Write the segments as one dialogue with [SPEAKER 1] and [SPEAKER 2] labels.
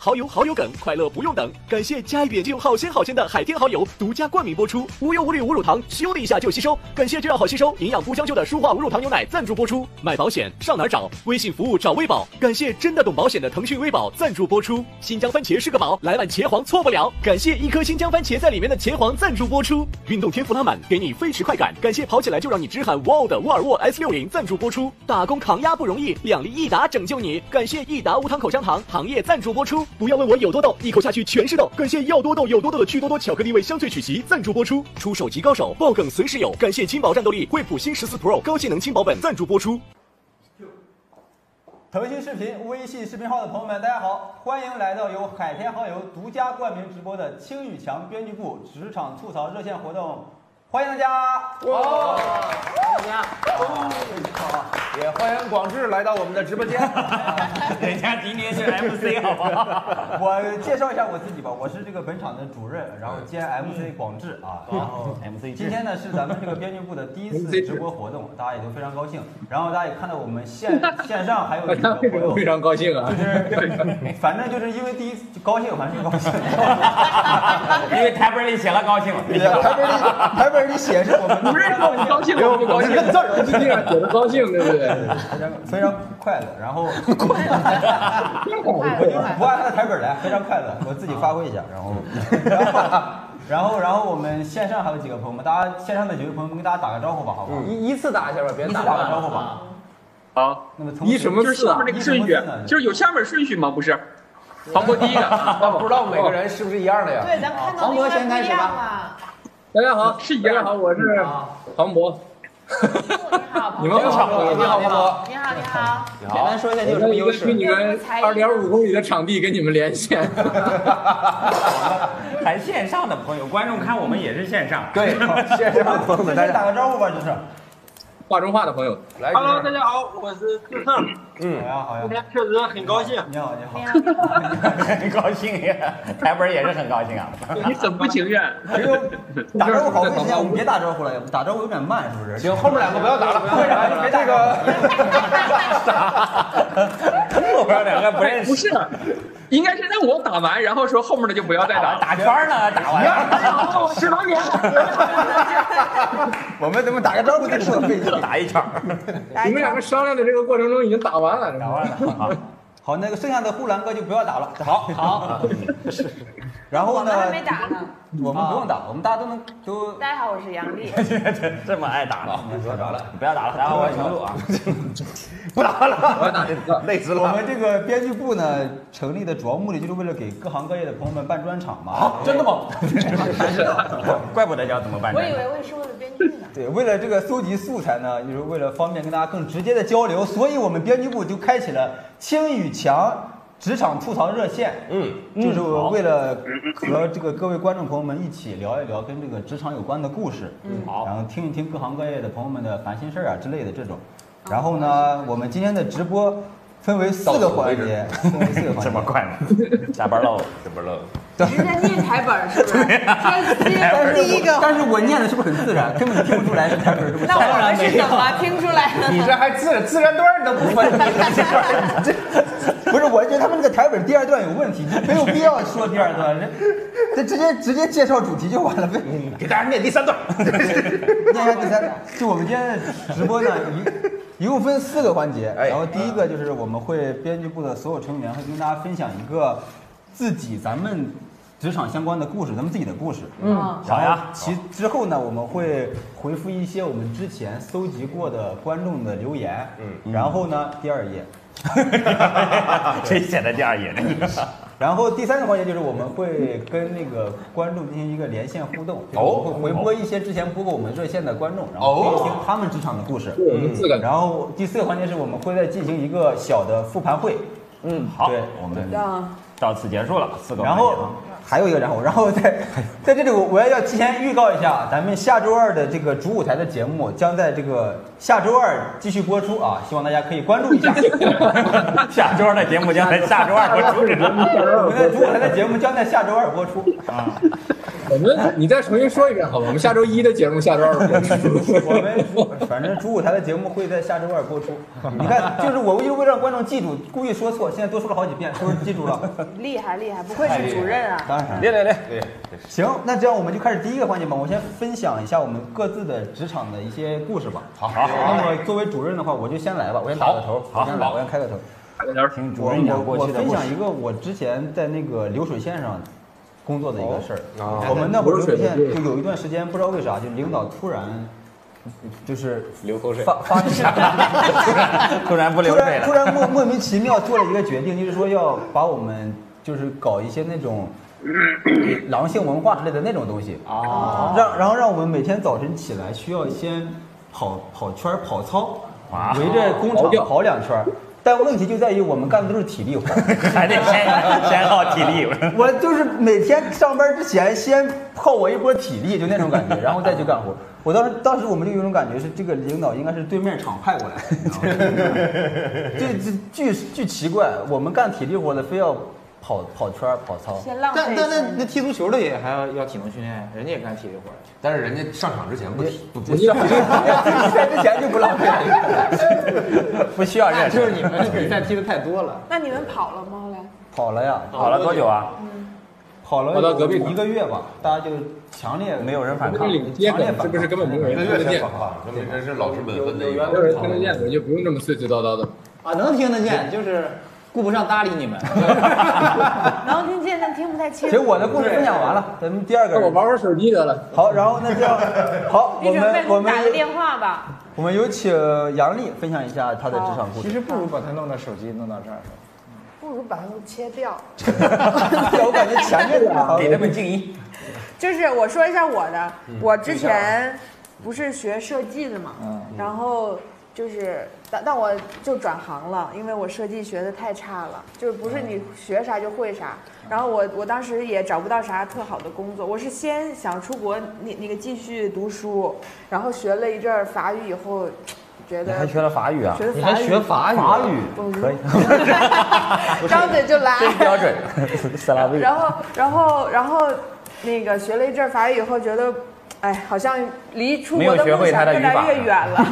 [SPEAKER 1] 好友好友梗，快乐不用等。感谢加一点就好鲜好鲜的海天蚝油独家冠名播出，无忧无虑无乳糖，咻的一下就吸收。感谢这样好吸收、营养不将就的舒化无乳糖牛奶赞助播出。买保险上哪儿找？微信服务找微保。感谢真的懂保险的腾讯微保赞助播出。新疆番茄是个宝，来碗茄皇错不了。感谢一颗新疆番茄在里面的茄皇赞助播出。运动天赋拉满，给你飞驰快感。感谢跑起来就让你直喊哇、哦的沃尔沃 S 六零赞助播出。打工抗压不容易，两粒益达拯救你。感谢益达无糖口香糖行业赞助播出。不要问我有多逗，一口下去全是逗。感谢要多逗有多逗的趣多多巧克力味香萃曲奇赞助播出。出手级高手，爆梗随时有。感谢轻薄战斗力惠普新十四 Pro 高性能轻薄本赞助播出。
[SPEAKER 2] 腾讯视频、微信视频号的朋友们，大家好，欢迎来到由海天蚝油独家冠名直播的青宇强编剧部职场吐槽热线活动，欢迎大家！
[SPEAKER 3] 哇，大家也欢迎广志来到我们的直播间。
[SPEAKER 4] 人家今天是 MC 好不好？
[SPEAKER 2] 我介绍一下我自己吧，我是这个本场的主任，然后兼 MC 广志啊，然后
[SPEAKER 4] MC
[SPEAKER 2] 今天呢是咱们这个编剧部的第一次直播活动，大家也都非常高兴。然后大家也看到我们线线上还有几个活动，
[SPEAKER 4] 非常高兴啊
[SPEAKER 2] 就，是反正就是因为第一次就高兴，反正就高兴。
[SPEAKER 4] 因为台本里写了高兴，
[SPEAKER 2] 台本里台本里写是我们不是
[SPEAKER 3] 让你高兴
[SPEAKER 4] 因为我们高兴，字儿字上写的高兴，对不对？
[SPEAKER 2] 非常非常快乐，然后快乐，我就是不按他的台本来，非常快乐，我自己发挥一下，然后，然后，然后，然后我们线上还有几个朋友们，大家线上的几位朋友们跟大家打个招呼吧，好不好？
[SPEAKER 4] 嗯一一次打一下吧，别
[SPEAKER 2] 一起
[SPEAKER 4] 打
[SPEAKER 2] 打个招呼吧。
[SPEAKER 5] 好，
[SPEAKER 2] 那么从
[SPEAKER 4] 一什么
[SPEAKER 5] 就是
[SPEAKER 4] 次
[SPEAKER 5] 下
[SPEAKER 4] 啊
[SPEAKER 5] 面？那个顺序
[SPEAKER 2] 一什么字呢，
[SPEAKER 5] 就是有下面顺序吗？不是，庞博第一个，
[SPEAKER 4] 那不知道每个人是不是一样的呀？
[SPEAKER 3] 对，咱看到
[SPEAKER 2] 黄
[SPEAKER 3] 的
[SPEAKER 2] 渤
[SPEAKER 3] 应
[SPEAKER 2] 先
[SPEAKER 3] 该
[SPEAKER 2] 开
[SPEAKER 3] 不一
[SPEAKER 2] 始吧
[SPEAKER 3] 样了。
[SPEAKER 4] 大家 好，
[SPEAKER 5] 是一
[SPEAKER 4] 大
[SPEAKER 5] 样
[SPEAKER 4] 家
[SPEAKER 5] 的
[SPEAKER 4] 好，我是庞博。
[SPEAKER 3] 你好，
[SPEAKER 4] 你们好，
[SPEAKER 3] 你好，
[SPEAKER 4] 庞博。
[SPEAKER 3] 你好，你好。
[SPEAKER 4] 简单说一下你有什么优势？去你们二点五公里的场地跟你们连线。
[SPEAKER 6] 咱线上的朋友，观众看我们也是线上。
[SPEAKER 4] 对，
[SPEAKER 2] 线上朋友们，大家打个招呼吧，就是。
[SPEAKER 4] 画中画的朋友，
[SPEAKER 2] 哎
[SPEAKER 4] 来
[SPEAKER 5] Hello，大家好，我是志胜，
[SPEAKER 2] 好哎呀，好
[SPEAKER 5] 今
[SPEAKER 2] 呀。
[SPEAKER 5] 天确实很高兴。
[SPEAKER 2] 你好，你好
[SPEAKER 3] 你。好，你好。
[SPEAKER 6] 很 高兴呀，台本也是很高兴啊。
[SPEAKER 5] 你很不情愿，
[SPEAKER 2] 哎呦，打招呼好费时间，我们啊别打招呼了，打招呼有点慢，是不是？
[SPEAKER 4] 行，后面两个不要打了，不要打了。
[SPEAKER 2] 这个
[SPEAKER 6] 后边两个不认
[SPEAKER 5] 不
[SPEAKER 6] 识，
[SPEAKER 5] 是，啊应该是让我打完，然后说后面的就不要再打了。
[SPEAKER 6] 打圈呢，打完了，
[SPEAKER 7] 哦
[SPEAKER 5] 食堂姐，
[SPEAKER 2] 我们怎么打个招呼就这么费劲？
[SPEAKER 6] 打一圈。
[SPEAKER 4] 你们两个商量的这个过程中已经打完了，打完了。
[SPEAKER 2] 好，那个剩下的呼兰哥就不要打了。好，好。
[SPEAKER 4] 嗯
[SPEAKER 2] 然后
[SPEAKER 3] 我
[SPEAKER 2] 呢
[SPEAKER 3] 们？还没打啊呢。
[SPEAKER 2] 我们不用打，我们大家都能都
[SPEAKER 3] 大家好，我是杨 丽。
[SPEAKER 6] 这么爱打了，
[SPEAKER 2] 说着了。
[SPEAKER 6] 不要打了，然后我重录啊。
[SPEAKER 4] 我打一个，累死
[SPEAKER 2] 我们这个编剧部呢，成立的主要目的就是为了给各行各业的朋友们办专场嘛。啊，真的 吗？
[SPEAKER 6] 怪不得叫怎么办
[SPEAKER 3] 我？以为会是为了编剧呢。
[SPEAKER 2] 对，为了这个搜集素材呢，就是为了方便跟大家更直接的交流，所以我们编辑部就开启了青与强职场吐槽热线。嗯，就是为了和这个各位观众朋友们一起聊一聊跟这个职场有关的故事，嗯，
[SPEAKER 6] 好
[SPEAKER 2] 然后听一听各行各业的朋友们的烦心事儿啊之类的这种。然后呢，我们今天的直播分为四个环节，分为四个环节。
[SPEAKER 6] 这么快吗？下班喽，下班喽。
[SPEAKER 3] 人家念台本是不是？
[SPEAKER 2] 但是
[SPEAKER 3] 这
[SPEAKER 2] 我
[SPEAKER 3] 第一个。
[SPEAKER 2] 啊但是我念的是不是很自 然，根本听不出来是台本儿这么
[SPEAKER 3] 那
[SPEAKER 2] 长。
[SPEAKER 3] 我们是怎 么听出来的？
[SPEAKER 4] 你这还自自然段都不分，
[SPEAKER 2] 不是，我觉得他们这个台本第二段有问题，就没有必要说第二段， 这这直接直接介绍主题就完了呗。
[SPEAKER 4] 给大家念第三段。
[SPEAKER 2] 念一下第三，就我们今天的直播呢，一一共分四个环节，
[SPEAKER 4] 哎
[SPEAKER 2] 然后第
[SPEAKER 4] 啊
[SPEAKER 2] 一个就是我们会编剧部的所有成员会跟大家分享一个自己咱们职场相关的故事，咱们自己的故事。
[SPEAKER 3] 嗯，
[SPEAKER 2] 然后
[SPEAKER 6] 好呀
[SPEAKER 2] 其之后呢，我们会回复一些我们之前搜集过的观众的留言。嗯，然后呢，第二页。
[SPEAKER 6] 谁写的第二页？
[SPEAKER 2] 然后第三个环节就是我们会跟那个观众进行一个连线互动，就是
[SPEAKER 6] 哦
[SPEAKER 2] 我们会回播一些之前播过我们热线的观众，然后听一听他们职场的故事。嗯
[SPEAKER 4] 我
[SPEAKER 6] 嗯
[SPEAKER 4] 们四个
[SPEAKER 2] 然后第四个环节是我们会再进行一个小的复盘会，
[SPEAKER 6] 嗯，好
[SPEAKER 2] 对，
[SPEAKER 6] 我们
[SPEAKER 3] 让
[SPEAKER 6] 到此结束了，四个环
[SPEAKER 2] 然
[SPEAKER 6] 节啊。
[SPEAKER 2] 后还有一个然后，然后在 在这里我我要要提前预告一下，啊咱们下周二的这个主舞台的节目将在这个下周二继续播出啊，希望大家可以关注一下。
[SPEAKER 6] 下周的节目将在下周二播出。
[SPEAKER 2] 我们的主舞台的节目将在下周二播出啊。
[SPEAKER 4] 我们你再重新说一遍好吧？我们下周一的节目，下周二播出。
[SPEAKER 2] 我们反正主舞台的节目会在下周二播出。你看，就是我为为了让观众记住，故意说错，现在多说了好几遍，是不是记住了？
[SPEAKER 8] 厉害厉害，不愧是主任啊！
[SPEAKER 2] 当然。
[SPEAKER 3] 练练练，对，
[SPEAKER 2] 行，那这样我们就开始第一个环节吧。我先分享一下我们各自的职场的一些故事吧。
[SPEAKER 6] 好好好，
[SPEAKER 2] 那么作为主任的话，我就先来吧，我先打个头，
[SPEAKER 6] 好
[SPEAKER 2] 我先来，
[SPEAKER 6] 好
[SPEAKER 2] 我先开个头。
[SPEAKER 6] 听主
[SPEAKER 2] 我
[SPEAKER 6] 任讲
[SPEAKER 2] 我
[SPEAKER 6] 过
[SPEAKER 2] 我
[SPEAKER 6] 去的
[SPEAKER 2] 分
[SPEAKER 6] 故
[SPEAKER 2] 享
[SPEAKER 6] 事
[SPEAKER 2] 一。个我之前在那个流水线上工作的一个事儿。
[SPEAKER 3] 哦
[SPEAKER 6] 啊
[SPEAKER 2] 我们那会儿流水线
[SPEAKER 4] 流水
[SPEAKER 2] 就有一段时间，不知道为啥，就领导突然就是
[SPEAKER 3] 流口水。
[SPEAKER 2] 发 发一下，
[SPEAKER 6] 突然不
[SPEAKER 2] 突
[SPEAKER 6] 流水
[SPEAKER 2] 然突
[SPEAKER 6] 了，
[SPEAKER 2] 然莫莫名其妙做了一个决定，就是说要把我们就是搞一些那种狼性文化之类的那种东西
[SPEAKER 6] 哦
[SPEAKER 2] 啊，让然后让我们每天早晨起来需要先跑跑圈儿跑操
[SPEAKER 6] 啊，
[SPEAKER 2] 围着工
[SPEAKER 4] 跑掉
[SPEAKER 2] 厂跑两圈儿。但问题就在于我们干的都是体力活儿，
[SPEAKER 6] 还得先 先耗体力。
[SPEAKER 2] 我就是每天上班之前先泡我一波体力，就那种感觉，然后再去干活。我当时当时我们就有一种感觉是，这个领导应该是对面厂派过来 的，这这巨巨奇怪，我们干体力活的非要跑跑圈儿跑操。
[SPEAKER 8] 先浪费
[SPEAKER 9] 但
[SPEAKER 8] 一
[SPEAKER 9] 但那
[SPEAKER 8] 下。
[SPEAKER 9] 那踢足球的也还要要体能训练，人家也干体力活儿。
[SPEAKER 3] 但是人家上场之前不提不不
[SPEAKER 4] 你俩
[SPEAKER 2] 比赛之前就不浪费了， 不需要
[SPEAKER 9] 那
[SPEAKER 2] 认识。
[SPEAKER 9] 就是你们比赛踢的太多了。
[SPEAKER 8] 那你们跑了吗？后来
[SPEAKER 2] 跑了呀，
[SPEAKER 6] 跑了多久啊？
[SPEAKER 2] 跑了
[SPEAKER 4] 跑到隔壁
[SPEAKER 2] 一个月吧，大家就强烈
[SPEAKER 6] 没有人反
[SPEAKER 4] 我
[SPEAKER 6] 抗
[SPEAKER 4] 们。领接梗是不是根本没有人
[SPEAKER 3] 一个
[SPEAKER 4] 听
[SPEAKER 3] 月
[SPEAKER 4] 得
[SPEAKER 3] 前
[SPEAKER 4] 见
[SPEAKER 3] 放？放，那真是老师们分的一
[SPEAKER 4] 没有人
[SPEAKER 3] 个。
[SPEAKER 4] 听得见，我就不用这么碎碎叨叨的。
[SPEAKER 9] 啊，能听得见，就是顾不上搭理你们。
[SPEAKER 8] 能听见，但听不太清。
[SPEAKER 2] 行，我的故事分享完了，咱们第二个
[SPEAKER 4] 那
[SPEAKER 2] 人
[SPEAKER 4] 我玩会儿手机得了。
[SPEAKER 2] 好，然后那 这样，好，
[SPEAKER 8] 你
[SPEAKER 2] 我
[SPEAKER 8] 准备
[SPEAKER 2] 们我们
[SPEAKER 8] 打个电话吧？
[SPEAKER 2] 我们有请杨丽分享一下她的职场故
[SPEAKER 9] 其
[SPEAKER 2] 事。
[SPEAKER 9] 实不如把它弄到手机，弄到这儿。
[SPEAKER 8] 不如把它们切掉。
[SPEAKER 2] 对， 我
[SPEAKER 8] 哎
[SPEAKER 2] 感觉前面的好像
[SPEAKER 6] 给他们静音。
[SPEAKER 8] 就是我说一下我的，
[SPEAKER 2] 嗯
[SPEAKER 8] 我之前不是学设计的嘛，
[SPEAKER 6] 嗯
[SPEAKER 8] 然后就是但但我就转行了，因为我设计学的太差了，就是不是你学啥就会啥。
[SPEAKER 6] 嗯
[SPEAKER 8] 然后我我当时也找不到啥特好的工作，我是先想出国那那个继续读书，然后学了一阵儿法语以后，觉得
[SPEAKER 6] 学了法语啊
[SPEAKER 8] 学的
[SPEAKER 2] 你
[SPEAKER 8] 法
[SPEAKER 2] 还
[SPEAKER 8] 语
[SPEAKER 2] 学法语？法语可以，
[SPEAKER 8] 张嘴就 来，
[SPEAKER 6] 标 准，斯拉维。
[SPEAKER 8] 然后，然后，然后，那个学了一阵法语以后，觉得，哎，好像离出国的
[SPEAKER 6] 没有学
[SPEAKER 8] 梦
[SPEAKER 6] 会
[SPEAKER 8] 想
[SPEAKER 6] 他
[SPEAKER 8] 越
[SPEAKER 6] 的语法
[SPEAKER 8] 来越远了，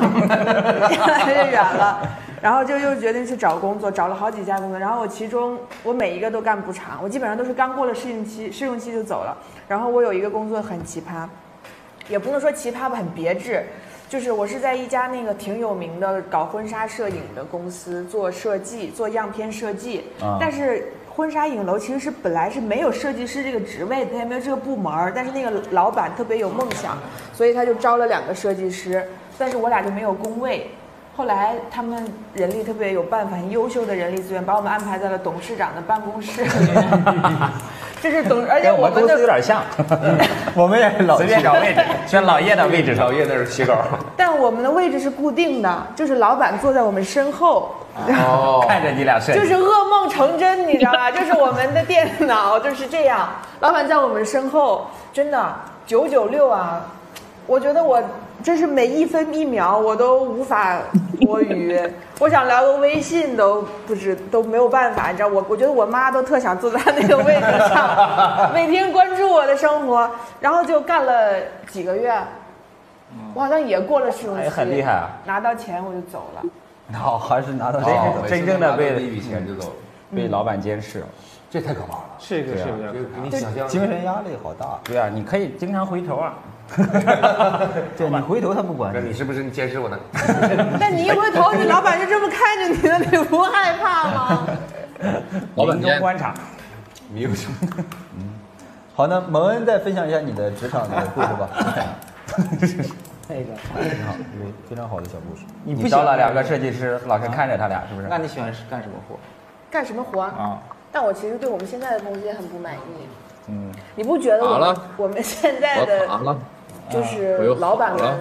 [SPEAKER 8] 越来越远了。然后就又决定去找工作，找了好几家工作，然后我其中我每一个都干不长，我基本上都是刚过了试用期，试用期就走了。然后我有一个工作很奇葩，也不能说奇葩吧，很别致。就是我是在一家那个挺有名的搞婚纱摄影的公司做设计，做样片设计。
[SPEAKER 2] 啊
[SPEAKER 8] 但是婚纱影楼其实是本来是没有设计师这个职位的，它也没有这个部门儿。但是那个老板特别有梦想，所以他就招了两个设计师，但是我俩就没有工位。后来他们人力特别有办法，很优秀的人力资源把我们安排在了董事长的办公室里面。这是董，而且
[SPEAKER 6] 跟我
[SPEAKER 8] 我
[SPEAKER 6] 们
[SPEAKER 8] 们
[SPEAKER 6] 公司有
[SPEAKER 8] 的，
[SPEAKER 6] 点像，
[SPEAKER 2] 我们也是老
[SPEAKER 6] 随便找位置，选老叶的位置上
[SPEAKER 3] 老。叶那是起稿。
[SPEAKER 8] 但我们的位置是固定的，就是老板坐在我们身后。
[SPEAKER 3] 哦，
[SPEAKER 6] 看着你俩设计，
[SPEAKER 8] 就是噩梦成真，你知道 吧？就是我们的电脑 就是这样，老板在我们身后，真的九九六啊！我觉得我真是每一分一秒我都无法多 余，我想聊个微信都不知都没有办法，你知道我我觉得我妈都特想坐在那个位置 上，每天关注我的生活，然后就干了几个月，我好像也过了试用期，
[SPEAKER 6] 嗯哎很厉害啊！
[SPEAKER 8] 拿到钱我就走了。
[SPEAKER 2] 好，还是拿到这
[SPEAKER 6] 哦
[SPEAKER 2] 个。
[SPEAKER 6] 真正的被
[SPEAKER 3] 一笔钱就走了，
[SPEAKER 8] 嗯
[SPEAKER 6] 被老板监视了。
[SPEAKER 3] 这太可怕了。
[SPEAKER 9] 是个
[SPEAKER 6] 啊
[SPEAKER 9] 是个，
[SPEAKER 3] 啊
[SPEAKER 9] 啊
[SPEAKER 3] 这你想象，
[SPEAKER 2] 精神压力好大，
[SPEAKER 6] 对啊，你可以经常回头 啊。
[SPEAKER 2] 对你回头他不管
[SPEAKER 3] 那
[SPEAKER 2] 你。
[SPEAKER 3] 你是不是监视我呢？
[SPEAKER 8] 但你一回头，你老板就这么看着你了，你不害怕吗？
[SPEAKER 4] 老板
[SPEAKER 6] 临
[SPEAKER 4] 监
[SPEAKER 6] 终观察，
[SPEAKER 3] 你有什么？
[SPEAKER 2] 嗯好，那蒙恩再分享一下你的职场的故事吧。
[SPEAKER 9] 那个，
[SPEAKER 2] 非常好，非常好的小故事。
[SPEAKER 9] 你
[SPEAKER 6] 你
[SPEAKER 9] 不
[SPEAKER 6] 招了
[SPEAKER 9] 喜欢
[SPEAKER 6] 两个设计师，老是看着他俩，是不是
[SPEAKER 9] 那？你喜欢是干什么活？
[SPEAKER 8] 干什么活啊？
[SPEAKER 9] 啊，
[SPEAKER 8] 但我其实对我们现在的公司也很不满意。嗯，你不觉得
[SPEAKER 4] 咋
[SPEAKER 8] 我们
[SPEAKER 4] 了
[SPEAKER 8] 我们现在
[SPEAKER 4] 我
[SPEAKER 8] 的
[SPEAKER 4] 卡了，
[SPEAKER 8] 就是
[SPEAKER 4] 我又
[SPEAKER 8] 老板
[SPEAKER 4] 好
[SPEAKER 8] 们
[SPEAKER 4] 了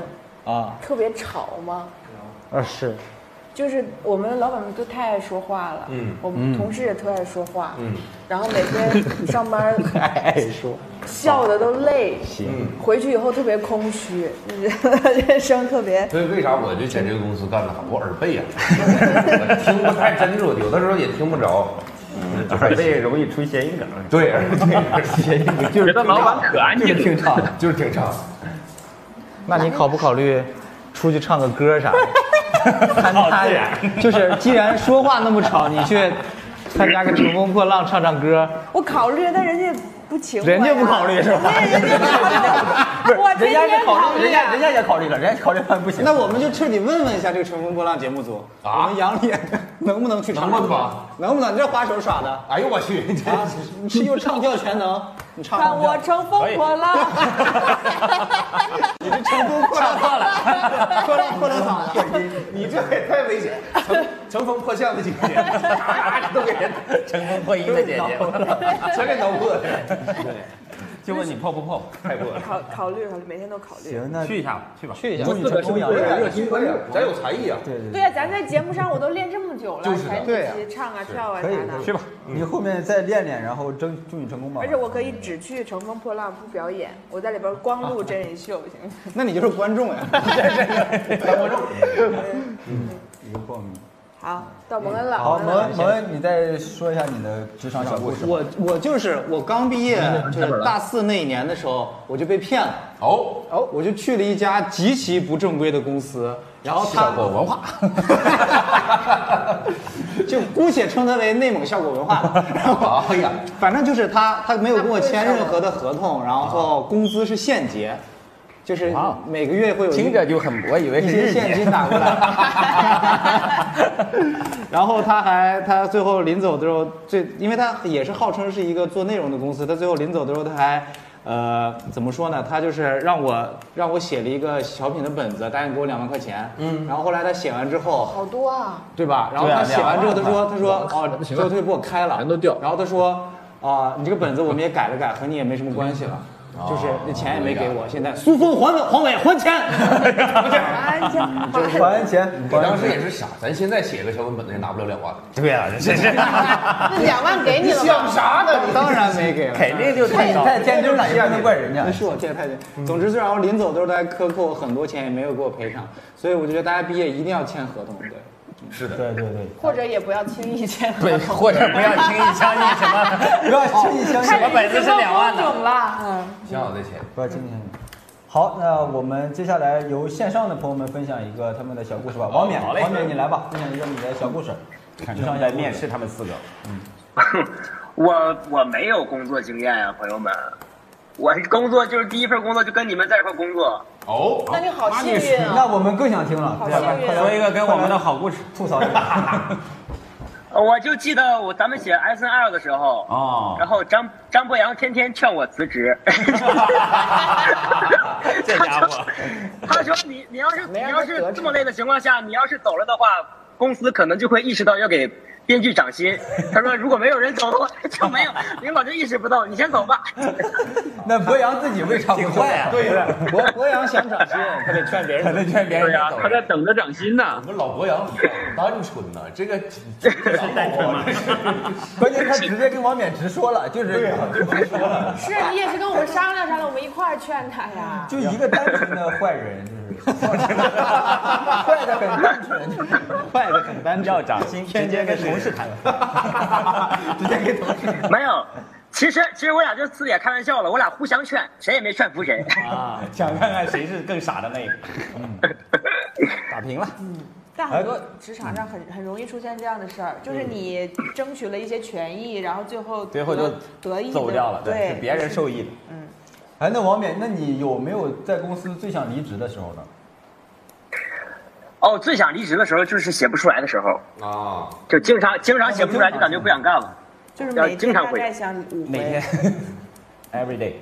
[SPEAKER 9] 啊
[SPEAKER 8] 特别吵吗？
[SPEAKER 9] 啊是，
[SPEAKER 8] 就是我们老板们都太爱说话了，
[SPEAKER 3] 嗯，
[SPEAKER 8] 我们同事也特爱说话，
[SPEAKER 3] 嗯，
[SPEAKER 8] 然后每天上 班
[SPEAKER 9] 爱说，
[SPEAKER 8] 笑的都累，
[SPEAKER 3] 嗯。
[SPEAKER 8] 回去以后特别空虚，人生特别
[SPEAKER 3] 所以为啥我就 嫌这个公司干得好？我耳背啊，我听不太真着，有的时候也听不着。
[SPEAKER 6] 耳背容易出谐音梗。
[SPEAKER 3] 对，对，就是
[SPEAKER 7] 觉得老板可安静了。
[SPEAKER 3] 挺唱的， 就是挺唱的。
[SPEAKER 9] 那你考不考虑出去唱个歌啥的？参加就是既然说话那么吵，你去参加个乘风破浪唱唱歌，
[SPEAKER 8] 我考虑，但人家不情怀啊
[SPEAKER 9] 人家不考虑是吧
[SPEAKER 8] 对，人家不考虑，我
[SPEAKER 2] 人
[SPEAKER 8] 天
[SPEAKER 2] 家也
[SPEAKER 8] 天
[SPEAKER 2] 考虑，人家
[SPEAKER 8] 啊
[SPEAKER 2] 人家也考虑了，人家考虑完不行。
[SPEAKER 9] 那我们就彻底问问一下这个乘风破浪节目组，我们杨丽 能不能去唱？
[SPEAKER 3] 啊能不能？
[SPEAKER 9] 能不能？你这花手耍的啊
[SPEAKER 3] 哎呦我去，这！
[SPEAKER 9] 你是又唱跳全能，你唱
[SPEAKER 8] 看
[SPEAKER 9] 黄
[SPEAKER 8] 我
[SPEAKER 9] 调，
[SPEAKER 8] 乘风破浪，
[SPEAKER 9] 你这乘风破浪破了，破浪破浪嗓子。
[SPEAKER 3] 你这也太危险，乘乘风破浪的姐姐，都给人
[SPEAKER 6] 乘风破衣的姐姐，
[SPEAKER 3] 全给挠破了。
[SPEAKER 6] 就问你破不破？太破了。
[SPEAKER 8] 考考虑考虑，每天都考虑。
[SPEAKER 2] 行，那
[SPEAKER 6] 去一下吧，去吧。
[SPEAKER 9] 去一下，
[SPEAKER 2] 祝你成功，杨
[SPEAKER 3] 对
[SPEAKER 2] 洋。
[SPEAKER 3] 热心观众，咱有才艺啊。
[SPEAKER 2] 对对
[SPEAKER 8] 对
[SPEAKER 2] 对，
[SPEAKER 8] 呀、咱在节目上我都练这么久了，
[SPEAKER 3] 就是的
[SPEAKER 8] 才
[SPEAKER 9] 对呀
[SPEAKER 8] 一起唱啊跳啊啥
[SPEAKER 2] 可以
[SPEAKER 8] 的
[SPEAKER 2] 可。以，你后面再练练，然后争祝你成功吧。
[SPEAKER 8] 而且我可以只去《乘风破浪》不表演，我在里边光录真人秀，行吗？
[SPEAKER 9] 那你就是观众呀。
[SPEAKER 2] 一个嗯报名。
[SPEAKER 8] 好，到蒙恩了。
[SPEAKER 2] 好，
[SPEAKER 8] 蒙
[SPEAKER 2] 蒙
[SPEAKER 8] 恩老
[SPEAKER 2] 恩
[SPEAKER 8] 师
[SPEAKER 2] 蒙恩，你再说一下你的职场小故事吧。
[SPEAKER 9] 我我就是我刚毕业，就是大四那一年的时候，我就被骗了。
[SPEAKER 3] 哦，
[SPEAKER 9] 哦，我就去了一家极其不正规的公司，然后他
[SPEAKER 3] 效果文化，
[SPEAKER 9] 就姑且称它为内蒙效果文化吧。然后，哎呀，反正就是他他没有跟我签任何的合同，然后工资是现结，就是
[SPEAKER 6] 哇哦
[SPEAKER 9] 每个月会有一
[SPEAKER 6] 听着就很，我以为
[SPEAKER 9] 一
[SPEAKER 6] 是
[SPEAKER 9] 些
[SPEAKER 6] 日
[SPEAKER 9] 现
[SPEAKER 6] 结。
[SPEAKER 9] 金 打过来。然后他还他最后临走的时候，最因为他也是号称是一个做内容的公司，他最后临走的时候他还。呃，怎么说呢？他就是让我让我写了一个小品的本子，答应给我两万块钱。嗯，然后后来他写完之后，
[SPEAKER 8] 好多啊！
[SPEAKER 9] 对吧？然后他写完之后，他说他说哦，周推给我开了，
[SPEAKER 4] 人都掉
[SPEAKER 9] 然后他说啊，你这个本子我们也改了改，和你也没什么关系了。就是那钱也没给我，现在苏峰还我黄伟还钱，
[SPEAKER 8] 哎呀，
[SPEAKER 2] 还钱，
[SPEAKER 3] 我
[SPEAKER 2] 还
[SPEAKER 3] 当时也是傻，咱现在写个小文本子也拿不了两万。
[SPEAKER 6] 对啊，这是
[SPEAKER 8] 那两万给你了吧？
[SPEAKER 3] 啥呢？
[SPEAKER 9] 当然没给了。
[SPEAKER 6] 肯定就太高。
[SPEAKER 2] 太天真了，也不能怪人家
[SPEAKER 9] 那。是我借太监。总之，虽然我临走都是在克扣我很多钱，也没有给我赔偿，所以我就觉得大家毕业一定要签合同。对，
[SPEAKER 3] 是的，
[SPEAKER 2] 对对对，
[SPEAKER 8] 或者也不要轻易签合
[SPEAKER 6] 对，
[SPEAKER 8] 同。
[SPEAKER 6] 或者不要轻易相信什么
[SPEAKER 2] 不要轻易相
[SPEAKER 8] 哦
[SPEAKER 2] 信
[SPEAKER 6] 什，么本子是两万的。
[SPEAKER 8] 懂了，嗯，
[SPEAKER 3] 挺好的钱。
[SPEAKER 2] 不要轻易相信。好，那我们接下来由线上的朋友们分享一个他们的小故事吧。王冕，
[SPEAKER 6] 好嘞
[SPEAKER 2] 王冕，你来吧，分享一个你的小故事。
[SPEAKER 6] 看正在面试他们四个，嗯
[SPEAKER 7] 我我没有工作经验呀、朋友们，我工作就是第一份工作就跟你们在一块工作，
[SPEAKER 3] 哦，
[SPEAKER 8] 那你好幸运
[SPEAKER 2] 那
[SPEAKER 8] 啊！
[SPEAKER 2] 我们更想听了，
[SPEAKER 8] 好
[SPEAKER 2] 快
[SPEAKER 8] 幸
[SPEAKER 2] 来
[SPEAKER 8] 运
[SPEAKER 2] 快
[SPEAKER 8] 啊
[SPEAKER 2] 来
[SPEAKER 6] 说一个跟我们的好故事
[SPEAKER 2] 吐槽一下。
[SPEAKER 7] 我就记得我咱们写 S N L 的时候，
[SPEAKER 6] 哦。
[SPEAKER 7] 然后张张博洋天天劝我辞 职，
[SPEAKER 6] 这家伙，
[SPEAKER 7] 他说你你要是你
[SPEAKER 8] 没让
[SPEAKER 7] 要
[SPEAKER 8] 他
[SPEAKER 7] 是
[SPEAKER 8] 得逞
[SPEAKER 7] 这么累的情况下，你要是走了的话，公司可能就会意识到要给编剧涨薪。他说如果没有人走的话，就没有领导就意识不到，你先走吧。
[SPEAKER 2] 那博洋自己为啥不
[SPEAKER 6] 挺
[SPEAKER 2] 说
[SPEAKER 6] 坏啊！对呀，
[SPEAKER 9] 博博洋想涨薪，他得 劝别人
[SPEAKER 6] 可能劝别人
[SPEAKER 7] 对呀、
[SPEAKER 6] 走
[SPEAKER 7] 他。在等着涨薪呢
[SPEAKER 3] 我。们老博洋单纯呐，这个 这是单纯吗？
[SPEAKER 2] 关键他直接跟王冕直说了，就是
[SPEAKER 8] 是啊你也是跟我们商量商量，我们一块儿劝他呀。
[SPEAKER 2] 就一个单纯的坏人，就是坏的很单纯，
[SPEAKER 9] 坏的很单
[SPEAKER 6] 要
[SPEAKER 9] 纯。
[SPEAKER 6] 涨薪，直接啊跟同事谈。
[SPEAKER 2] 直接给同事。
[SPEAKER 7] 没有，其实其实我俩就私底下开玩笑了，我俩互相劝，谁也没劝服谁。
[SPEAKER 6] 啊，想看看谁是更傻的那个。嗯打平了，
[SPEAKER 9] 嗯
[SPEAKER 8] 但很多职场上很很容易出现这样的事儿，就是你争取了一些权益，然后最后
[SPEAKER 6] 最后
[SPEAKER 8] 得
[SPEAKER 6] 就
[SPEAKER 8] 得意的
[SPEAKER 6] 走掉了，
[SPEAKER 8] 对，
[SPEAKER 6] 是别人受益的。
[SPEAKER 10] 嗯
[SPEAKER 2] 哎，那王冕，那你有没有在公司最想离职的时候呢？
[SPEAKER 7] 哦，最想离职的时候就是写不出来的时候，
[SPEAKER 3] 啊，
[SPEAKER 7] 就经常经常写不出来，就感觉不想干了。
[SPEAKER 8] 就是
[SPEAKER 7] 要
[SPEAKER 8] 每
[SPEAKER 7] 经
[SPEAKER 8] 天
[SPEAKER 7] 常
[SPEAKER 8] 大
[SPEAKER 7] 会
[SPEAKER 8] 概想五
[SPEAKER 6] 每
[SPEAKER 8] 回
[SPEAKER 6] 天。，every day，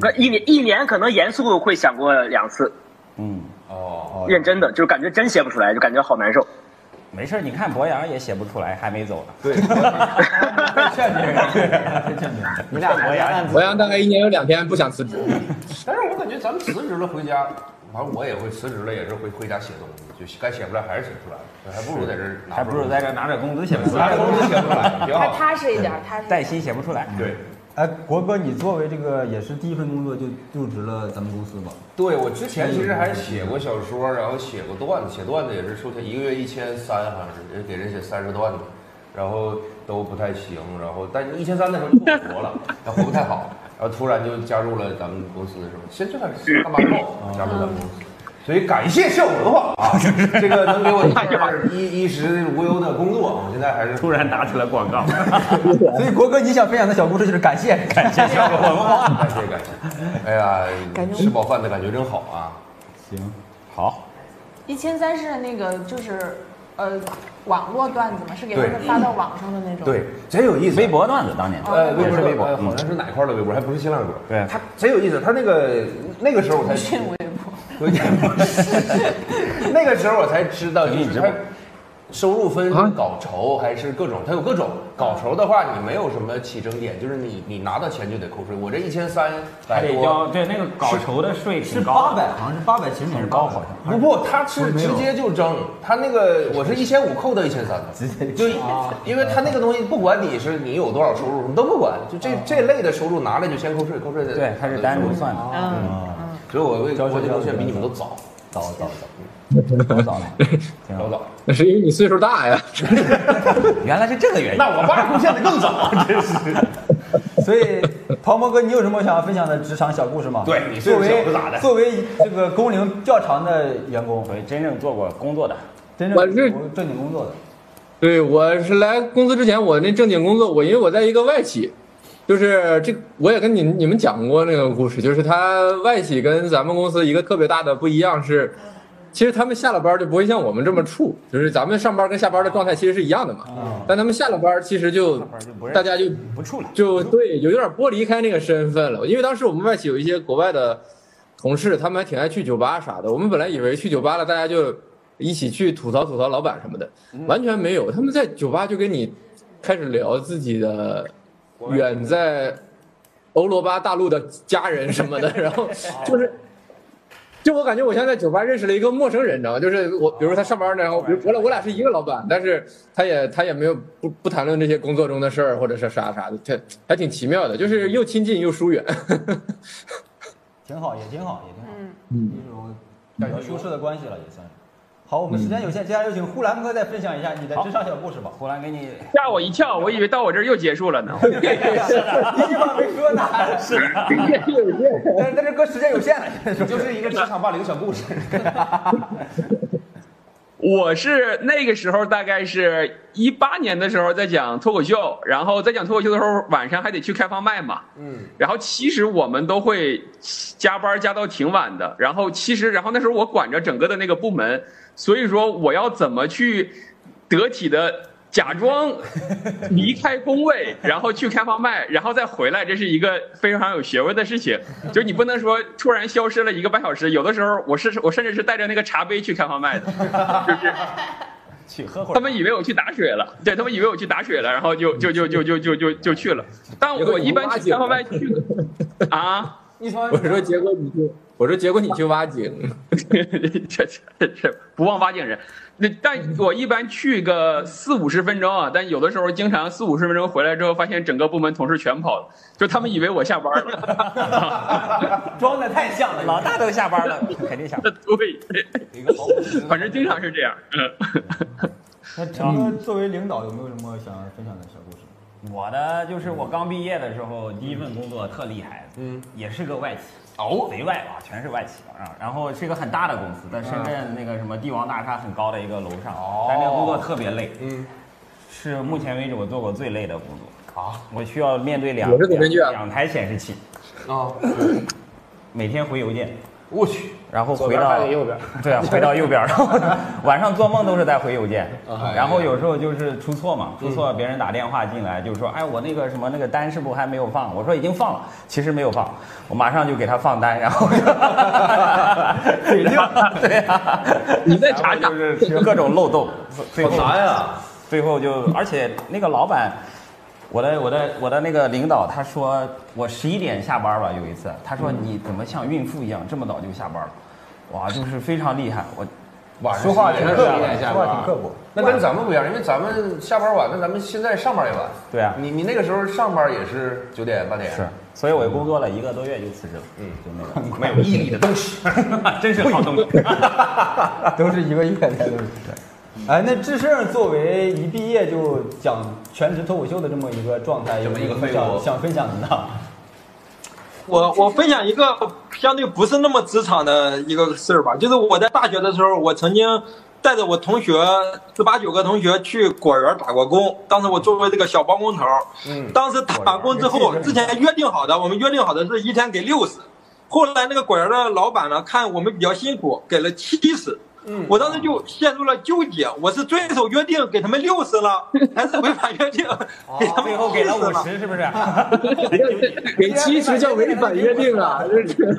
[SPEAKER 7] 可一年一年可能严肃会想过两次，
[SPEAKER 6] 嗯，
[SPEAKER 3] 哦，
[SPEAKER 7] 认真的就是感觉真写不出来，就感觉好难受。
[SPEAKER 6] 没事儿，你看博洋也写不出来，还没走呢。
[SPEAKER 3] 对，
[SPEAKER 2] 劝别人，劝别人。
[SPEAKER 9] 你俩博洋，
[SPEAKER 4] 博洋大概一年有两天不想辞职，
[SPEAKER 3] 但是我感觉咱们辞职了回家，反正我也会辞职了，也是回回家写东西，就该写不出来还是写不出来，还不如在这儿拿，
[SPEAKER 6] 还不如在这拿点工资写不出
[SPEAKER 3] 拿
[SPEAKER 6] 来
[SPEAKER 3] 着，工资写不出来，挺
[SPEAKER 8] 还
[SPEAKER 3] 好。
[SPEAKER 8] 踏实一点，踏实。
[SPEAKER 6] 带薪写不出来。
[SPEAKER 3] 对，
[SPEAKER 2] 哎，国哥，你作为这个也是第一份工作就入职了咱们公司吧？
[SPEAKER 3] 对我之前其实
[SPEAKER 6] 嗯
[SPEAKER 3] 还写过小呃说，然后写过段子，写段子也是收钱，一个月一千三，好像是也给人写三十段子，然后都不太行，然后但一千三的时候就不 活了，然后活不太好，然后突然就加入了咱们公司，是吧？先这是干嘛之 后
[SPEAKER 6] 哦
[SPEAKER 3] 加入咱们公司。所以感谢笑文化 啊，这个能给我一份衣衣食无忧的工作，啊我现在还是
[SPEAKER 6] 哎突然打起来 广告，
[SPEAKER 2] 所以国哥，你想分享的小故事就是感谢，
[SPEAKER 6] 感谢笑文化。
[SPEAKER 3] 感谢感谢。哎呀，吃饱饭的感觉真好啊！
[SPEAKER 6] 行，好，
[SPEAKER 10] 一千三是那个就是呃网络段子嘛，是给他们发到网上的那种。哦
[SPEAKER 3] 对，贼有意思。
[SPEAKER 6] 微博段子当年，
[SPEAKER 3] 呃，微
[SPEAKER 6] 也
[SPEAKER 3] 博
[SPEAKER 6] 是微博嗯
[SPEAKER 3] 呃，好像是哪块儿的微博，还不是新浪微博。
[SPEAKER 6] 对
[SPEAKER 3] 他贼有意思，他那个那个时候我才
[SPEAKER 10] 腾讯微博。
[SPEAKER 3] 有点不是那个时候我才知道，就
[SPEAKER 6] 你
[SPEAKER 3] 是
[SPEAKER 6] 直
[SPEAKER 3] 他
[SPEAKER 6] 播啊
[SPEAKER 3] 收入分稿酬还是各种，他有各种稿酬的话，你没有什么起征点，就是你你拿到钱就得扣税。我这一千三百
[SPEAKER 6] 还得交
[SPEAKER 3] 多，
[SPEAKER 6] 对那个稿酬的税
[SPEAKER 2] 是
[SPEAKER 6] 挺
[SPEAKER 2] 八
[SPEAKER 6] 高的，
[SPEAKER 2] 百，好像是八百，其实你是
[SPEAKER 6] 高
[SPEAKER 2] 高
[SPEAKER 6] 好像
[SPEAKER 3] 不不，他是
[SPEAKER 2] 没有
[SPEAKER 3] 直接就征，他那个我是一千五扣到一千三
[SPEAKER 2] 直接
[SPEAKER 3] 的，就因为他那个东西不管你是你有多少收入，什么都不管，就这这类的收入拿来就先扣税，扣税的
[SPEAKER 6] 对，它是单独算的。
[SPEAKER 3] 嗯，所以我为国际贡献比你们都早
[SPEAKER 2] 早早早，
[SPEAKER 3] 早早，
[SPEAKER 4] 那是因为你岁数大 呀。
[SPEAKER 6] 原来是这个原因。
[SPEAKER 3] 那我爸贡献的更早，啊真是。
[SPEAKER 2] 所以，庞博哥，你有什么想要分享的职场小故事吗？
[SPEAKER 3] 对你岁
[SPEAKER 2] 作
[SPEAKER 3] 数
[SPEAKER 2] 为
[SPEAKER 3] 小不咋的
[SPEAKER 2] 作为这个工龄较长的员工，
[SPEAKER 6] 我真正做过工作的，
[SPEAKER 2] 真
[SPEAKER 4] 我
[SPEAKER 2] 正
[SPEAKER 4] 是
[SPEAKER 2] 正经工作的，
[SPEAKER 4] 对，我是来公司之前，我那正经工作，我因为我在一个外企，就是这我也跟你你们讲过那个故事，就是他外企跟咱们公司一个特别大的不一样是，其实他们下了班就不会像我们这么怵，就是咱们上班跟下班的状态其实是一样的嘛，但他们下了班其实就大家就
[SPEAKER 6] 不处理。
[SPEAKER 4] 就对，有有点剥离开那个身份了。因为当时我们外企有一些国外的同事，他们还挺爱去酒吧啥的。我们本来以为去酒吧了，大家就一起去吐槽吐槽老板什么的，
[SPEAKER 6] 嗯
[SPEAKER 4] 完全没有。他们在酒吧就跟你开始聊自己的远在欧罗巴大陆的家人什么的，然后就是。就我感觉，我像在酒吧认识了一个陌生人，你知道吗？就是我，比如说他上班呢，然后比如我俩我俩是一个老板，但是他也他也没有不不谈论这些工作中的事儿或者是啥啥的，这还挺奇妙的，就是又亲近又疏 远。
[SPEAKER 2] 挺好，也挺好，也挺好，
[SPEAKER 4] 嗯
[SPEAKER 2] 一种比较舒适的关系了，也算是。好，我们时间有限，
[SPEAKER 4] 嗯
[SPEAKER 2] 接下来有请呼兰哥再分享一下你的职场小故事吧。
[SPEAKER 6] 胡兰给你
[SPEAKER 5] 吓我一跳，我以为到我这儿又结束了呢。
[SPEAKER 2] 一句话没说呢，是，但是但是哥时间有限了，
[SPEAKER 3] 就是一个职场霸凌小故事。
[SPEAKER 5] 我是那个时候大概是一八年的时候在讲脱口秀，然后在讲脱口秀的时候晚上还得去开放麦嘛，
[SPEAKER 3] 嗯，
[SPEAKER 5] 然后其实我们都会加班加到挺晚的，然后其实然后那时候我管着整个的那个部门，所以说我要怎么去得体的假装离开工位，然后去开放麦，然后再回来，这是一个非常有学问的事情。就你不能说突然消失了一个半小时，有的时候我是我甚至是带着那个茶杯去开放麦的， 就是。
[SPEAKER 6] 去喝会
[SPEAKER 5] 他们以为我去打水了，对他们以为我去打水了，然后就就就就就就就就去了。但我一般去开放麦去 的啊，
[SPEAKER 4] 我说结果你去，我说结果你去挖井，
[SPEAKER 5] 这 这这不忘挖井人。那但我一般去个四五十分钟啊，但有的时候经常四五十分钟回来之后，发现整个部门同事全跑了，就他们以为我下班了。
[SPEAKER 2] 装的太像了，
[SPEAKER 6] 老大都下班了，肯定下班。
[SPEAKER 5] 对，
[SPEAKER 3] 一个毫无私
[SPEAKER 5] 反正经常是这样。嗯。
[SPEAKER 2] 那陈哥作为领导有没有什么想要分享的小故事？
[SPEAKER 6] 我的就是我刚毕业的时候，第一份工作特厉害，
[SPEAKER 3] 嗯，
[SPEAKER 6] 也是个外企，哦，贼外啊，全是外企啊。然后是一个很大的公司，在深
[SPEAKER 2] 嗯
[SPEAKER 6] 圳那个什么帝王大厦很高的一个楼上，
[SPEAKER 3] 哦
[SPEAKER 6] 但那个工作特别累，
[SPEAKER 3] 嗯，
[SPEAKER 6] 是目前为止我做过最累的工作。
[SPEAKER 3] 啊
[SPEAKER 6] 我需要面对两
[SPEAKER 4] 我是总编剧啊
[SPEAKER 6] 两两台显示器，
[SPEAKER 3] 啊，
[SPEAKER 6] 哦每天回邮件，
[SPEAKER 3] 我去，
[SPEAKER 6] 然后回到右边，对 啊，回到右边，然后晚上做梦都是在回邮件，然后啊有时嗯候就是出错嘛，出错别人打电话进来就说，哎，我那个什么那个单是不是还没有放？我说已经放了，其实没有放，我马上就给他放单，然后
[SPEAKER 2] 嘴硬
[SPEAKER 6] 对啊，
[SPEAKER 5] 你再查查
[SPEAKER 6] 然后就是各种漏洞，最后
[SPEAKER 3] 呀！
[SPEAKER 6] 最后就，而且那个老板，我的我的我的那个领导，他说我十一点下班吧，有一次，他说你怎么像孕妇一样这么早就下班了？哇，就是非常厉害，我
[SPEAKER 3] 晚上
[SPEAKER 2] 说话
[SPEAKER 3] 11
[SPEAKER 2] 挺
[SPEAKER 3] 点
[SPEAKER 2] 刻
[SPEAKER 3] 11
[SPEAKER 2] 薄，
[SPEAKER 3] 点下
[SPEAKER 2] 说
[SPEAKER 3] 班
[SPEAKER 2] 话挺刻薄。
[SPEAKER 3] 那跟咱们不一样，因为咱们下班晚，那咱们现在上班也晚。
[SPEAKER 6] 对啊
[SPEAKER 3] 你你那个时候上班也是九点八点。嗯
[SPEAKER 6] 是，所以我工作了一个多月就辞职了，嗯，就那个没
[SPEAKER 3] 有毅力的东西。
[SPEAKER 6] 真是好东西。
[SPEAKER 2] 都是一个月才都是。哎，那志胜作为一毕业就讲全职脱口秀的这么一个状态，有没有什么想想分享的呢？
[SPEAKER 11] 我我分享一个相对不是那么职场的一个事儿吧，就是我在大学的时候，我曾经带着我同学十八九个同学去果园打过工，当时我作为这个小包工头儿，
[SPEAKER 3] 嗯
[SPEAKER 11] 当时打工之后，之前约定好的，我们约定好的是一天给六十，后来那个果园的老板呢，看我们比较辛苦，给了七十。 我当时就陷入了纠结，我是遵守约定给他们六十了，还是违反约定给他们
[SPEAKER 6] 哦最后给了
[SPEAKER 11] 70
[SPEAKER 6] 五
[SPEAKER 11] 了
[SPEAKER 6] 十，是不是？
[SPEAKER 4] 给七十叫违反约 定啊，这是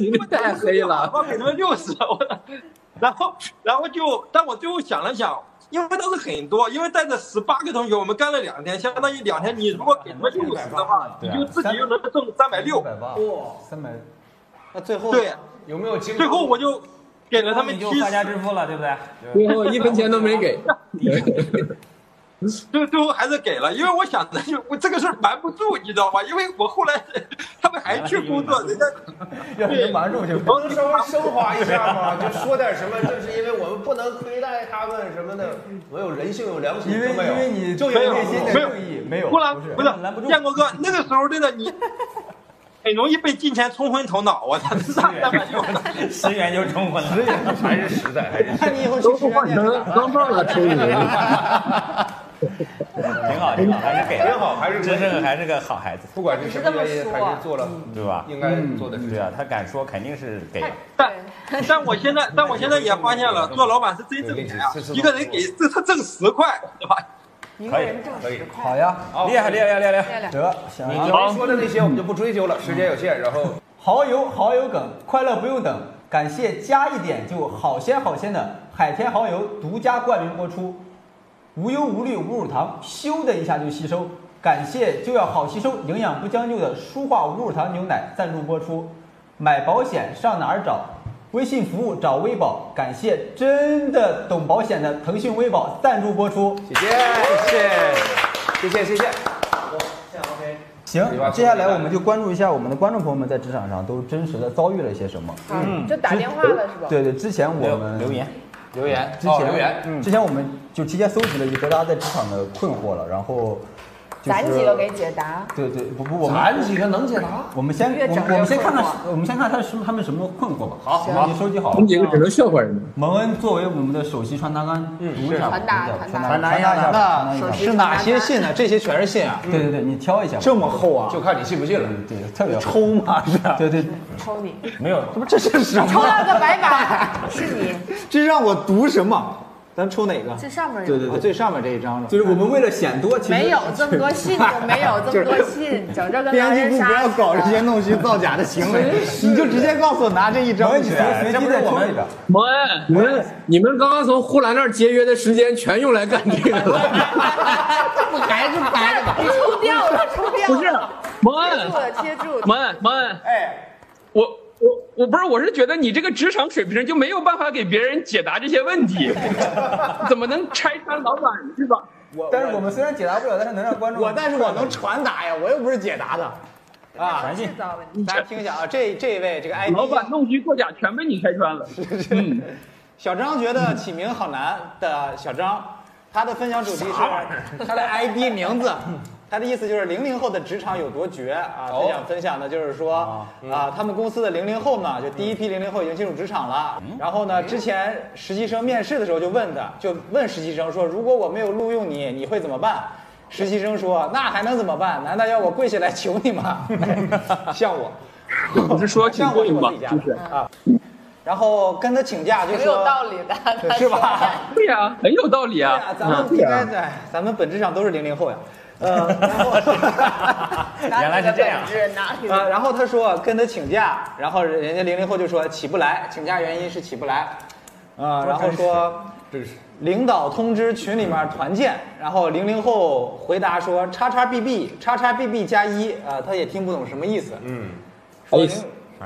[SPEAKER 4] 你这太黑了。
[SPEAKER 11] 我给他们六十，我 然后然后就，但我最后想了想，因为当时很多，因为带着十八个同学，我们干了两天，相当于两天，你如果给他们六十的话，
[SPEAKER 6] 对
[SPEAKER 11] 你
[SPEAKER 6] 啊
[SPEAKER 11] 就自己又能挣三百六
[SPEAKER 2] 三。百八，三百，
[SPEAKER 9] 那最后呢
[SPEAKER 11] 对，
[SPEAKER 3] 有没有经
[SPEAKER 11] 最后我就给了他们
[SPEAKER 6] 你就
[SPEAKER 11] 七
[SPEAKER 6] 发家
[SPEAKER 11] 十，
[SPEAKER 6] 致富了，对不对？
[SPEAKER 4] 最后一分钱都没给，
[SPEAKER 11] 最最后还是给了，因为我想着就我这个事儿瞒不住，你知道吧？因为我后来 他们还去工作，人家
[SPEAKER 2] 要是瞒住就
[SPEAKER 3] 不能稍微升华一下吗？就说点什么，就是因为我们不能亏待他们什么的，我有人性有良心
[SPEAKER 2] 因为
[SPEAKER 3] 都没有
[SPEAKER 2] 因。为你
[SPEAKER 11] 就
[SPEAKER 2] 没有
[SPEAKER 11] 没
[SPEAKER 2] 内
[SPEAKER 11] 有
[SPEAKER 2] 心的
[SPEAKER 11] 没有
[SPEAKER 2] 正义，没有，
[SPEAKER 11] 后来
[SPEAKER 2] 不
[SPEAKER 11] 不
[SPEAKER 2] 是
[SPEAKER 11] 是 建国哥，那个时候真的你很容易被金钱冲昏头脑，我啊操，三百六。
[SPEAKER 6] 十元就充混了。
[SPEAKER 3] 还是实在，还是
[SPEAKER 9] 看你以后
[SPEAKER 4] 都
[SPEAKER 9] 去实验
[SPEAKER 4] 换
[SPEAKER 9] 店
[SPEAKER 4] 成
[SPEAKER 9] 打吧
[SPEAKER 4] 钢镚了，吹你。
[SPEAKER 6] 挺好，挺好，还是给了，
[SPEAKER 3] 挺好还是
[SPEAKER 6] 真正还是个好孩子，
[SPEAKER 3] 不管是什么原因，还是做了
[SPEAKER 6] 嗯对吧？
[SPEAKER 3] 应该做的事
[SPEAKER 6] 对
[SPEAKER 3] 情。
[SPEAKER 6] 啊，他敢说肯定是给了，
[SPEAKER 11] 但但我现在，但我现在也发现了，做老板是真挣钱啊
[SPEAKER 3] 对！
[SPEAKER 11] 一个人给这他挣十块，对吧？
[SPEAKER 10] 一个人挣
[SPEAKER 3] 可以
[SPEAKER 10] 十块。
[SPEAKER 2] 好呀，
[SPEAKER 6] 厉害厉害厉害厉害！
[SPEAKER 10] 月亮
[SPEAKER 2] 得想啊
[SPEAKER 3] 你刚才说的那些我们就不追究了，时间有限。然后
[SPEAKER 2] 蚝油蚝油梗，快乐不用等。感谢加一点就好鲜好鲜的海天蚝油独家冠名播出，无忧无虑无乳糖，咻的一下就吸收。感谢就要好吸收，营养不将就的舒化无乳糖牛奶赞助播出。买保险上哪儿找？微信服务找微保。感谢真的懂保险的腾讯微保赞助播出。
[SPEAKER 3] 谢谢谢谢谢谢谢
[SPEAKER 9] 哦
[SPEAKER 2] 行
[SPEAKER 3] 对吧，
[SPEAKER 2] 接下来我们就关注一下我们的观众朋友们在职场上都真实的遭遇了一些什么。
[SPEAKER 8] 嗯，就打电话了是吧？
[SPEAKER 2] 对对，之前我
[SPEAKER 6] 留
[SPEAKER 2] 们
[SPEAKER 6] 留言，
[SPEAKER 3] 留言哦
[SPEAKER 2] 之前、
[SPEAKER 9] 哦
[SPEAKER 3] 留言，嗯
[SPEAKER 2] 之前我们就提前搜集了一个大家在职场的困惑了，然后、就是、
[SPEAKER 10] 咱几个给解答，
[SPEAKER 2] 对对不不我们
[SPEAKER 3] 咱几个能解答？
[SPEAKER 2] 我们先
[SPEAKER 10] 越
[SPEAKER 2] 我
[SPEAKER 10] 整
[SPEAKER 2] 们
[SPEAKER 10] 越
[SPEAKER 2] 我们先看看
[SPEAKER 10] 困
[SPEAKER 2] 我们先看他什么他们什么困惑吧。好，好，你收集好
[SPEAKER 4] 我
[SPEAKER 2] 了啊
[SPEAKER 4] 们。几个只能笑话人家。
[SPEAKER 2] 蒙恩作为我们的首席传达官，读一下吧，
[SPEAKER 10] 传达
[SPEAKER 2] 读一下
[SPEAKER 10] 传达
[SPEAKER 2] 传达一下，嗯传达一
[SPEAKER 10] 首
[SPEAKER 2] 下
[SPEAKER 9] 那
[SPEAKER 10] 先
[SPEAKER 9] 是哪些信呢？这些全是信啊，
[SPEAKER 2] 对对对，你挑一下吧。
[SPEAKER 9] 这么厚啊，
[SPEAKER 3] 就看你信不信了。
[SPEAKER 2] 嗯对，特 别好。
[SPEAKER 9] 抽吗？是吧，
[SPEAKER 2] 对对，
[SPEAKER 10] 抽你，
[SPEAKER 6] 没有
[SPEAKER 9] 这不这是什
[SPEAKER 10] 抽
[SPEAKER 9] 么？
[SPEAKER 10] 了个白板，是你，
[SPEAKER 9] 这让我读什么？咱抽哪个？
[SPEAKER 10] 这上面有
[SPEAKER 2] 对对
[SPEAKER 9] 啊
[SPEAKER 2] 对，
[SPEAKER 9] 最上面这一张是吧？
[SPEAKER 2] 就是我们为了显多，其实
[SPEAKER 10] 没有这么多信，就没有这么多信，整这个
[SPEAKER 9] 编
[SPEAKER 10] 狼
[SPEAKER 9] 辑
[SPEAKER 10] 人
[SPEAKER 9] 部
[SPEAKER 10] 杀
[SPEAKER 9] 不要搞这些弄虚造假的行为，你就直接告诉我拿这一
[SPEAKER 2] 蒙
[SPEAKER 9] 张
[SPEAKER 2] 恩，
[SPEAKER 9] 就
[SPEAKER 2] 你
[SPEAKER 9] 行
[SPEAKER 2] 随随机再抽一个。
[SPEAKER 4] 蒙恩，你们你们刚刚从呼兰那儿节约的时间全用来干这个 了，
[SPEAKER 9] 不还是白的吧？
[SPEAKER 10] 抽掉了，抽掉了，
[SPEAKER 5] 不
[SPEAKER 10] 接
[SPEAKER 5] 是蒙恩
[SPEAKER 10] 住，了，接 住了。
[SPEAKER 5] 蒙恩，蒙恩，哎，我我我不是，我是觉得你这个职场水平就没有办法给别人解答这些问 题， 怎么能拆穿老板是吧？
[SPEAKER 2] 但是我们虽然解答不了，但是能让观众
[SPEAKER 9] 我但是我能传达呀，我又不是解答的。啊，
[SPEAKER 6] 传信，
[SPEAKER 9] 大家听一下啊，这这一位这个 ID
[SPEAKER 5] 老板弄虚作假全被你拆穿了。嗯
[SPEAKER 9] 小张觉得起名好难的小张，他的分享主题是他的 ID 名字，他的意思就是零零后的职场有多绝啊！他想分享的就是说啊，他们公司的零零后嘛，就第一批零零后已经进入职场了。然后呢，之前实习生面试的时候就问的，就问实习生说，如果我没有录用你，你会怎么办？实习生说：“那还能怎么办？难道要我跪下来求你吗？像我，
[SPEAKER 5] 你是说请
[SPEAKER 9] 像我
[SPEAKER 5] 过
[SPEAKER 9] 是我
[SPEAKER 5] 吗
[SPEAKER 9] 自己？家
[SPEAKER 5] 就
[SPEAKER 9] 的
[SPEAKER 5] 是，
[SPEAKER 9] 啊。然后跟他请假就
[SPEAKER 10] 挺
[SPEAKER 9] 说
[SPEAKER 10] 有道理的，他
[SPEAKER 9] 是
[SPEAKER 10] 说的
[SPEAKER 9] 吧？
[SPEAKER 5] 对呀、很有道理
[SPEAKER 9] 对
[SPEAKER 5] 啊
[SPEAKER 9] 呀，。咱
[SPEAKER 2] 嗯
[SPEAKER 9] 们应该
[SPEAKER 2] 啊
[SPEAKER 9] 在，咱们本质上都是零零后呀。呃，然后
[SPEAKER 10] 哪
[SPEAKER 6] 原来
[SPEAKER 10] 里的
[SPEAKER 6] 是这样
[SPEAKER 10] 本质，哪里
[SPEAKER 9] 呃，
[SPEAKER 10] 的？
[SPEAKER 9] 然后他说跟他请假，然后人家零零后就说起不来，请假原因是起不来，
[SPEAKER 2] 啊
[SPEAKER 9] 呃，然后说领导通知群里面团建，然后零零后回答说叉叉 B B 叉叉 B B 加一，呃，他也听不懂什么意思，嗯，
[SPEAKER 4] 哎
[SPEAKER 9] 说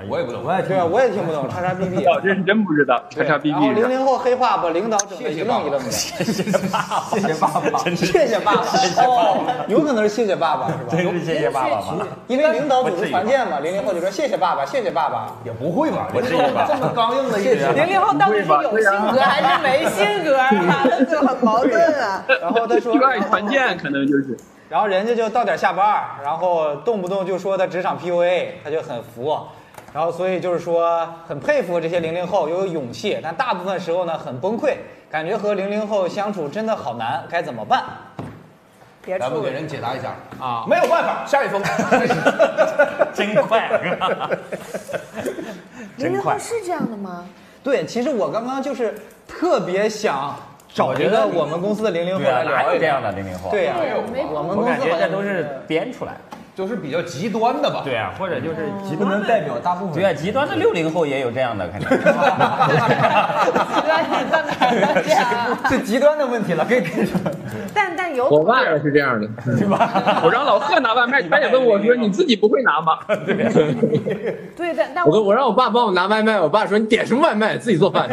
[SPEAKER 3] 我也不懂。
[SPEAKER 2] 我也听
[SPEAKER 9] 对啊，我也听不懂，叉叉 BB。
[SPEAKER 2] 啊
[SPEAKER 5] 哦，这是真不知道，叉叉 B
[SPEAKER 9] 然后
[SPEAKER 5] B
[SPEAKER 9] 零零后黑话把领导整的一愣一愣的，
[SPEAKER 2] 谢谢爸爸，
[SPEAKER 9] 谢谢爸爸，哦，有可能是谢谢爸爸是吧？
[SPEAKER 6] 真是谢谢爸爸吗？
[SPEAKER 9] 因为领导组织团建嘛，零零后就说谢谢爸爸，谢谢爸爸。
[SPEAKER 3] 也不会吧？我这
[SPEAKER 2] 这么刚硬的一人。
[SPEAKER 8] 零零后到底是有性格还是没性格啊？就很矛盾啊。
[SPEAKER 9] 然 后他说，
[SPEAKER 5] 热爱团建可能就是
[SPEAKER 9] 然后人家就到点下班儿，然后动不动就说他职场 PUA，他就很服。然后所以就是说很佩服这些零零后，又有勇气，但大部分时候呢很崩溃，感觉和零零后相处真的好难，该怎么办？
[SPEAKER 8] 别
[SPEAKER 3] 咱
[SPEAKER 8] 处
[SPEAKER 3] 们给
[SPEAKER 8] 了，
[SPEAKER 3] 人解答一下
[SPEAKER 9] 啊
[SPEAKER 3] 没有办法，下一封。
[SPEAKER 6] 真快，
[SPEAKER 8] 零
[SPEAKER 6] 真
[SPEAKER 8] 零
[SPEAKER 6] 快
[SPEAKER 8] 后。是这样的吗？
[SPEAKER 9] 对，其实我刚刚就是特别想找一个我们公司的零零后
[SPEAKER 6] 对啊，
[SPEAKER 9] 来
[SPEAKER 6] 哪
[SPEAKER 9] 聊
[SPEAKER 6] 有
[SPEAKER 9] 一
[SPEAKER 6] 这
[SPEAKER 9] 聊。
[SPEAKER 6] 样的零零后？
[SPEAKER 9] 对呀、
[SPEAKER 10] 没
[SPEAKER 9] 我们
[SPEAKER 6] 我
[SPEAKER 9] 公
[SPEAKER 6] 感
[SPEAKER 9] 司
[SPEAKER 6] 觉
[SPEAKER 9] 好
[SPEAKER 6] 这
[SPEAKER 9] 像
[SPEAKER 6] 都是编出来的。
[SPEAKER 3] 就是比较极端的吧？
[SPEAKER 6] 对啊，或者就是极
[SPEAKER 2] 不
[SPEAKER 6] 端
[SPEAKER 2] 能
[SPEAKER 6] 的。
[SPEAKER 2] 代表大部分。
[SPEAKER 6] 对啊，极端的六零后也有这样的，肯定。
[SPEAKER 8] 乱乱来这样。
[SPEAKER 2] 这极端的问题了，可以可以说。
[SPEAKER 8] 但但有
[SPEAKER 4] 我爸要是这样的，
[SPEAKER 5] 我让老贺拿外卖，他也问我说：“你自己不会拿吗
[SPEAKER 8] 对，但但
[SPEAKER 4] 我跟我让我爸帮我拿外卖，我爸说你点什么外卖，自己做饭。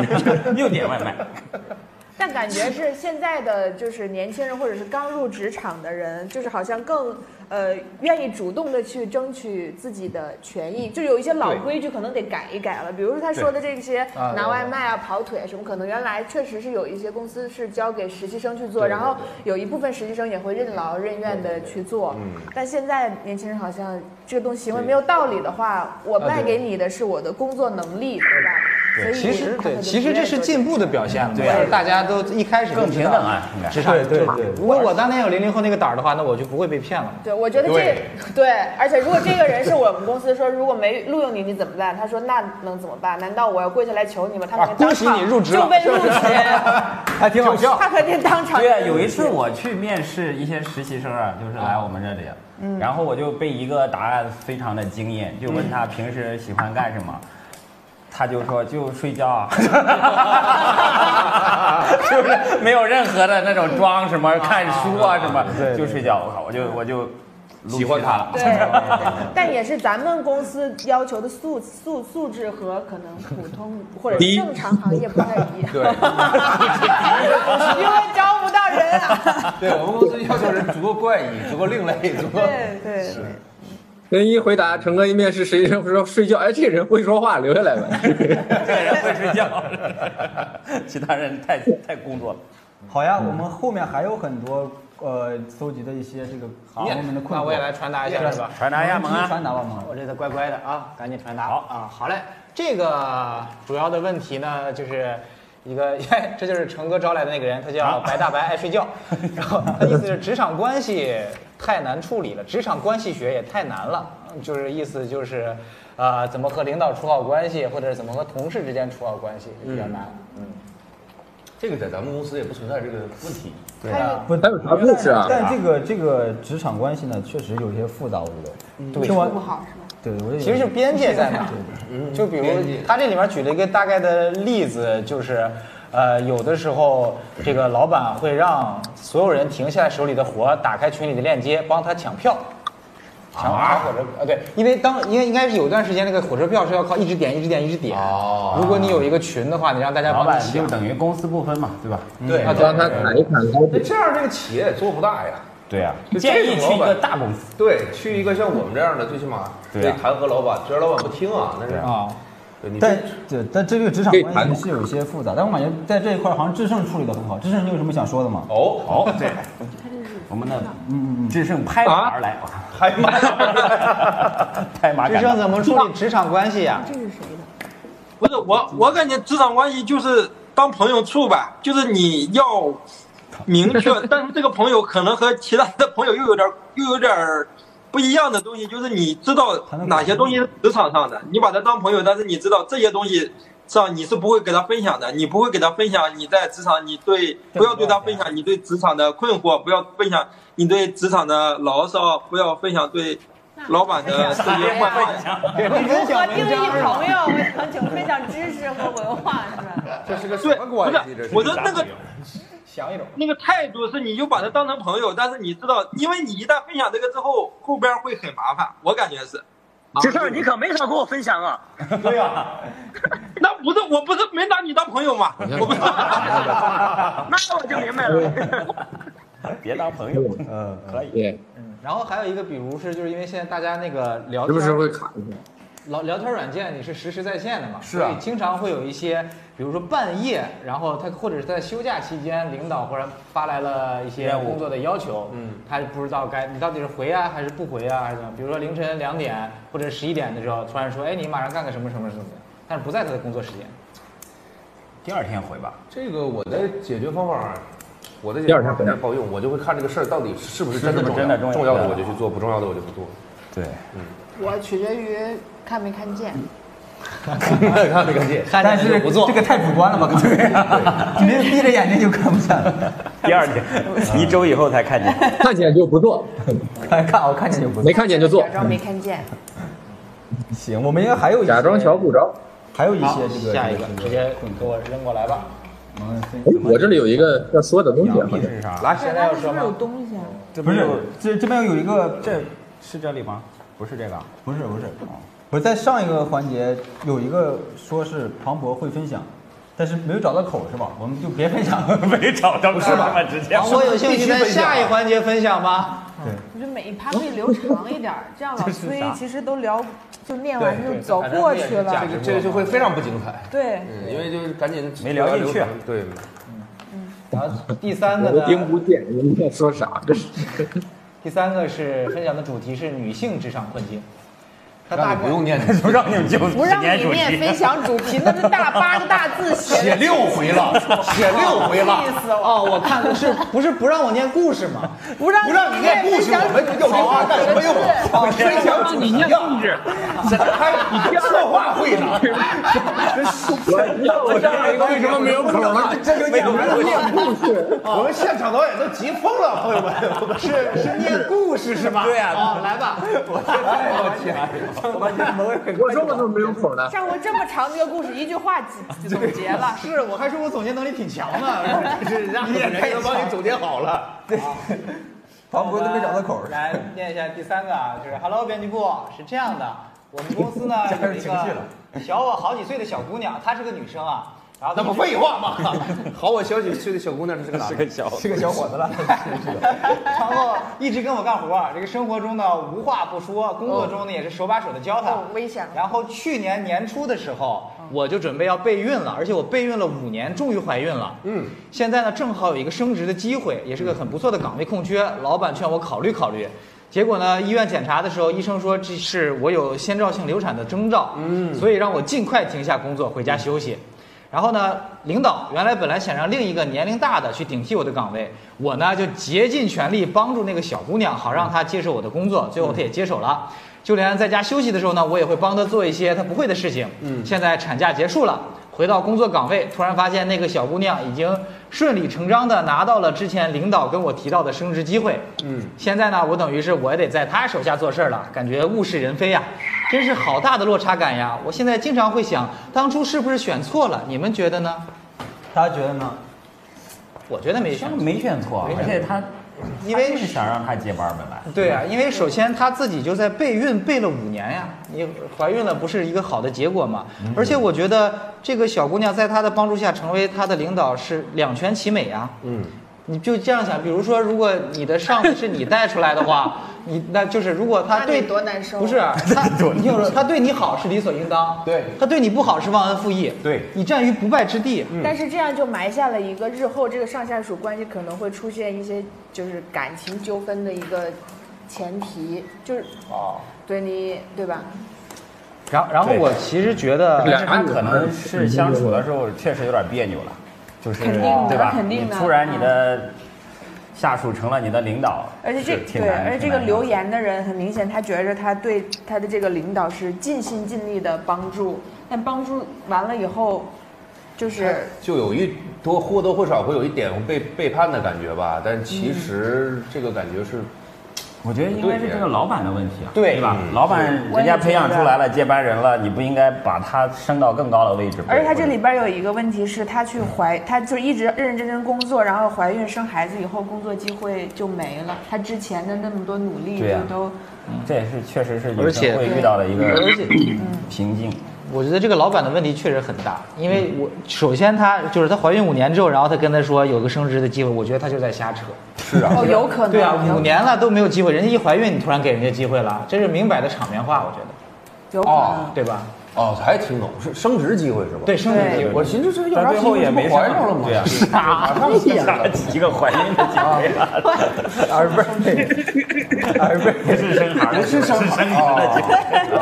[SPEAKER 6] 六点外卖，
[SPEAKER 8] 但感觉是现在的就是年轻人或者是刚入职场的人，就是好像更呃愿意主动的去争取自己的权益，就有一些老规矩可能得改一改了。比如说他说的这些
[SPEAKER 2] 啊
[SPEAKER 8] 拿外卖啊、跑腿啊什么，可能原来确实是有一些公司是交给实习生去做，
[SPEAKER 3] 对对
[SPEAKER 8] 然后有一部分实习生也会任劳任怨的去做。
[SPEAKER 12] 嗯
[SPEAKER 8] 但现在年轻人好像这个东西行为没有道理的话，我卖给你的是我的工作能力，对吧？所以
[SPEAKER 9] 其实
[SPEAKER 8] 他们
[SPEAKER 9] 对，
[SPEAKER 8] 就啊
[SPEAKER 9] 其
[SPEAKER 8] 不
[SPEAKER 9] 实
[SPEAKER 8] 愿
[SPEAKER 9] 这
[SPEAKER 8] 意
[SPEAKER 9] 是
[SPEAKER 8] 做
[SPEAKER 9] 进步的表现嘛，对大家都一开始就
[SPEAKER 6] 更
[SPEAKER 9] 知
[SPEAKER 6] 平
[SPEAKER 9] 道
[SPEAKER 6] 等啊，应该。
[SPEAKER 9] 职场
[SPEAKER 2] 对对
[SPEAKER 9] 职场
[SPEAKER 2] 对对
[SPEAKER 9] 如果我当年有零零后那个胆儿的话，那我就不会被骗了。
[SPEAKER 8] 对，我觉得这
[SPEAKER 3] 对
[SPEAKER 8] 对，而且如果这个人是我们公司说如果没录用你，你怎么办？他说那能怎么办？难道我要跪下来求你吗？他
[SPEAKER 9] 啊
[SPEAKER 8] 们，
[SPEAKER 9] 恭喜你入职了，
[SPEAKER 8] 就被录 取，
[SPEAKER 9] 还挺好笑。
[SPEAKER 8] 他肯定当场
[SPEAKER 6] 对啊，有一次我去面试一些实习生啊，就是来我们这里，
[SPEAKER 8] 嗯
[SPEAKER 6] 然后我就被一个答案非常的惊艳，就问
[SPEAKER 8] 嗯
[SPEAKER 6] 他平时喜欢干什么，他就说就睡觉 啊， 就是没有任何的那种装什么看书啊什么，就睡觉。我靠，我就我就录取
[SPEAKER 3] 喜欢他
[SPEAKER 6] 了。
[SPEAKER 8] 嗯对，对但也是咱们公司要求的素素素质和可能普通或者
[SPEAKER 6] 低
[SPEAKER 8] 正常行业不太一 样，
[SPEAKER 3] 对
[SPEAKER 8] 因为招不到人啊。
[SPEAKER 3] 对，我们公司要求人足够怪异，足够另类，足够
[SPEAKER 8] 对对，
[SPEAKER 4] 人一回答，陈哥一面试，实习生说睡觉，哎，这人会说话，留下来吧。
[SPEAKER 6] 这个人会睡觉， 其他人太太工作了。
[SPEAKER 2] 好呀，我们后面还有很多呃搜集的一些这个朋友们的困惑，
[SPEAKER 9] 那我也来传达一下，是吧？
[SPEAKER 6] 传达一下
[SPEAKER 2] 你
[SPEAKER 6] 萌
[SPEAKER 2] 继续
[SPEAKER 6] 啊，
[SPEAKER 2] 传达吧，萌。
[SPEAKER 9] 我这次乖乖的啊，赶紧传达。
[SPEAKER 6] 好
[SPEAKER 9] 啊，好嘞。这个主要的问题呢，就是一个， 这就是成哥招来的那个人，他叫
[SPEAKER 6] 啊
[SPEAKER 9] 白大白，爱睡 觉。然后他意思是职场关系太难处理了，职场关系学也太难了，就是意思就是，呃，怎么和领导处好关系，或者是怎么和同事之间处好关系比较难。
[SPEAKER 3] 嗯这个在咱们公司也不存在这个问题。
[SPEAKER 8] 还有
[SPEAKER 2] 不，
[SPEAKER 4] 还有啥故事啊
[SPEAKER 2] 但这个这个职场关系呢，确实有些复杂，我觉得。对，听完
[SPEAKER 8] 不好是吧？
[SPEAKER 2] 对，我也
[SPEAKER 9] 其实就边界在哪儿？嗯就比如他这里面举了一个大概的例子，就是，呃，有的时候这个老板会让所有人停下来手里的活儿，打开群里的链接，帮他抢票。抢抢火车啊，对，因为当因为应该是有段时间那个火车票是要靠一直点一直点一直点。
[SPEAKER 3] 哦
[SPEAKER 9] 如果你有一个群的话，你让大家
[SPEAKER 6] 老
[SPEAKER 9] 帮你
[SPEAKER 6] 板
[SPEAKER 9] 抢
[SPEAKER 6] 就。等于公私不分嘛，对吧？
[SPEAKER 3] 对
[SPEAKER 9] 啊
[SPEAKER 4] 帮他砍一砍高
[SPEAKER 3] 嗯那
[SPEAKER 4] 低。
[SPEAKER 3] 这样这个企业也做不大呀。
[SPEAKER 6] 对啊，
[SPEAKER 3] 就
[SPEAKER 6] 建
[SPEAKER 3] 这
[SPEAKER 6] 议
[SPEAKER 3] 种
[SPEAKER 6] 去一
[SPEAKER 3] 老
[SPEAKER 6] 个
[SPEAKER 3] 板
[SPEAKER 6] 大公司。
[SPEAKER 3] 对，去一个像我们这样的，最起码
[SPEAKER 6] 对
[SPEAKER 3] 得
[SPEAKER 6] 啊
[SPEAKER 3] 弹劾老板，虽然老板不听啊，但是
[SPEAKER 9] 啊，
[SPEAKER 3] 对你
[SPEAKER 2] 但
[SPEAKER 3] 这
[SPEAKER 2] 对，但这个职场关系是有些复杂，但我感觉在这一块儿好像智胜处理的很好。智胜，你有什么想说的吗？
[SPEAKER 3] 哦，
[SPEAKER 6] 好，对，我们的嗯智胜拍
[SPEAKER 7] 啊
[SPEAKER 6] 马而来，我看
[SPEAKER 3] 还蛮
[SPEAKER 6] 拍马
[SPEAKER 9] 职
[SPEAKER 6] 赶
[SPEAKER 9] 场
[SPEAKER 6] 到。
[SPEAKER 9] 怎么处理职场关系啊呀、
[SPEAKER 8] 这是谁的？
[SPEAKER 11] 不是我，我感觉职场关系就是当朋友处吧，就是你要明确，但是这个朋友可能和其他的朋友又有点又有点儿不一样的东西，就是你知道哪些东西是职场上的，你把他当朋友，但是你知道这些东西上你是不会给他分享的，你不会给他分享你在职场你对不要对他分享你对职场的困惑，不要分享你对职场的牢骚，不要分享对老板
[SPEAKER 3] 哎
[SPEAKER 11] 的这些坏话。
[SPEAKER 9] 给人
[SPEAKER 8] 如何
[SPEAKER 9] 讲
[SPEAKER 8] 定
[SPEAKER 9] 文
[SPEAKER 8] 义
[SPEAKER 9] 章是吧？
[SPEAKER 8] 朋友？我想请分享知识和文化是吧？
[SPEAKER 3] 这是个什
[SPEAKER 11] 对，
[SPEAKER 3] 么
[SPEAKER 11] 不
[SPEAKER 3] 关
[SPEAKER 11] 是
[SPEAKER 3] 系？这是
[SPEAKER 11] 我的那个
[SPEAKER 9] 想一种。
[SPEAKER 11] 那个态度是，你就把他当成朋友，但是你知道，因为你一旦分享这个之后，后边会很麻烦，我感觉是。这事儿你可没少跟我分享啊！
[SPEAKER 6] 对呀、
[SPEAKER 11] 那不是我不是没拿你当朋友嘛？我不是，那 我就明白了。
[SPEAKER 6] 别当朋友，嗯，可以。
[SPEAKER 7] 对，
[SPEAKER 9] 然后还有一个，比如是就是因为现在大家那个聊
[SPEAKER 7] 时不
[SPEAKER 9] 天
[SPEAKER 7] 时会卡一下。
[SPEAKER 9] 聊聊天软件你是实时在线的嘛，
[SPEAKER 3] 是啊
[SPEAKER 9] 所以经常会有一些，比如说半夜，然后他或者是在休假期间，领导忽然发来了一些
[SPEAKER 6] 任务
[SPEAKER 9] 工作的要求，嗯，他不知道该你到底是回啊还是不回啊还是怎么，比如说凌晨两点或者十一点的时候，突然说，哎，你马上干个什么什么什么的，但是不在他的工作时间，
[SPEAKER 6] 第二天回吧。
[SPEAKER 3] 这个我的解决方法，我的解
[SPEAKER 7] 第
[SPEAKER 3] 决
[SPEAKER 7] 二天回
[SPEAKER 3] 方法不
[SPEAKER 7] 来
[SPEAKER 3] 太好用，我就会看这个事儿到底是不是真的
[SPEAKER 6] 是
[SPEAKER 3] 重
[SPEAKER 6] 不是
[SPEAKER 3] 要，
[SPEAKER 6] 真的
[SPEAKER 3] 重
[SPEAKER 6] 重要
[SPEAKER 3] 要的
[SPEAKER 6] 对
[SPEAKER 3] 我就去做，不重要的我就不做。
[SPEAKER 6] 对，
[SPEAKER 8] 我取决于看没看见。
[SPEAKER 3] 看没看见？
[SPEAKER 2] 看但是这个太主观了吧？对呀，你这闭着眼睛就看不见了。
[SPEAKER 6] 第二天，一周以后才看见。
[SPEAKER 7] 看见就不做，
[SPEAKER 2] 看看我看见就不嗯
[SPEAKER 7] 没看见就做
[SPEAKER 8] 假，装没看见。
[SPEAKER 2] 行。我们应该还有一些
[SPEAKER 7] 假装瞧不着。
[SPEAKER 2] 还有一
[SPEAKER 9] 好
[SPEAKER 2] 些这个
[SPEAKER 9] 下一个
[SPEAKER 2] 这
[SPEAKER 9] 直接给我扔过来吧，
[SPEAKER 7] 哎，我这里有一个要说的东
[SPEAKER 4] 啊
[SPEAKER 7] 西，好像
[SPEAKER 6] 是啥？
[SPEAKER 2] 来，
[SPEAKER 8] 对
[SPEAKER 2] 现在
[SPEAKER 8] 那
[SPEAKER 2] 要
[SPEAKER 8] 是
[SPEAKER 2] 说
[SPEAKER 8] 不是
[SPEAKER 2] 吗
[SPEAKER 8] 有？东西啊？
[SPEAKER 6] 这
[SPEAKER 2] 不是，这这边有一个，
[SPEAKER 6] 这是这里吗？不是这个啊，
[SPEAKER 2] 不是不是，哦我在上一个环节有一个说是庞博会分享，但是没有找到口是吧？我们就别分 享了。
[SPEAKER 6] 没找到，是吧？直接
[SPEAKER 9] 啊我有兴趣在下一环节分享吗？
[SPEAKER 8] 我觉得每一趴
[SPEAKER 3] 哦
[SPEAKER 8] 可以留长一点儿， 这样老
[SPEAKER 6] 这是
[SPEAKER 8] 崔
[SPEAKER 6] 啥
[SPEAKER 8] 其实都聊，就念完
[SPEAKER 3] 对
[SPEAKER 8] 就
[SPEAKER 3] 对
[SPEAKER 8] 走过去
[SPEAKER 3] 这
[SPEAKER 8] 了。
[SPEAKER 3] 个这个就会非常不精彩。
[SPEAKER 8] 对，
[SPEAKER 3] 嗯，因为就是赶紧
[SPEAKER 6] 没聊进去啊
[SPEAKER 3] 对，
[SPEAKER 9] 然后第三个
[SPEAKER 7] 我
[SPEAKER 9] 呢
[SPEAKER 7] 都？听不见你们在说啥，这是
[SPEAKER 9] 第三个是分享的主题是女性职场困境，它
[SPEAKER 3] 让
[SPEAKER 9] 大
[SPEAKER 3] 你不
[SPEAKER 9] 概
[SPEAKER 3] 用念，
[SPEAKER 6] 不让你们就
[SPEAKER 8] 不让你念分
[SPEAKER 6] 题。
[SPEAKER 8] 享主题，那是大八个大字写
[SPEAKER 3] 写
[SPEAKER 8] 的，
[SPEAKER 3] 六回 了，写六回
[SPEAKER 8] 气
[SPEAKER 3] 了。
[SPEAKER 8] 死我！
[SPEAKER 9] 哦，我看的是不是不让我念故事吗？
[SPEAKER 8] 不让
[SPEAKER 3] 不让你念故事，我们要啊，干什么用啊？ 分享主题啊！这还 你策划会 呢？
[SPEAKER 7] 我这儿为什么没有口了？
[SPEAKER 3] 这就讲完了。
[SPEAKER 7] 故事，
[SPEAKER 3] 啊我们现场导演都急疯了，朋友们。是，
[SPEAKER 9] 是念故事是吧？对呀、啊。哦，来吧，
[SPEAKER 3] 哎呦我天！
[SPEAKER 7] 我说我怎么没有口呢？
[SPEAKER 8] 上过这么长的一个故事，一句话几几总结了。
[SPEAKER 9] 是我还说我总结能力挺强呢，是让
[SPEAKER 3] 你也开始帮你总结好了。
[SPEAKER 2] 庞博都没找到口是吧？
[SPEAKER 9] 来念一下第三个啊，就是 Hello 编辑部是这样的，我们公司呢
[SPEAKER 2] 加
[SPEAKER 9] 有
[SPEAKER 2] 入
[SPEAKER 9] 一
[SPEAKER 2] 情绪了
[SPEAKER 9] 个小我好几岁的小姑娘，她是个女生啊，然后她
[SPEAKER 3] 那不
[SPEAKER 9] 一直
[SPEAKER 3] 废话吗？ 好，我小几岁的小姑娘是个男的，
[SPEAKER 2] 是个小伙 子了，
[SPEAKER 9] 然后一直跟我干活儿，这个生活中呢无话不说，工作中呢也是手把手的教他
[SPEAKER 8] 哦，危险了
[SPEAKER 9] 然后去年年初的时候，我就准备要备孕了，而且我备孕了五年，终于怀孕了。嗯，现在呢正好有一个升职的机会，也是个很不错的岗位空缺，老板劝我考虑考虑。结果呢，医院检查的时候，医生说这是我有先兆性流产的征兆，嗯，所以让我尽快停下工作，回家休息。然后呢，领导原来本来想让另一个年龄大的去顶替我的岗位，我呢就竭尽全力帮助那个小姑娘，好让她接手我的工作。最后她也接手了，就连在家休息的时候呢，我也会帮她做一些她不会的事情。嗯，现在产假结束了，回到工作岗位，突然发现那个小姑娘已经顺理成章的拿到了之前领导跟我提到的升职机会。嗯，现在呢，我等于是我也得在她手下做事儿了，感觉物是人非呀、真是好大的落差感呀！我现在经常会想，当初是不是选错了？你们觉得呢？
[SPEAKER 2] 他觉得呢？
[SPEAKER 9] 我觉得没选，
[SPEAKER 6] 没选错，啊而且他
[SPEAKER 9] 因为
[SPEAKER 6] 他就是想让他接班儿本来。
[SPEAKER 9] 对啊，因为首先她自己就在备孕备了五年呀，你怀孕了不是一个好的结果嘛？而且我觉得这个小姑娘在她的帮助下成为她的领导是两全其美呀。嗯，你就这样想，比如说，如果你的上司是你带出来的话，你那就是如果他
[SPEAKER 8] 那
[SPEAKER 9] 对
[SPEAKER 8] 得多难受啊
[SPEAKER 9] 不是他，你听我说，他对你好是理所应当，
[SPEAKER 3] 对
[SPEAKER 9] 他对你不好是忘恩负义，
[SPEAKER 3] 对
[SPEAKER 9] 你占于不败之地。
[SPEAKER 8] 但是这样就埋下了一个日后这个上下属关系可能会出现一些就是感情纠纷的一个前提，就是哦，对你对吧？
[SPEAKER 9] 然后，然后
[SPEAKER 6] 对
[SPEAKER 9] 我其实觉得，
[SPEAKER 6] 但是呃他可能是相处的时候确实有点别扭了，就是
[SPEAKER 8] 肯定的
[SPEAKER 6] 对吧？
[SPEAKER 8] 肯定的嗯
[SPEAKER 6] 你突然你的下属成了你的领导，
[SPEAKER 8] 而且
[SPEAKER 6] 是
[SPEAKER 8] 这
[SPEAKER 6] 挺
[SPEAKER 8] 对，
[SPEAKER 6] 难
[SPEAKER 8] 而且这
[SPEAKER 6] 挺
[SPEAKER 8] 个
[SPEAKER 6] 难
[SPEAKER 8] 留言的人很明显，他觉着他对他的这个领导是尽心尽力的帮助，但帮助完了以后，就是
[SPEAKER 3] 就有一多或嗯多或少会有一点被背叛的感觉吧，但其实这个感觉是
[SPEAKER 6] 我觉得应该是这个老板的问题啊，
[SPEAKER 2] 对
[SPEAKER 6] 吧？老
[SPEAKER 8] 嗯
[SPEAKER 6] 板人家培养出来了接班人了，你不应该把他升到更高的位置。
[SPEAKER 8] 而且她这里边有一个问题是，她去怀，她就一直认认真真工作，然后怀孕生孩子以后，工作机会就没了。她之前的那么多努力
[SPEAKER 6] 对呀
[SPEAKER 8] 就都，
[SPEAKER 6] 这也是确实是
[SPEAKER 9] 而且
[SPEAKER 6] 女生会遇到的一个
[SPEAKER 9] 而且
[SPEAKER 6] 瓶颈。
[SPEAKER 9] 我觉得这个老板的问题确实很大，因为我首先她就是她怀孕五年之后，然后她跟她说有个升职的机会，我觉得她就在瞎扯。是
[SPEAKER 8] 啊哦有可能
[SPEAKER 9] 对啊
[SPEAKER 8] 有可，能
[SPEAKER 9] 五年了都没有机会，人家一怀孕你突然给人家机会了，这是明摆的场面话，我觉得，
[SPEAKER 8] 有可
[SPEAKER 3] 哦
[SPEAKER 8] 能。
[SPEAKER 9] 对吧？
[SPEAKER 3] 哦，还听懂是升职机会是吧？
[SPEAKER 9] 对，升职机会，
[SPEAKER 3] 我寻思这有
[SPEAKER 6] 但
[SPEAKER 3] 啥
[SPEAKER 6] 最后也没
[SPEAKER 3] 机会这不怀上了吗？
[SPEAKER 6] 对啊呀，
[SPEAKER 3] 马上
[SPEAKER 6] 哎
[SPEAKER 3] 就上了
[SPEAKER 6] 一个怀孕的机会 啊，
[SPEAKER 2] 耳背，耳
[SPEAKER 6] 不
[SPEAKER 2] 背，
[SPEAKER 6] 是生孩儿，是生孩
[SPEAKER 8] 这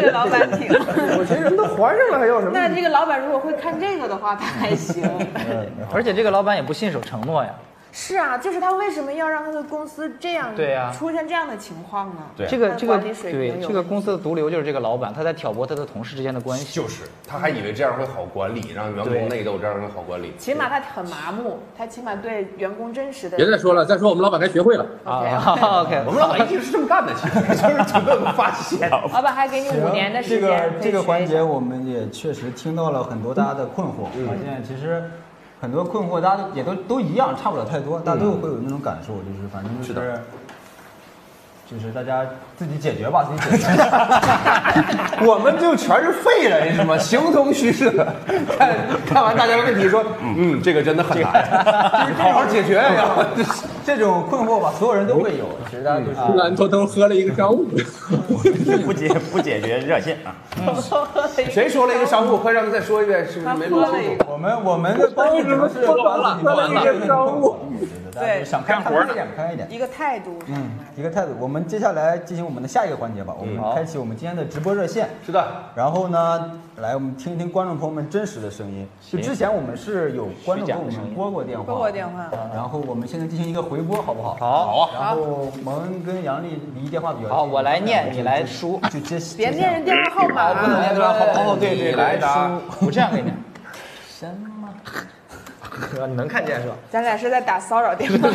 [SPEAKER 8] 个老板挺，
[SPEAKER 2] 我寻思都怀上了还要什
[SPEAKER 8] 嗯
[SPEAKER 2] 么？
[SPEAKER 8] 那这个老板如果会看这个的话，他还行。
[SPEAKER 9] 嗯而且这个老板也不信守承诺呀。
[SPEAKER 8] 是啊，就是他为什么要让他的公司这样
[SPEAKER 9] 对呀
[SPEAKER 8] 出现这样的情况呢？
[SPEAKER 6] 对
[SPEAKER 9] 这个
[SPEAKER 8] 他的
[SPEAKER 9] 这个
[SPEAKER 8] 管理水平
[SPEAKER 9] 对
[SPEAKER 8] 有
[SPEAKER 9] 这个公司的毒瘤就是这个老板，他在挑拨他的同事之间的关系。
[SPEAKER 3] 就是，他还以为这样会好管理，让员工内斗，这样会好管理。
[SPEAKER 8] 起码他很麻木，他起码对员工真实的
[SPEAKER 4] 别再说了，再说我们老板该学会了。
[SPEAKER 9] 啊，OK，
[SPEAKER 3] 我们老板一直是这么干的，其实就是准备我们发 现。
[SPEAKER 8] 老板还给你五年的时
[SPEAKER 2] 这
[SPEAKER 8] 间
[SPEAKER 2] 个
[SPEAKER 8] 可以
[SPEAKER 2] 这个
[SPEAKER 8] 学
[SPEAKER 2] 环
[SPEAKER 8] 一
[SPEAKER 2] 节，
[SPEAKER 8] 下嗯
[SPEAKER 2] 我们也确实听到了很多大家的困惑。啊，现在其实很多困惑，大家也都都一样，差不了太多，大家都
[SPEAKER 8] 嗯
[SPEAKER 2] 会有那种感受，就是反正就是
[SPEAKER 3] 的
[SPEAKER 2] 就是大家自己解决吧，自己 解决。我们就全是废人。
[SPEAKER 3] 哎，什么形同虚设？ 看看完大家的问题，说，嗯，这个真的很 难，就是好好解决呀。
[SPEAKER 2] 这种困惑吧，所有人都会有。
[SPEAKER 8] 嗯
[SPEAKER 2] 其实大家就是
[SPEAKER 4] 突然偷偷喝了一个商务，
[SPEAKER 6] 儿， 不解不解决热线啊。
[SPEAKER 3] 嗯
[SPEAKER 8] 嗯
[SPEAKER 3] 谁 说了一个商务？快让他再说一遍，是不是没弄清楚？
[SPEAKER 2] 我们我们的帮助只能是帮助你们解决你的困惑，大家就想开开一点，开一点。
[SPEAKER 8] 一个态度什
[SPEAKER 2] 嗯
[SPEAKER 8] 么的，
[SPEAKER 2] 一个态度。我们接下来进行我们的下一个环节吧，我们开启我们今天的直播热线。
[SPEAKER 3] 是的，
[SPEAKER 2] 然后呢，来我们听一听观众朋友们真实的声音。就之前我们是有观众给我们拨过电话，
[SPEAKER 8] 拨过电话
[SPEAKER 2] 然后我们现在进行一个回拨，好不好？。
[SPEAKER 9] 好，
[SPEAKER 2] 然后蒙恩跟杨丽离电话比较近。
[SPEAKER 9] 好，我来念，
[SPEAKER 2] 就
[SPEAKER 9] 你来，输。
[SPEAKER 2] 就接。接
[SPEAKER 8] 别念
[SPEAKER 2] 上
[SPEAKER 8] 人电话号码
[SPEAKER 9] 不能
[SPEAKER 8] 啊。
[SPEAKER 9] 念对吧？哦，对对，
[SPEAKER 3] 你来答
[SPEAKER 2] 嗯
[SPEAKER 9] 输。我这样给你。什么？哥，你能看见是吧？
[SPEAKER 8] 咱俩是在打骚扰电 话，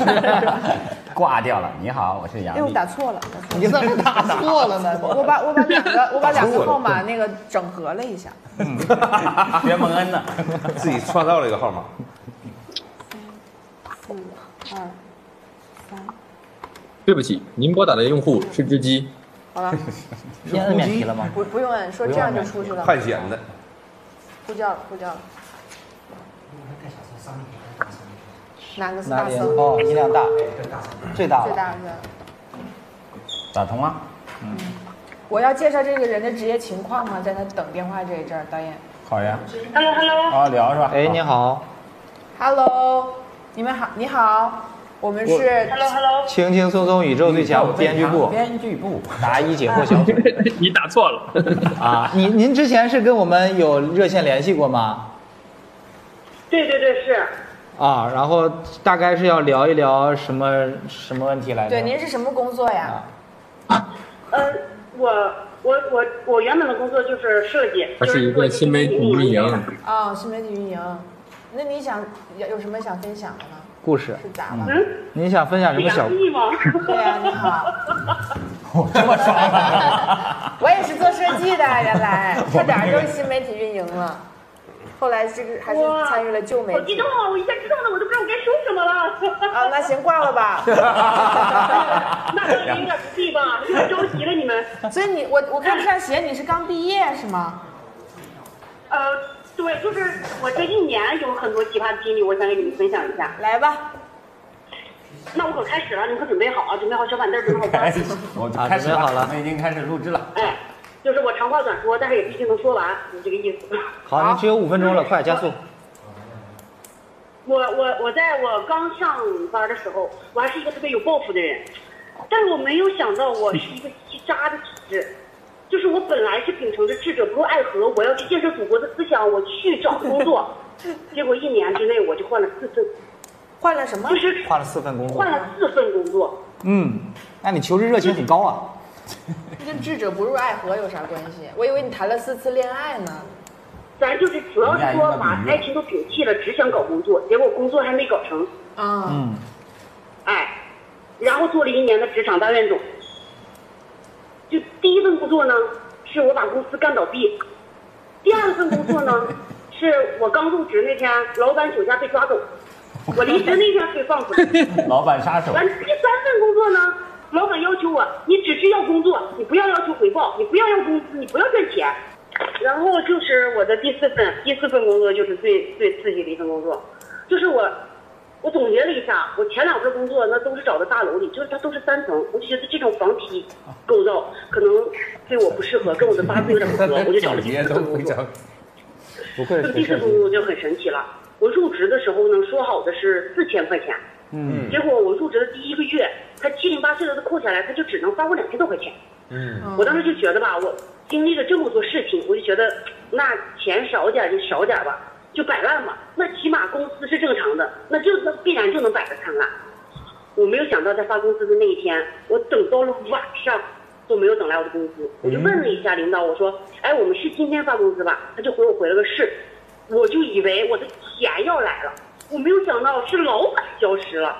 [SPEAKER 6] 挂掉了。你好，我是杨
[SPEAKER 8] 哎，我
[SPEAKER 6] 丽。
[SPEAKER 8] 打错了，打错了
[SPEAKER 9] 你怎么打错了 呢？
[SPEAKER 8] 我把我把两个我把两个号码那个整合了一下，
[SPEAKER 6] 学蒙恩呢？
[SPEAKER 3] 自己创造了一个号码。
[SPEAKER 8] 四二三，
[SPEAKER 4] 对不起，您拨打的用户是只鸡。
[SPEAKER 8] 好了，
[SPEAKER 9] 先摁免提了吗？
[SPEAKER 8] 不不用摁，说这样就出去了，
[SPEAKER 3] 探险的，
[SPEAKER 8] 呼叫了呼叫了。哪个是
[SPEAKER 2] 哪
[SPEAKER 8] 大
[SPEAKER 2] 里？
[SPEAKER 8] 声？
[SPEAKER 2] 哦，
[SPEAKER 9] 音量大，
[SPEAKER 3] 哎
[SPEAKER 9] 最大
[SPEAKER 8] 最
[SPEAKER 9] 了。
[SPEAKER 8] 大的。
[SPEAKER 6] 打通了。嗯
[SPEAKER 8] 我要介绍这个人的职业情况吗？在他等电话这一阵儿，导演。
[SPEAKER 6] 好呀。Hello Hello。啊，聊是吧？
[SPEAKER 9] 哎，你好，
[SPEAKER 8] Hello，你们好，你好，我们是
[SPEAKER 9] 轻轻松松宇宙最强编剧部
[SPEAKER 6] 编剧部。
[SPEAKER 9] 答疑解惑小 组
[SPEAKER 13] 你打错了，
[SPEAKER 9] 啊，您您之前是跟我们有热线联系过吗？
[SPEAKER 10] 对对对，是。
[SPEAKER 9] 啊，然后大概是要聊一聊什么什么问题来着？
[SPEAKER 8] 对，您是什么工作呀？啊
[SPEAKER 10] 呃，我我我我原本的工作就是设计，
[SPEAKER 4] 它是一个新媒体运营。
[SPEAKER 8] 啊、新媒体运营。那你想有有什么想分享的呢？
[SPEAKER 9] 故事，
[SPEAKER 8] 是咋了？
[SPEAKER 10] 嗯
[SPEAKER 9] 您想分享什么小
[SPEAKER 10] 杨？毅吗？
[SPEAKER 8] 对呀、你好。 我这么爽、我也是做设计的，原来差点儿就是新媒体运营了，后来这个还是
[SPEAKER 10] 哇
[SPEAKER 8] 参与了旧媒
[SPEAKER 10] 好激
[SPEAKER 8] 体
[SPEAKER 10] 动。啊！我一下激动的我都不知道我该说什么 了。
[SPEAKER 8] 啊，那行挂了吧。
[SPEAKER 10] 那倒有点不对吧？太着急了你们。
[SPEAKER 8] 所以你我我看不上鞋，你是刚毕业是吗？
[SPEAKER 10] 呃，对，就是我这一年有很多奇葩的经历，我想给你们分享一下。
[SPEAKER 8] 来吧，
[SPEAKER 10] 那我可开始了，你们可准备好啊，准备好小板凳，准备好 瓜子。
[SPEAKER 6] 我
[SPEAKER 9] 啊
[SPEAKER 6] 开始
[SPEAKER 9] 准备好了
[SPEAKER 6] 我们已经开始录制了。
[SPEAKER 10] 哎，就是我长话短说，但是也不一定能说完，就这个意思。
[SPEAKER 9] 好，您只有五分钟了，快加速。
[SPEAKER 10] 我我我在我刚上班的时候，我还是一个特别有抱负的人，但是我没有想到我是一个极渣的体质，就是我本来是秉承着智者不入爱河，我要去建设祖国的思想，我去找工 作，结果一年之内我就换了四份，
[SPEAKER 8] 换了什么
[SPEAKER 10] 就？是
[SPEAKER 9] 换了四份工作
[SPEAKER 10] 换，了四份工作，
[SPEAKER 9] 嗯，那你求知热情很高啊。
[SPEAKER 8] 跟智者不入爱河有啥关系？我以为你谈了四次恋爱呢。
[SPEAKER 10] 咱就是主要是说把爱情都摒弃了，只想搞工作，结果工作还没搞成，
[SPEAKER 8] 啊、
[SPEAKER 9] 嗯，
[SPEAKER 10] 哎，然后做了一年的职场大怨种。就第一份工作呢，是我把公司干倒闭；第二份工作呢，是我刚入职那天，老板酒驾被抓走，我离职那天被放出来。
[SPEAKER 6] 老板杀手
[SPEAKER 10] 完，第三份工作呢，老板要求我，你只需要工作，你不要要求回报，你不要要工资，你不要赚钱。然后就是我的第四份，第四份工作就是最最刺激的一份工作，就是我，我总结了一下，我前两份工作那都是找的大楼里，就是它都是三层，我就觉得这种房体构造可能对我不适合，跟我的八字有点不合，我就找了第四份工作。
[SPEAKER 9] 不愧
[SPEAKER 10] 这
[SPEAKER 9] 是
[SPEAKER 10] 第四份工作就很神奇了。我入职的时候呢，说好的是四千块钱，
[SPEAKER 9] 嗯
[SPEAKER 10] 结果我入职的第一个月，他七零八碎的都扣下来，他就只能发我两千多块钱。
[SPEAKER 14] 嗯
[SPEAKER 10] 我当时就觉得吧，我经历了这么多事情，我就觉得那钱少点儿就少点儿吧，就百万吧，那起码工资是正常的，那就那必然就能摆个灿烂。我没有想到在发工资的那一天，我等到了晚上都没有等来我的工资，我就问了一下领导，我说：“哎，我们是今天发工资吧？”他就回我回了个是，我就以为我的钱要来了，我没有想到是老板消失了。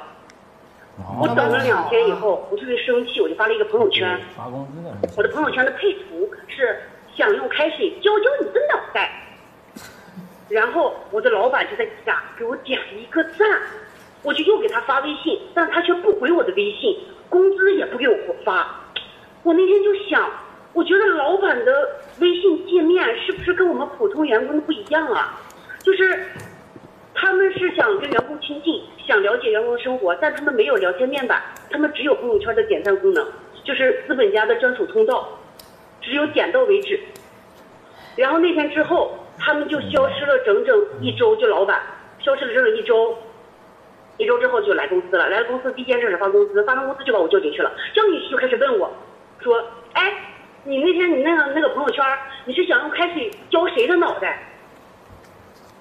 [SPEAKER 10] 我等了两天以后，我特别生气，我就发了一个朋友圈。
[SPEAKER 6] 发工资的
[SPEAKER 10] 我的朋友圈的配图是想用开水浇浇你的脑袋，然后我的老板就在底下给我点了一个赞，我就又给他发微信，但他却不回我的微信，工资也不给我发。我那天就想，我觉得老板的微信界面是不是跟我们普通员工不一样啊？就是他们是想跟员工亲近，想了解员工的生活，但他们没有聊天面板，他们只有朋友圈的点赞功能，就是资本家的专属通道，只有点到为止。然后那天之后，他们就消失了整整一周，就老板消失了整整一周。一周之后就来公司了，来了公司第一件事是发工资，发完工资就把我叫进去了。叫进去就开始问我，说：“哎，你那天你那个那个朋友圈，你是想用开水浇谁的脑袋？”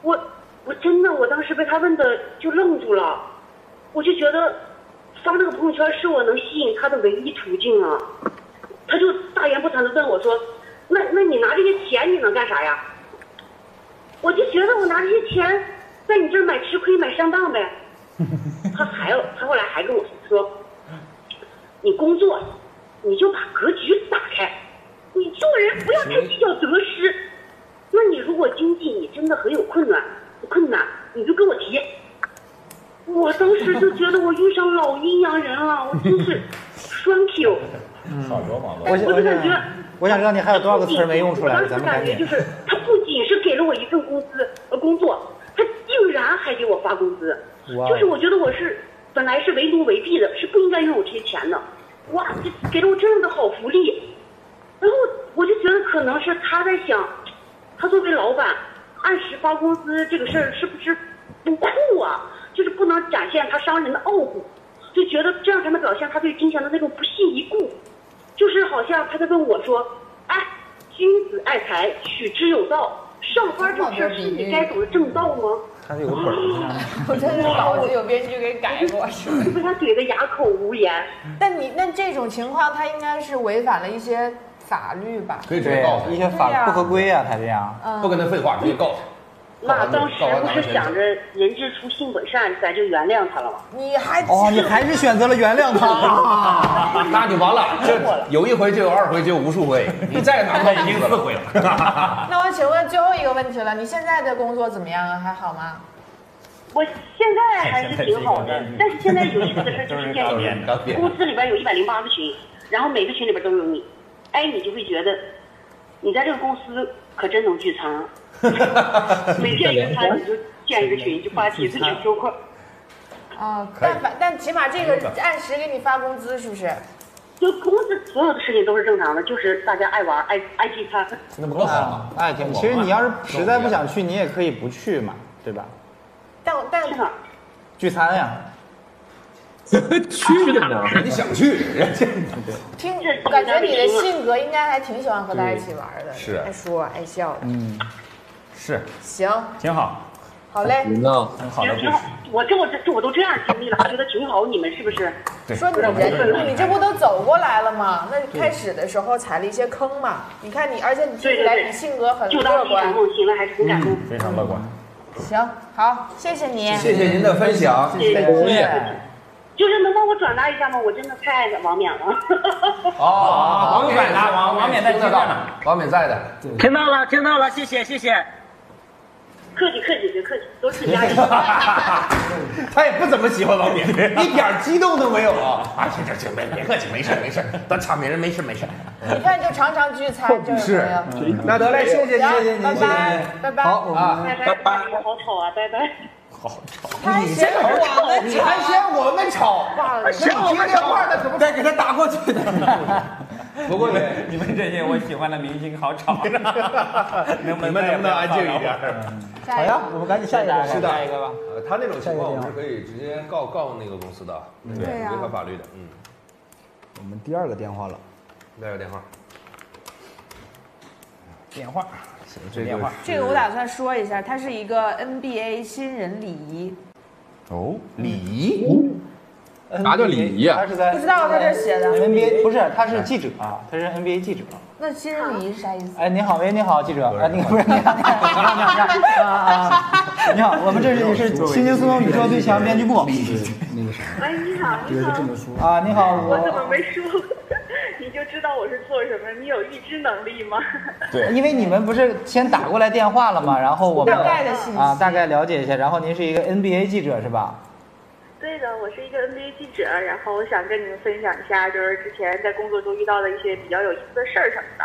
[SPEAKER 10] 我我真的我当时被他问的就愣住了，我就觉得发那个朋友圈是我能吸引他的唯一途径啊。他就大言不惭的问我说：“那那你拿这些钱你能干啥呀？”我就觉得我拿这些钱在你这儿买吃亏买上当呗。他还有他后来还跟我说：“你工作，你就把格局打开，你做人不要太计较得失。那你如果经济你真的很有困难，困难你就跟我提。” 我当时就觉得我遇上老阴阳人了，我真是 thank you。
[SPEAKER 6] 少说嘛，
[SPEAKER 9] 嗯我想
[SPEAKER 10] 我
[SPEAKER 9] 我
[SPEAKER 10] 就感觉
[SPEAKER 9] 想我想知道你还有多少个词儿没用出来
[SPEAKER 10] 我，当
[SPEAKER 9] 咱
[SPEAKER 10] 时
[SPEAKER 9] 们
[SPEAKER 10] 感
[SPEAKER 9] 赶
[SPEAKER 10] 觉就
[SPEAKER 9] 紧。
[SPEAKER 10] 是，他不仅是给了我一份工资呃工作，他竟然还给我发工资，
[SPEAKER 9] 哇哦
[SPEAKER 10] 就是我觉得我是本来是为奴为婢的，是不应该拥有这些钱的，哇，这给了我这样的好福利，然后我就觉得可能是他在想，他作为老板按时发工资这个事儿是不是不酷啊？就是不能展现他商人的傲骨，就觉得这样才能表现他对金钱的那种不屑一顾。就是好像他在问我说：“哎，君子爱财，取之有道。上班这事儿是你该走的正道吗
[SPEAKER 2] 他有个本儿，
[SPEAKER 8] 我真的脑子有编剧给改过。？”
[SPEAKER 10] 就 被他怼得哑口无言。
[SPEAKER 8] 但你那这种情况，他应该是违反了一些法律吧？
[SPEAKER 3] 可以直接
[SPEAKER 2] 对
[SPEAKER 3] 告他
[SPEAKER 2] 一些
[SPEAKER 8] 对呀
[SPEAKER 2] 法不合规啊，他这样。
[SPEAKER 8] 嗯，
[SPEAKER 3] 不跟他废话，直接告
[SPEAKER 9] 嗯
[SPEAKER 3] 他。
[SPEAKER 10] 妈，
[SPEAKER 3] 告完
[SPEAKER 10] 当时
[SPEAKER 3] 告完
[SPEAKER 10] 不
[SPEAKER 3] 咱
[SPEAKER 10] 是
[SPEAKER 3] 们
[SPEAKER 10] 想着人之初性本善，咱就原谅他了吗？
[SPEAKER 8] 你还
[SPEAKER 2] 哦，你还是选择了原谅他。
[SPEAKER 3] 那就完了，这有一回就有二回就有无数回，你再拿他已经四回了。
[SPEAKER 8] 那我请问最后一个问题了，你现在的工作怎么样啊？还好吗？
[SPEAKER 10] 我现在还是挺好的，但是现 在有意思的 事就是这样
[SPEAKER 3] 当然当然
[SPEAKER 10] 公司里边有一百零八个群，然后每个群里边都有你，哎，你就会觉得，你在这个公司可真能聚餐 啊！每天一个餐你就建一个群，就发起自己收获。
[SPEAKER 8] 啊、
[SPEAKER 3] 可以
[SPEAKER 8] 但凡但起码这个按时给你发工资，是不是？
[SPEAKER 10] 就公司所有的事情都是正常的，就是大家爱玩爱爱聚餐。
[SPEAKER 3] 那不更好吗？
[SPEAKER 9] 哎，挺其实
[SPEAKER 3] 啊
[SPEAKER 9] 你要是实在不想去，你也可以不去嘛，对吧？
[SPEAKER 8] 但但
[SPEAKER 10] 去哪儿？
[SPEAKER 9] 聚餐呀，
[SPEAKER 15] 去的呢？
[SPEAKER 3] 人家想去，啊人家
[SPEAKER 8] 听
[SPEAKER 10] 这
[SPEAKER 8] 感觉你的性格应该还挺喜欢和大家一起玩的，
[SPEAKER 3] 是
[SPEAKER 8] 爱说爱笑的。
[SPEAKER 6] 嗯是
[SPEAKER 8] 行，
[SPEAKER 6] 挺好，
[SPEAKER 8] 好嘞。
[SPEAKER 15] 行啊，
[SPEAKER 6] 很好的故
[SPEAKER 10] 挺
[SPEAKER 6] 事
[SPEAKER 10] 好。，我这我这这我都这样经历了，还觉得挺好，你们是不是？
[SPEAKER 8] 说你人，你这不都走过来了吗？那开始的时候踩了一些坑嘛。你看你，而且你听起来
[SPEAKER 10] 对对对
[SPEAKER 8] 你性格很
[SPEAKER 10] 就
[SPEAKER 8] 乐
[SPEAKER 10] 当是一
[SPEAKER 8] 观
[SPEAKER 10] 场。梦，行了，还是很感动。
[SPEAKER 6] 嗯非常乐观。
[SPEAKER 8] 行，好，谢谢你。
[SPEAKER 3] 谢谢您的分享。
[SPEAKER 10] 对，
[SPEAKER 8] 谢谢
[SPEAKER 10] 就是能让
[SPEAKER 12] 我转达一下吗？我真的太爱王冕了。
[SPEAKER 3] 哦，
[SPEAKER 6] 王冕呢王王冕在听着呢
[SPEAKER 3] 王冕在的，
[SPEAKER 14] 听到了，听到了，谢谢，谢谢。
[SPEAKER 12] 客气客气，别客气，都是家人。
[SPEAKER 3] 他也不怎么喜欢王冕， 一点儿激动都没有啊！啊，行行行，别别客气，没事没事，咱场别人没事 没事。
[SPEAKER 10] 你看，就常常聚餐，就是这样。
[SPEAKER 2] 那得嘞，谢谢谢谢您，
[SPEAKER 10] 拜
[SPEAKER 2] 谢谢
[SPEAKER 10] 拜
[SPEAKER 2] 您，
[SPEAKER 10] 拜拜。
[SPEAKER 2] 好，我们
[SPEAKER 7] 啊
[SPEAKER 12] 拜拜拜拜，好吵啊，拜拜。
[SPEAKER 2] 你这会儿吵
[SPEAKER 10] 我们
[SPEAKER 2] 你还嫌我们吵？那
[SPEAKER 14] 嫌我
[SPEAKER 2] 你接
[SPEAKER 14] 们
[SPEAKER 2] 电
[SPEAKER 14] 吵
[SPEAKER 2] 话的怎么再给他打过去的？
[SPEAKER 6] 不过你们你们这些我喜欢的明星好吵，啊 能不能
[SPEAKER 3] 你们能不能安静一点？
[SPEAKER 2] 好呀，我们赶紧下一个吧。
[SPEAKER 3] 是的，
[SPEAKER 2] 下一个吧。
[SPEAKER 3] 呃他那种情况我们是可以直接告告那个公司的，
[SPEAKER 10] 对啊
[SPEAKER 3] 违反法律的。嗯，
[SPEAKER 2] 我们第二个电话了，
[SPEAKER 3] 来个电话，
[SPEAKER 6] 电话，
[SPEAKER 3] 这
[SPEAKER 6] 电
[SPEAKER 3] 个
[SPEAKER 6] 话
[SPEAKER 10] 这个我打算说一下，它是一个 NBA 新人礼仪，
[SPEAKER 6] 哦，
[SPEAKER 3] 礼仪，
[SPEAKER 9] 嗯
[SPEAKER 4] 啥叫礼仪啊
[SPEAKER 9] 他是在
[SPEAKER 10] 不知道他这儿写的
[SPEAKER 9] NBA 不是，他是记者啊，他是 NBA 记者。
[SPEAKER 10] 那新人礼仪是啥意思？
[SPEAKER 9] 哎，你好，喂，你好，记者。哎，你不是你好，你好，你好，你好，你好啊啊！你好，我们这里是新京苏东宇宙最强编辑部。
[SPEAKER 12] 哎，你好，你好，
[SPEAKER 9] 啊，你好，
[SPEAKER 12] 我怎
[SPEAKER 9] 我
[SPEAKER 12] 么没说？你就知道我是做什么？你有预知能力吗？
[SPEAKER 9] 因为你们不是先打过来电话了吗？然后我们
[SPEAKER 10] 大概的信息
[SPEAKER 9] 啊，大概了解一下。然后您是一个 NBA 记者是吧？
[SPEAKER 12] 对的，我是一个 NBA 记者，然后我想跟你们分享一下，就是之前在工作中遇到的一些比较有意思的事儿什么的。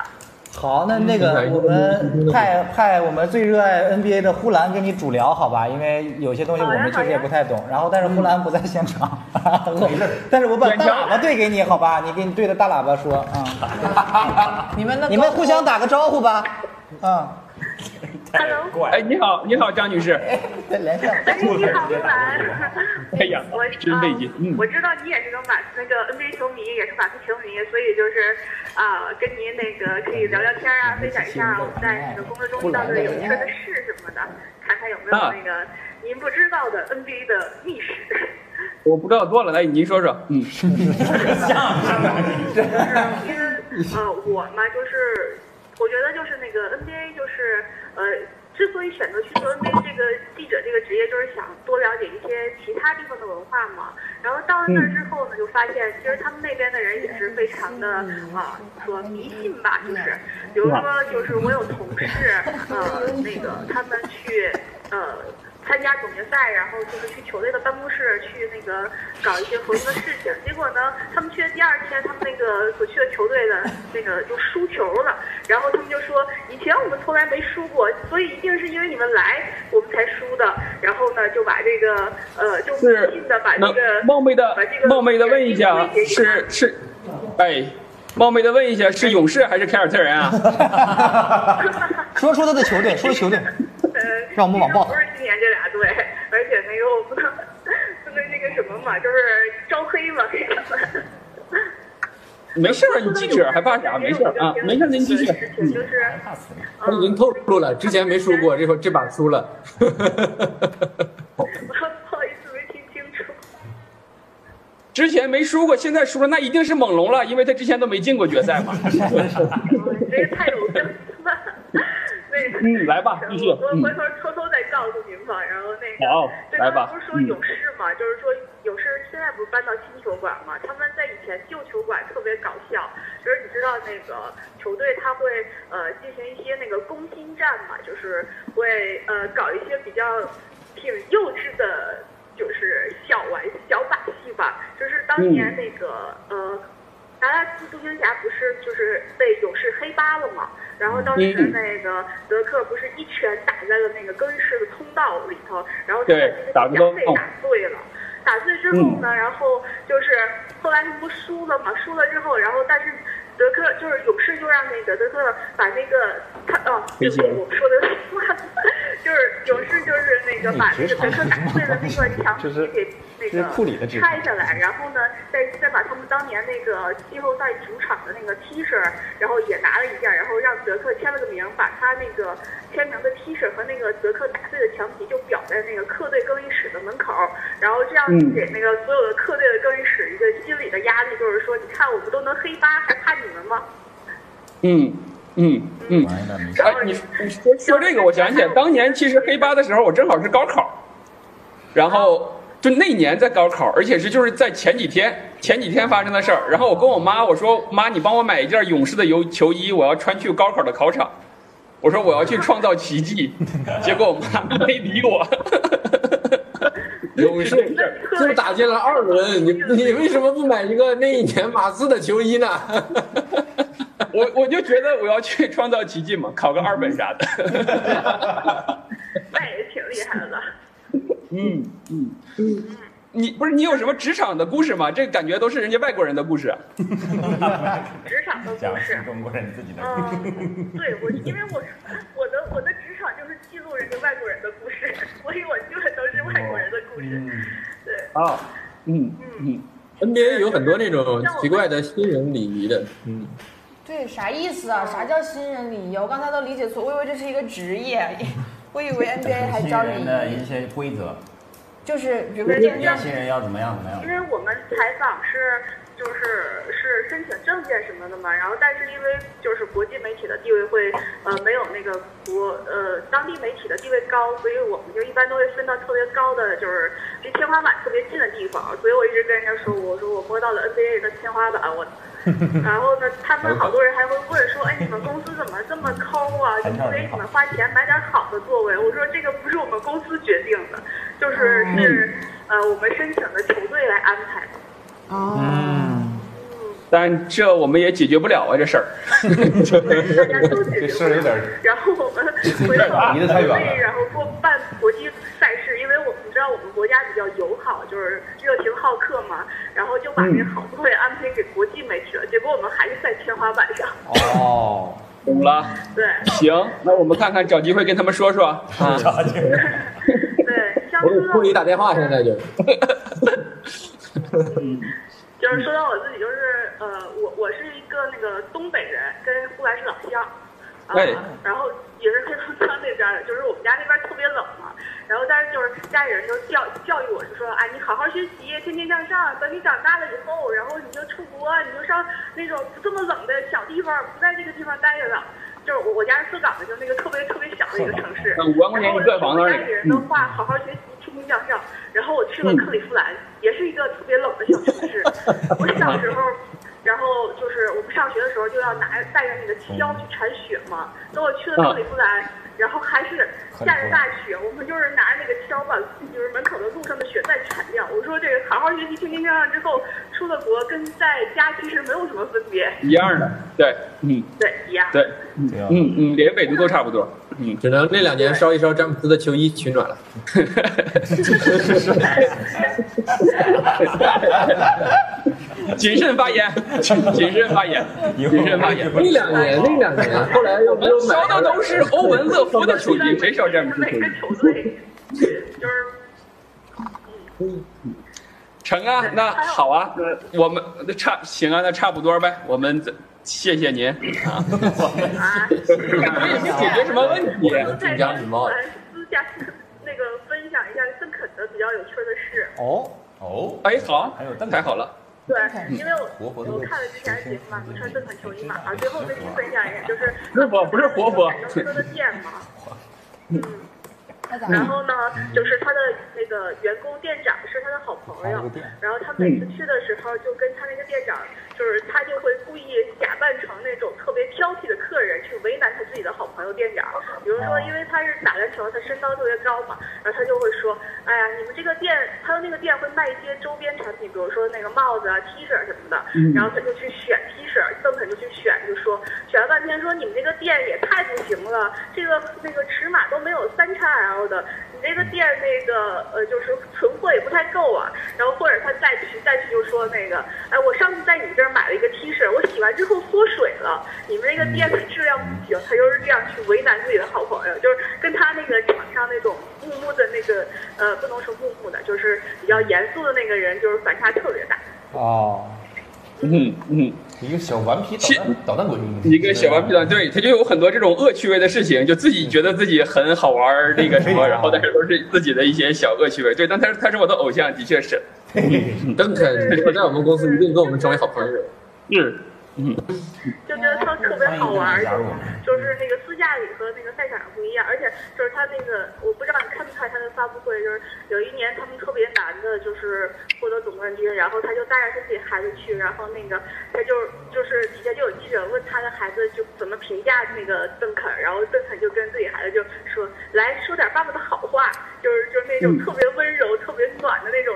[SPEAKER 9] 好，那那个我们派派我们最热爱 NBA 的呼兰跟你主聊好吧？因为有些东西我们确实也不太懂。然后但是呼
[SPEAKER 5] 嗯
[SPEAKER 9] 兰不在现场， 但是我把大喇叭对给你好吧？你给你对着大喇叭说啊。
[SPEAKER 10] 你们的
[SPEAKER 9] 你们互相打个招呼吧。嗯，
[SPEAKER 5] 哎，你好，你好，张女士。
[SPEAKER 9] 再来上。
[SPEAKER 12] 哎，你 好，木兰。
[SPEAKER 5] 哎呀
[SPEAKER 12] 我
[SPEAKER 5] 真费劲
[SPEAKER 12] 啊
[SPEAKER 5] 嗯
[SPEAKER 12] 我知道你也是个马那个 NBA 球迷，也是马刺球迷，所以就是啊、跟您那个可以聊聊天啊，分享一下我们在那个工作中遇到的有趣的事什么的，看看有没有
[SPEAKER 5] 啊
[SPEAKER 12] 那个您不知道的 NBA 的秘史。
[SPEAKER 5] 我不知道多了，来您说说。 嗯，
[SPEAKER 12] 就是因为呃，我嘛，就是我觉得就是那个 NBA，就是呃，之所以选择去做 NBA 这个记者这个职业，就是想多了解一些其他地方的文化嘛。然后到了那儿之后呢，就发现其实他们那边的人也是非常的啊，说迷信吧，就是比如说就是我有同事 呃，那个他们去呃。参加总决赛，然后就是去球队的办公室去那个搞一些合作的事情。 结果呢，他们去的第二天，他们那个所去的球队的那个就输球了。然后他们就说，以前我们从来没输过，所以一定是因为你们来我们才输的。然后呢，就把这个呃，就不
[SPEAKER 5] 是
[SPEAKER 12] 信的把
[SPEAKER 5] 那
[SPEAKER 12] 这个
[SPEAKER 5] 冒昧的
[SPEAKER 12] 把这个
[SPEAKER 5] 冒昧的问一下，
[SPEAKER 12] 这个
[SPEAKER 5] 是是，哎，冒昧的问一下，是勇士还是凯尔特人啊？
[SPEAKER 9] 说说他的球队，说 球队。
[SPEAKER 12] 呃，
[SPEAKER 9] 让我们网暴
[SPEAKER 12] 不是今年这俩队， 而且那个我不能不能那个什么嘛，就是招黑嘛，给他们。
[SPEAKER 5] 没事儿，你记者还怕啥？没事儿啊，没事儿，您继续。
[SPEAKER 12] 嗯就是，呃
[SPEAKER 4] 他已经透露了，之前没输过，这回这把输了。
[SPEAKER 12] 我不好意 思没听清楚。
[SPEAKER 5] 之前没输过，现在输了，那一定是猛龙了，因为他之前都没进过决赛 嘛。
[SPEAKER 12] 你这太有梗了。那个，
[SPEAKER 5] 嗯，来 吧，继续。
[SPEAKER 12] 我我
[SPEAKER 5] 嗯
[SPEAKER 12] 回，头偷偷再告诉您吧。然后那个，
[SPEAKER 5] 好
[SPEAKER 12] 对，
[SPEAKER 5] 来
[SPEAKER 12] 刚
[SPEAKER 5] 吧嗯
[SPEAKER 12] 才不是说勇士嘛，就是说勇士现在不是搬到新球馆嘛？他们在以前旧球馆特别搞笑，就是你知道那个球队他会呃进行一些那个攻心战嘛，就是会呃搞一些比较挺幼稚的，就是小玩小把戏吧。就是当
[SPEAKER 5] 嗯
[SPEAKER 12] 年那个、呃。达拉斯独行侠不是就是被勇士黑八了嘛？然后当时
[SPEAKER 5] 嗯
[SPEAKER 12] 那个德克不是一拳打在了那个更衣室的通道里头，然后他
[SPEAKER 5] 对
[SPEAKER 12] 把那个假
[SPEAKER 5] 打个洞
[SPEAKER 12] 被打碎了。打碎之后
[SPEAKER 5] 嗯
[SPEAKER 12] 呢，然后就是后来他们不输了嘛？输了之后，然后但是德克就是勇士就让那个德克把那个他哦，
[SPEAKER 5] 飞
[SPEAKER 12] 对
[SPEAKER 5] 行
[SPEAKER 12] 不起，我说的错了，就是勇士就是那个把那个德克打碎了那个墙皮给那
[SPEAKER 9] 这是
[SPEAKER 12] 个
[SPEAKER 9] 库里的智商
[SPEAKER 12] 拆下来，然后呢，再再把他们当年那个季后赛主场的那个 T 恤，然后也拿了一件，然后让德克签了个名，把他那个签名的 T 恤和那个德克打碎的墙皮就裱在那个客队更衣室的门口，然后这样给那个所有的客队的更衣室一个心理的压力，就是说，你看我们都能黑八，还怕你们吗？
[SPEAKER 5] 嗯嗯嗯，
[SPEAKER 12] 然
[SPEAKER 5] 哎
[SPEAKER 12] 后，
[SPEAKER 5] 你你说说这个，我想起来，当年其实黑八的时候，我正好是高考，然后就那年在高考，而且是就是在前几天前几天发生的事儿。然后我跟我妈我说：“妈，你帮我买一件勇士的游球衣，我要穿去高考的考场。”我说我要去创造奇迹，结果我妈没理我。
[SPEAKER 4] 勇士就打进了二轮，你 你为什么不买一个那一年马刺的球衣呢？
[SPEAKER 5] 我我就觉得我要去创造奇迹嘛，考个二本啥的。
[SPEAKER 12] 那也挺厉害的。
[SPEAKER 5] 嗯嗯嗯，你不是你有什么职场的故事吗？这感觉都是人家外国人的故事 啊。
[SPEAKER 12] 职场的
[SPEAKER 6] 讲
[SPEAKER 12] 故事，
[SPEAKER 6] 中国人自己的故事。
[SPEAKER 12] 嗯，对我，因为我我的我的职场就是记录人家外国人的故事，所以我基本都是外国人的故事。对，
[SPEAKER 4] 啊，嗯嗯，NBA 有很多那种奇怪的新人礼仪的，嗯，
[SPEAKER 10] 对，啥意思
[SPEAKER 2] 嗯
[SPEAKER 10] 啊？啥叫新人礼仪啊？我刚才都理解错，我以为这是一个职业，我以为 NBA 还
[SPEAKER 6] 新
[SPEAKER 10] 招礼
[SPEAKER 6] 嗯人的
[SPEAKER 10] 仪，
[SPEAKER 6] 一些规则，
[SPEAKER 10] 就是比如说见
[SPEAKER 6] 年
[SPEAKER 10] 证
[SPEAKER 6] 轻人要怎么样怎么样
[SPEAKER 12] 因。为我们采访是就是是申请证件什么的嘛，然后但是因为就是国际媒体的地位会呃没有那个国呃当地媒体的地位高，所以我们就一般都会分到特别高的就是离天花板特别近的地方，所以我一直跟人家说，我说我摸到了 NBA 的天花板，我。然后呢，他们好多人还会问说，哎，你们公司怎么这么抠啊？就不给你们花钱买点好的座位？我说这个不是我们公司决定的，就是
[SPEAKER 3] 嗯
[SPEAKER 12] 是呃我们申请的球队来安排的。
[SPEAKER 4] 哦
[SPEAKER 5] 但这我们也解决不了啊，这事 儿。
[SPEAKER 3] 这事儿有点儿
[SPEAKER 12] 然后我们回到
[SPEAKER 3] 离得太远了
[SPEAKER 12] 国内然后过办国际赛事，因为我们知道我们国家比较友好，就是热情好客嘛，然后就把
[SPEAKER 3] 嗯
[SPEAKER 12] 那个好座位安排给国际媒体了，结果我们还是在天花板上。
[SPEAKER 5] 哦， 懂了。
[SPEAKER 12] 对
[SPEAKER 5] 行，那我们看看，找机会跟他们说说 啊。
[SPEAKER 12] 对，像
[SPEAKER 4] 我给库里打电话，现在就。
[SPEAKER 5] 嗯
[SPEAKER 12] 就是说到我自己，就是呃，我我是一个那个东北人，跟呼兰是老乡，啊、
[SPEAKER 14] 哎
[SPEAKER 12] 然后也是黑龙江那边的，就是我们家那边特别冷嘛，然后但是就是家里人就教教育我，就说哎，你好好学习，天天向上，等你长大了以后，然后你就出国，你就上那种不这么冷的小地方，不在这个地方待着了。就是我我家是鹤岗的，就那个特别特别小的一个城市，
[SPEAKER 5] 嗯五万块钱一个房子
[SPEAKER 12] 然后我
[SPEAKER 5] 而
[SPEAKER 12] 家
[SPEAKER 5] 已嗯
[SPEAKER 12] 里人都话好好学习，天天向上。然后我去了克利夫
[SPEAKER 5] 嗯
[SPEAKER 12] 兰，也是一个特别冷的小城市。我小时 候，然后就是我们上学的时候就要拿带着那个
[SPEAKER 5] 哦
[SPEAKER 12] 锹去铲雪嘛。等我去了
[SPEAKER 5] 嗯
[SPEAKER 12] 克利夫兰，然后还是下着大雪，我们就是拿着那个锹把就是门口的路上的雪再铲掉。我说这个好好学习，天天向上之后，出了国跟在家其实没有什么分别。
[SPEAKER 5] 一样的，对，嗯，
[SPEAKER 12] 对，一样。
[SPEAKER 5] 对，嗯嗯嗯，连纬度都差不多，嗯，
[SPEAKER 4] 只能那两年烧一烧詹姆斯的球衣取暖了。
[SPEAKER 5] 谨慎发言，谨慎发言，谨慎发言。
[SPEAKER 4] 那两年，那两年，后来又没有买。
[SPEAKER 5] 烧的都是欧文、乐福的球衣，谁烧詹姆斯球衣？成啊，那好啊，那我们那差行啊，那差不多呗，我们谢谢您啊。 也没解决什么问题，
[SPEAKER 12] 在私下那个分享一下邓肯的比较有趣的事。
[SPEAKER 5] 哦哦，哎好，太好了，
[SPEAKER 12] 对，因为我我看了之前的节目嘛，就穿邓肯球衣嘛，啊，最后跟您分享一下，就是
[SPEAKER 5] 热火不是活 佛，
[SPEAKER 12] 车的店嘛，然后呢，就是他的那个员工店长是他的好朋友，然后他每次去的时候就跟他那个店长，就是他就会故意假扮成那种特别挑剔的客人去为难他自己的好朋友店长。比如说，因为他是打篮球，他身高特别高嘛，然后他就会说，哎呀，你们这个店，他的那个店会卖一些周边产品，比如说那个帽子啊、T 恤什么的
[SPEAKER 14] 嗯，
[SPEAKER 12] 然后他就去选 T 恤，邓肯就去选，就说选了半天说你们这个店也太不行了，这个那个尺码都没有三 XL 的，你这个店那个呃就是存货也不太够啊。然后或者他再去再去就说那个，哎，我上次在你这儿买了一个 T 恤，我洗完之后缩水了，你们那个店的质量不行。他就是这样去为难自己的好朋友，就是跟他那个场上那种木木的那个呃不能说木木的，就是比较严肃的那个人，就是反差特别大。
[SPEAKER 2] 哦，
[SPEAKER 5] 嗯嗯，
[SPEAKER 3] 一个小顽皮捣蛋捣蛋鬼，
[SPEAKER 5] 一个小顽皮团队，他就有很多这种恶趣味的事情，就自己觉得自己很好玩儿那个 什么，然后但是都是自己的一些小恶趣味。对，但他是他是我的偶 像，的确是。
[SPEAKER 4] 邓肯，如果在我们公司，一定跟我们成为好朋友。
[SPEAKER 5] 是，嗯，
[SPEAKER 12] 就觉得他特别好玩儿
[SPEAKER 5] 欢迎大家加入我们，
[SPEAKER 12] 就是那个自驾里和那个赛场上不一样，而且就是他那个，我不知道你看没看他的发布会，就是有一年他们特别难的，就是获得总冠军，然后他就带着他自己孩子去，然后那个他就就是底下就有记者问他的孩子就怎么评价那个邓肯，然后邓肯就跟自己孩子就说来说点爸爸的好话，就是就是那种
[SPEAKER 14] 嗯
[SPEAKER 12] 特别温柔、特别暖的那种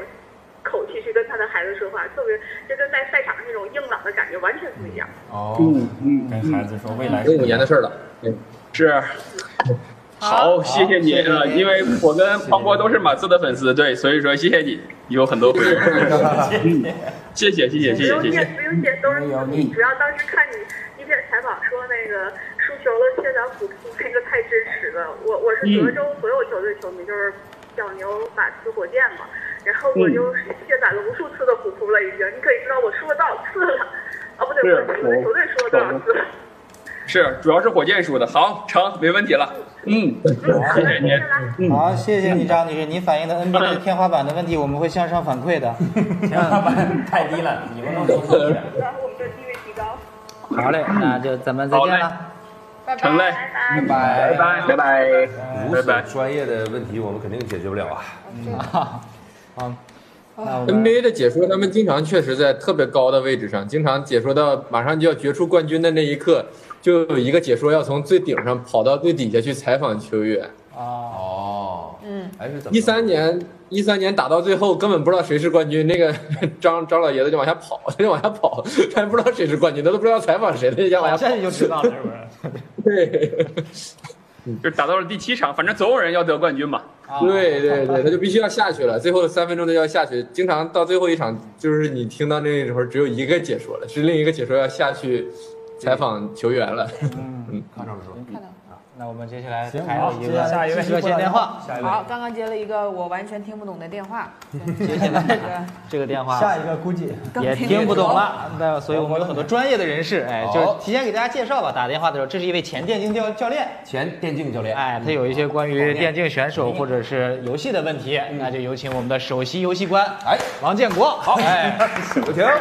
[SPEAKER 12] 口气去跟他的孩子说话，特别就跟在赛场上那种硬朗的感觉完全不一样。
[SPEAKER 3] 哦
[SPEAKER 5] 嗯嗯，
[SPEAKER 6] 跟孩子说未来
[SPEAKER 4] 零五年的事儿了，
[SPEAKER 5] 是。好，谢谢你啊，因为我跟庞博都是马刺的粉丝，对，所以说谢谢你，有很多回应，嗯谢谢谢谢谢谢谢谢，
[SPEAKER 12] 不用谢，都是你。主要当时看你一篇采访说那个输球了谢咱虎扑，那个太真实了。我我是德州
[SPEAKER 5] 嗯
[SPEAKER 12] 所有球队球迷，就是小牛、马刺、火箭嘛。然后
[SPEAKER 5] 嗯
[SPEAKER 12] 我就卸载了无数次的虎扑了，已经。你可以知道我输了多少次了？啊，不对，
[SPEAKER 5] 是
[SPEAKER 12] 我我的球队输了多少次了？
[SPEAKER 5] 是主要是火箭输的，好，成，没问题了，嗯，谢谢你，
[SPEAKER 9] 好，谢谢你张女士，你反映的 NBA 天花板的问题，我们会向上反馈的。 天花板太低了，你们都
[SPEAKER 12] 我们的地位提 高。
[SPEAKER 9] 好嘞，那
[SPEAKER 3] 呃
[SPEAKER 9] 就咱们再见了。
[SPEAKER 5] 成嘞，
[SPEAKER 3] 拜
[SPEAKER 9] 拜
[SPEAKER 5] 拜拜拜
[SPEAKER 3] 如此专业的问题，我们肯定解决不了啊。
[SPEAKER 4] NBA 的解说，他们经常确实在特别高的位置上，经常解说到马上就要决出冠军的那一刻，就有一个解说要从最顶上跑到最底下去采访球员。
[SPEAKER 3] 哦，嗯，还是怎么
[SPEAKER 4] 一？三年，一三年打到最后根本不知道谁是冠军，那个 张张老爷子就往下跑，他就往下跑，他也不知道谁是冠军，他都不知道采访谁，他就往下跑。
[SPEAKER 9] 现在哦就知道了，是不是？
[SPEAKER 4] 对，
[SPEAKER 5] 就打到了第七场，反正总有人要得冠军嘛，
[SPEAKER 4] 啊
[SPEAKER 9] 啊
[SPEAKER 4] 对对对，他就必须要下去了，最后的三分钟他就要下去。经常到最后一场，就是你听到那时候只有一个解说了，是另一个解说要下去采访球员了。 嗯，
[SPEAKER 3] 看着没有？
[SPEAKER 10] 看到了。
[SPEAKER 9] 那我们接下来
[SPEAKER 2] 行
[SPEAKER 9] 还
[SPEAKER 2] 好
[SPEAKER 9] 有一
[SPEAKER 2] 接下
[SPEAKER 9] 个
[SPEAKER 2] 来下一位
[SPEAKER 9] 继续热线电话，
[SPEAKER 2] 下
[SPEAKER 10] 好，刚刚接了一个我完全听不懂的电话，
[SPEAKER 9] 接下来这个电话
[SPEAKER 2] 下一个估计
[SPEAKER 9] 也听不懂了，那所以我们有很多专业的人士，哎，
[SPEAKER 3] 好
[SPEAKER 9] 就是提前给大家介绍吧。打电话的时候，这是一位前电竞教教练，
[SPEAKER 3] 前电竞教练，
[SPEAKER 9] 哎，他有一些关于电竞选手或者是游戏的问题，那就有请我们的首席游戏官，
[SPEAKER 3] 哎，
[SPEAKER 9] 王建国，好，哎，
[SPEAKER 3] 手停，哎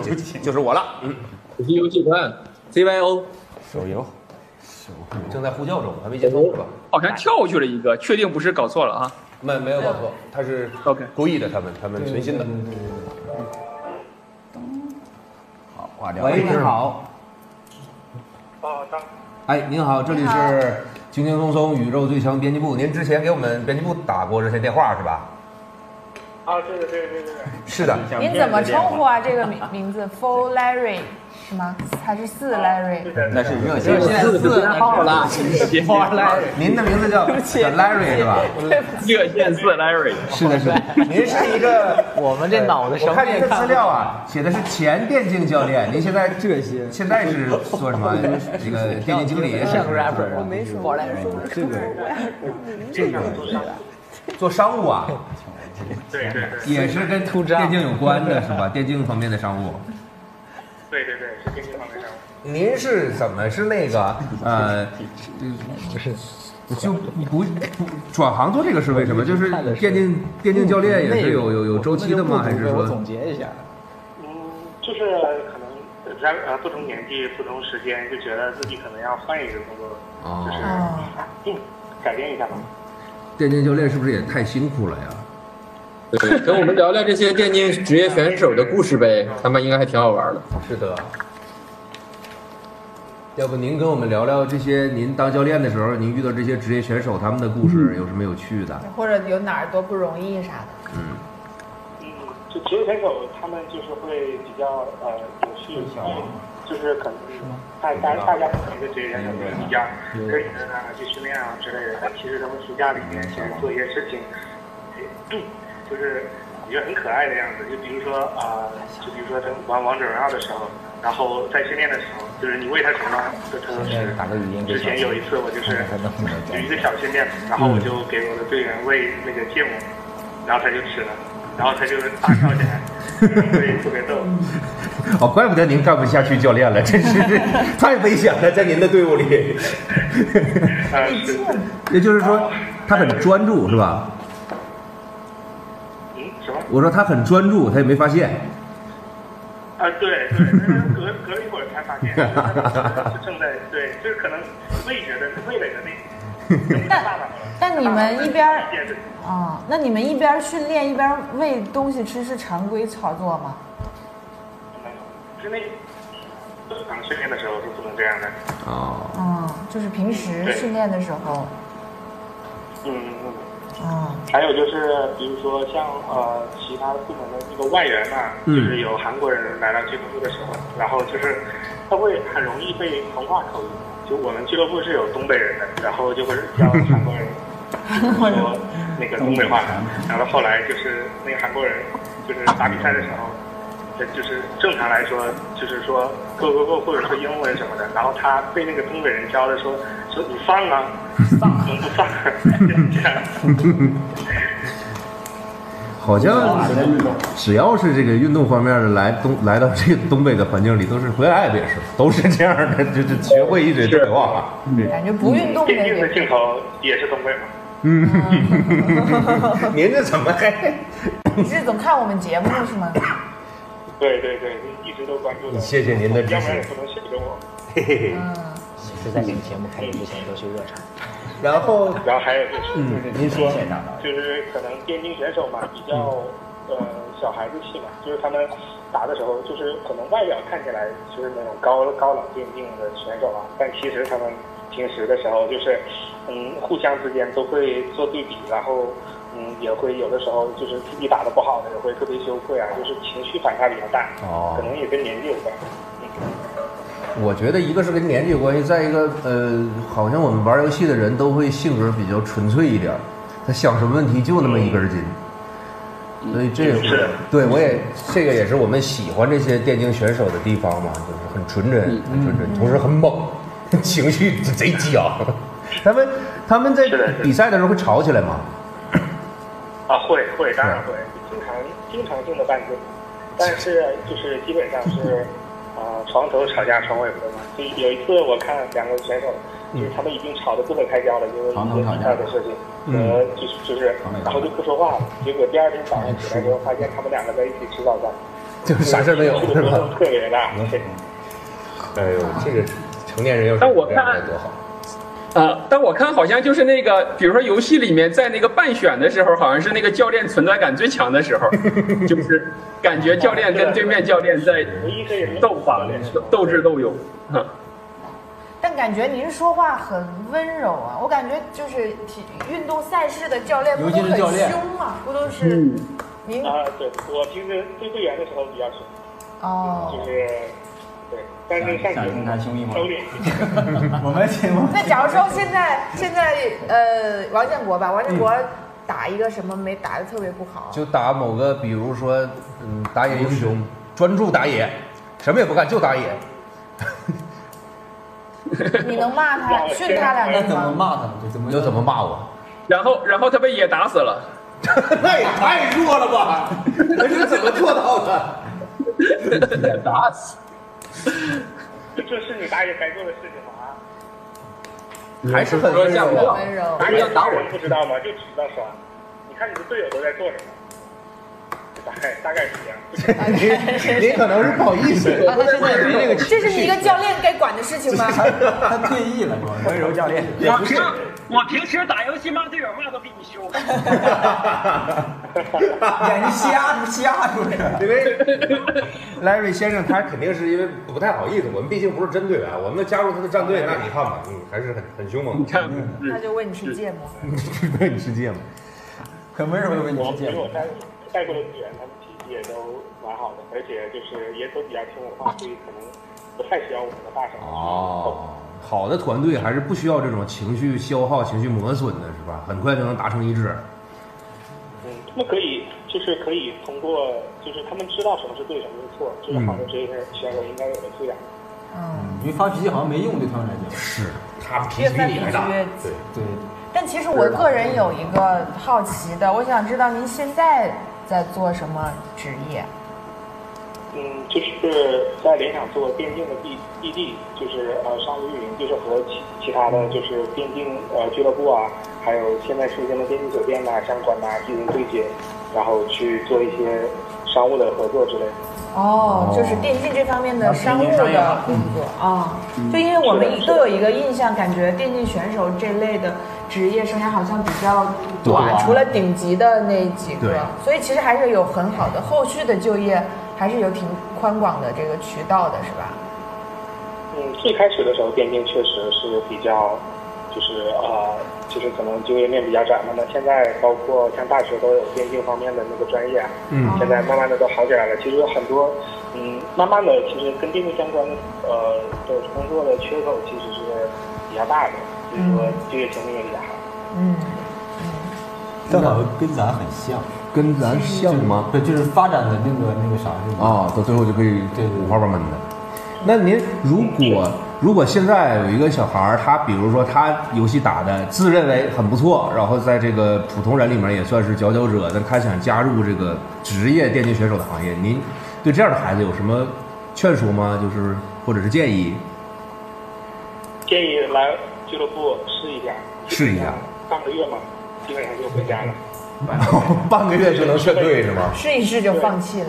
[SPEAKER 3] 就就是我了，嗯，
[SPEAKER 4] 手机游戏官 CYO
[SPEAKER 3] 手游，正在呼叫中，还没接通是吧？
[SPEAKER 5] 好像哦跳过去了一个，确定不是搞错了啊
[SPEAKER 3] 没没有搞错，他是
[SPEAKER 5] ？OK，
[SPEAKER 3] 故意的，他们他们存心的。
[SPEAKER 2] 好，
[SPEAKER 3] 挂掉。
[SPEAKER 2] 喂，
[SPEAKER 3] 您
[SPEAKER 2] 您好，
[SPEAKER 3] 好。
[SPEAKER 14] 哦
[SPEAKER 3] 哎，您好，这里是轻轻松松宇宙最强编辑部。您之前给我们编辑部打过热线电话是吧？
[SPEAKER 14] 啊，对对对对对。
[SPEAKER 3] 是的。
[SPEAKER 10] 您怎么称呼啊？这个名名字 Four Larry 是吗？还是四 Larry？
[SPEAKER 3] 那是热线，
[SPEAKER 9] 现在四号了，
[SPEAKER 3] 花 Larry，您的名字 叫叫 Larry 是吧？
[SPEAKER 5] 热线四 Larry，
[SPEAKER 3] 是的，是的。 您 是一个，
[SPEAKER 9] 我们这脑子什
[SPEAKER 3] 我
[SPEAKER 9] 么
[SPEAKER 3] 看您
[SPEAKER 9] 也
[SPEAKER 3] 的
[SPEAKER 9] 看
[SPEAKER 3] 资
[SPEAKER 9] 不懂
[SPEAKER 3] 料啊，写的是前电竞教练，您现在
[SPEAKER 2] 这些
[SPEAKER 3] 现在是做什么？这个电竞经理，
[SPEAKER 9] 像个 rapper 啊，没说
[SPEAKER 2] 这个
[SPEAKER 3] 这个做商务啊，
[SPEAKER 14] 对对对
[SPEAKER 3] 也是跟电竞有关的是吧？电竞方面的商务。
[SPEAKER 14] 对对对，是电竞方面的。
[SPEAKER 3] 您是怎么是那 个呃，就不不转行做这个是为什么？就是嗯电竞电竞教练也是有有有周期的吗？还是
[SPEAKER 9] 我
[SPEAKER 3] 说
[SPEAKER 9] 总结一下，
[SPEAKER 14] 嗯，就是可能在呃不同年纪、不同时间，就觉得自己可能要换一个工作，就是
[SPEAKER 3] 哦，
[SPEAKER 14] 嗯改变一下吧。
[SPEAKER 3] 电竞教练是不是也太辛苦了呀？
[SPEAKER 4] 对， 跟我们聊聊这些电竞职业选手的故事呗，他们应该还挺好玩的。
[SPEAKER 3] 是的。要不您跟我们聊聊这些您当教练的时候，您遇到这些职业选手他们的故事有什么有趣的？
[SPEAKER 10] 或者有哪儿多不容易啥的？
[SPEAKER 3] 嗯，
[SPEAKER 14] 嗯，就职业选手他们就是会比较呃有趣一些，就是可能大大大家每个职业选手都一样，跟你的去训练啊之类的，但其实他们暑假里面其实做一些事情，嗯就是一个很可爱的样子。就比如说啊、就比如说他玩王者荣耀的时候，然后在训练的时候，就是你喂他什么，他他都吃。
[SPEAKER 2] 打个语音
[SPEAKER 14] 之前有一次我 就是有一个小训练，然后我就给我的队员喂那个芥末，然后他就吃了，然后他就大跳起来，对，特别逗。
[SPEAKER 3] 哦，怪不得您干不下去教练了，真是太危险了，在您的队伍里。
[SPEAKER 14] 呃，是，
[SPEAKER 3] 也就是说，他很专注，是吧？
[SPEAKER 14] 嗯，什么？
[SPEAKER 3] 我说他很专注，他也没发现。
[SPEAKER 14] 啊，对对，但是隔隔了一会儿才发现，就是正在对，就是可能味觉的味蕾的那，没办法了。
[SPEAKER 10] 但你们一边儿
[SPEAKER 14] 见着
[SPEAKER 10] 啊，那你们一边儿训练一边儿喂东西吃是常规操作吗？
[SPEAKER 14] 就是那正常训练的时候是不能这样的。
[SPEAKER 3] 啊，
[SPEAKER 10] 啊，就是平时训练的时候，
[SPEAKER 14] 嗯，嗯
[SPEAKER 10] 啊，
[SPEAKER 14] 还有就是，比如说像呃其他部门的这个外援嘛，就
[SPEAKER 3] 嗯
[SPEAKER 14] 是有韩国人来到俱乐部的时候，然后就是他会很容易被同化口音。就我们俱乐部是有东北人的，然后就会教韩国人说那个东北话，然后后来就是那个韩国人就是打比赛的时候。这就是正常来说，就是说 go go go 或者说英文什么的，然后他被那个东北人教的说说你放啊，放怎么不放？就是这样。
[SPEAKER 3] 好像只要是这个运动方面的来东来到这个东北的环境里，都是回来也别是，都是这样的，就就学会一嘴东北话。
[SPEAKER 14] 嗯
[SPEAKER 10] 感觉不运动的
[SPEAKER 14] 电竞的镜头也是东北吗？
[SPEAKER 3] 嗯， 您这怎么还？
[SPEAKER 10] 你是总看我们节目是吗？
[SPEAKER 14] 对对对，一直都关注的。
[SPEAKER 3] 谢谢您的支持
[SPEAKER 14] 要
[SPEAKER 3] 嗯
[SPEAKER 14] 不然也不能写给我。
[SPEAKER 3] 嘿嘿嘿。
[SPEAKER 10] 嗯
[SPEAKER 7] 是在这个节目开始之前都去热场。
[SPEAKER 3] 然后，
[SPEAKER 14] 然后还有就是，
[SPEAKER 3] 嗯
[SPEAKER 14] 就是
[SPEAKER 3] 您说
[SPEAKER 7] 现场的
[SPEAKER 14] 就是可能电竞选手嘛，
[SPEAKER 3] 嗯
[SPEAKER 14] 比较呃小孩子气嘛，就是他们打的时候，就是可能外表看起来就是那种高高冷电竞的选手啊，但其实他们平时的时候就是嗯互相之间都会做对比，然后。嗯，也会有的时候就是自己打的不好的，也会特别羞愧啊，就是情绪反差比较大，
[SPEAKER 3] 哦
[SPEAKER 14] 可能也跟年纪有关。嗯
[SPEAKER 3] 我觉得一个是跟年纪有关系，再一个呃，好像我们玩游戏的人都会性格比较纯粹一点儿，他想什么问题就那么一根筋。所以这个
[SPEAKER 14] 是
[SPEAKER 3] 对我也这个也是我们喜欢这些电竞选手的地方嘛，就是很纯真，很纯真，同时很猛， 情绪贼激昂。他们他们在比赛的时候会吵起来吗？
[SPEAKER 14] 啊，会会，当然会，经常经常性的拌嘴，但是就是基本上是，啊、床头吵架床尾和嘛。就有一次我看两个选手，
[SPEAKER 3] 嗯
[SPEAKER 14] 就是他们已经吵得不可开交了，因为一些比赛的事情，
[SPEAKER 3] 嗯
[SPEAKER 14] 和就是就是，然后就不说话了。结果第二天早上起来之后，发现他们两个在一起吃早饭，
[SPEAKER 3] 就是啥事儿没有
[SPEAKER 14] 这个
[SPEAKER 3] 是
[SPEAKER 14] 波动
[SPEAKER 3] 吧？
[SPEAKER 14] 特别大。对
[SPEAKER 3] 哎呦，这个成年人要是
[SPEAKER 5] 但我
[SPEAKER 3] 这样
[SPEAKER 5] 看
[SPEAKER 3] 该多好。
[SPEAKER 5] 啊，但我看好像就是那个，比如说游戏里面，在那个半选的时候，好像是那个教练存在感最强的时 候，就是感觉教练跟对面教练在斗法、斗智斗勇。啊
[SPEAKER 10] 但感觉您说话很温柔啊，我感觉就是体运动赛事的教练不
[SPEAKER 2] 尤
[SPEAKER 10] 都
[SPEAKER 2] 其是
[SPEAKER 10] 很
[SPEAKER 2] 教练嗯
[SPEAKER 10] 凶吗？不都是
[SPEAKER 3] 嗯
[SPEAKER 10] 您、
[SPEAKER 14] 啊，对我平时对队员的时候比较凶，
[SPEAKER 10] 哦？
[SPEAKER 14] 就是对，但是上节目收敛一些。
[SPEAKER 2] 我们请我们
[SPEAKER 10] 那假如说现在现在呃王建国吧，王建国
[SPEAKER 2] 嗯
[SPEAKER 10] 打一个什么没打的特别不好，
[SPEAKER 3] 就打某个，比如说，嗯，打野英雄，专注打野，什么也不干就打野。
[SPEAKER 10] 你能骂 他 训他两句吗？
[SPEAKER 2] 骂他？就怎么
[SPEAKER 3] 你就怎么骂我？
[SPEAKER 5] 然后，然后他被野打死了。
[SPEAKER 3] 那也太弱了吧！那是怎么做到的？
[SPEAKER 5] 野打死。
[SPEAKER 14] 这是你打野该做的事情吗？啊
[SPEAKER 3] 还是很温柔啊。
[SPEAKER 10] 温柔
[SPEAKER 14] 打野打人不知道吗？就只知道刷。你看你的队友都在做什么？大概大概是这样。
[SPEAKER 3] 您您可能是不好意思，
[SPEAKER 10] 啊，他现在没那个这是你一个教练该管的事情吗？
[SPEAKER 2] 他退役了，温柔教练。
[SPEAKER 3] 也不是。
[SPEAKER 7] 我平时打游戏骂队友骂都比你凶。
[SPEAKER 2] 眼睛瞎瞎是不是？
[SPEAKER 3] 因为 Larry 先生他肯定是因为不太好意思，我们毕竟不是针对啊，我们加入他的战队，那你看吧，嗯，还是很很凶猛。你看，
[SPEAKER 10] 他就问你是芥末，
[SPEAKER 3] 对，你是芥末。
[SPEAKER 2] 很温柔的问
[SPEAKER 14] 我
[SPEAKER 2] 你
[SPEAKER 14] 因
[SPEAKER 2] 见
[SPEAKER 14] 为我
[SPEAKER 2] 过。
[SPEAKER 14] 带带过的队员，他们脾气也都蛮好的，而且就是也都比较听我话，所以可能不太需要我的大声。
[SPEAKER 3] 哦，好的团队还是不需要这种情绪消耗、情绪磨损的，是吧？很快就能达成一致。
[SPEAKER 14] 嗯，那可以，就是可以通过，就是他们知道什么是对，什么是错，这是好的职业选手应该有的啊素养。
[SPEAKER 10] 嗯，
[SPEAKER 2] 因为发脾气好像没用，对他们来讲。
[SPEAKER 3] 是，他脾
[SPEAKER 10] 越
[SPEAKER 3] 气比
[SPEAKER 10] 犯
[SPEAKER 3] 你还大。
[SPEAKER 10] 越
[SPEAKER 3] 对，
[SPEAKER 2] 对，
[SPEAKER 10] 但其实我个人有一个好奇的，我想知道您现在在做什么职业？
[SPEAKER 14] 嗯，就是在联想做电竞的 B B D，就是呃商务运营，就是和其其他的就是电竞呃俱乐部啊，还有现在出现的电竞酒店呐、相关的进行对接，然后去做一些商务的合作之类的。
[SPEAKER 8] 哦，就是电哦竞这方面的商务的工作啊、就因为我们都有一个印象，感觉电竞选手这类的职业生涯好像比较短，
[SPEAKER 16] 短
[SPEAKER 8] 除了顶级的那几个
[SPEAKER 16] 对，
[SPEAKER 8] 所以其实还是有很好的后续的就业，还是有挺宽广的这个渠道的，是吧？
[SPEAKER 14] 嗯，最开始的时候电竞确实是比较，就是呃，就是可能就业面比较窄嘛。那现在包括像大学都有电竞方面的那个专业，啊
[SPEAKER 16] 嗯
[SPEAKER 14] 现在慢慢的都好起来了。其实有很多，嗯，慢慢的其实跟电竞相关的呃的工作的缺口其实是比较大的，所以说就业前景也比较好。
[SPEAKER 8] 嗯，
[SPEAKER 17] 正好跟咱很像，跟咱像吗？对，就是发展的那个那个啥，那个
[SPEAKER 3] 啊，到最后就可以五花八门的。那您如果如果现在有一个小孩儿，他比如说他游戏打的自认为很不错，然后在这个普通人里面也算是佼佼者，但他想加入这个职业电竞选手的行业，您对这样的孩子有什么劝说吗？就是或者是建议？
[SPEAKER 14] 建议来俱乐部试一下，
[SPEAKER 3] 试一下，
[SPEAKER 14] 半个月嘛，基本上就回家了。
[SPEAKER 3] 半个月就能劝退是吗？
[SPEAKER 8] 试一试就放弃了。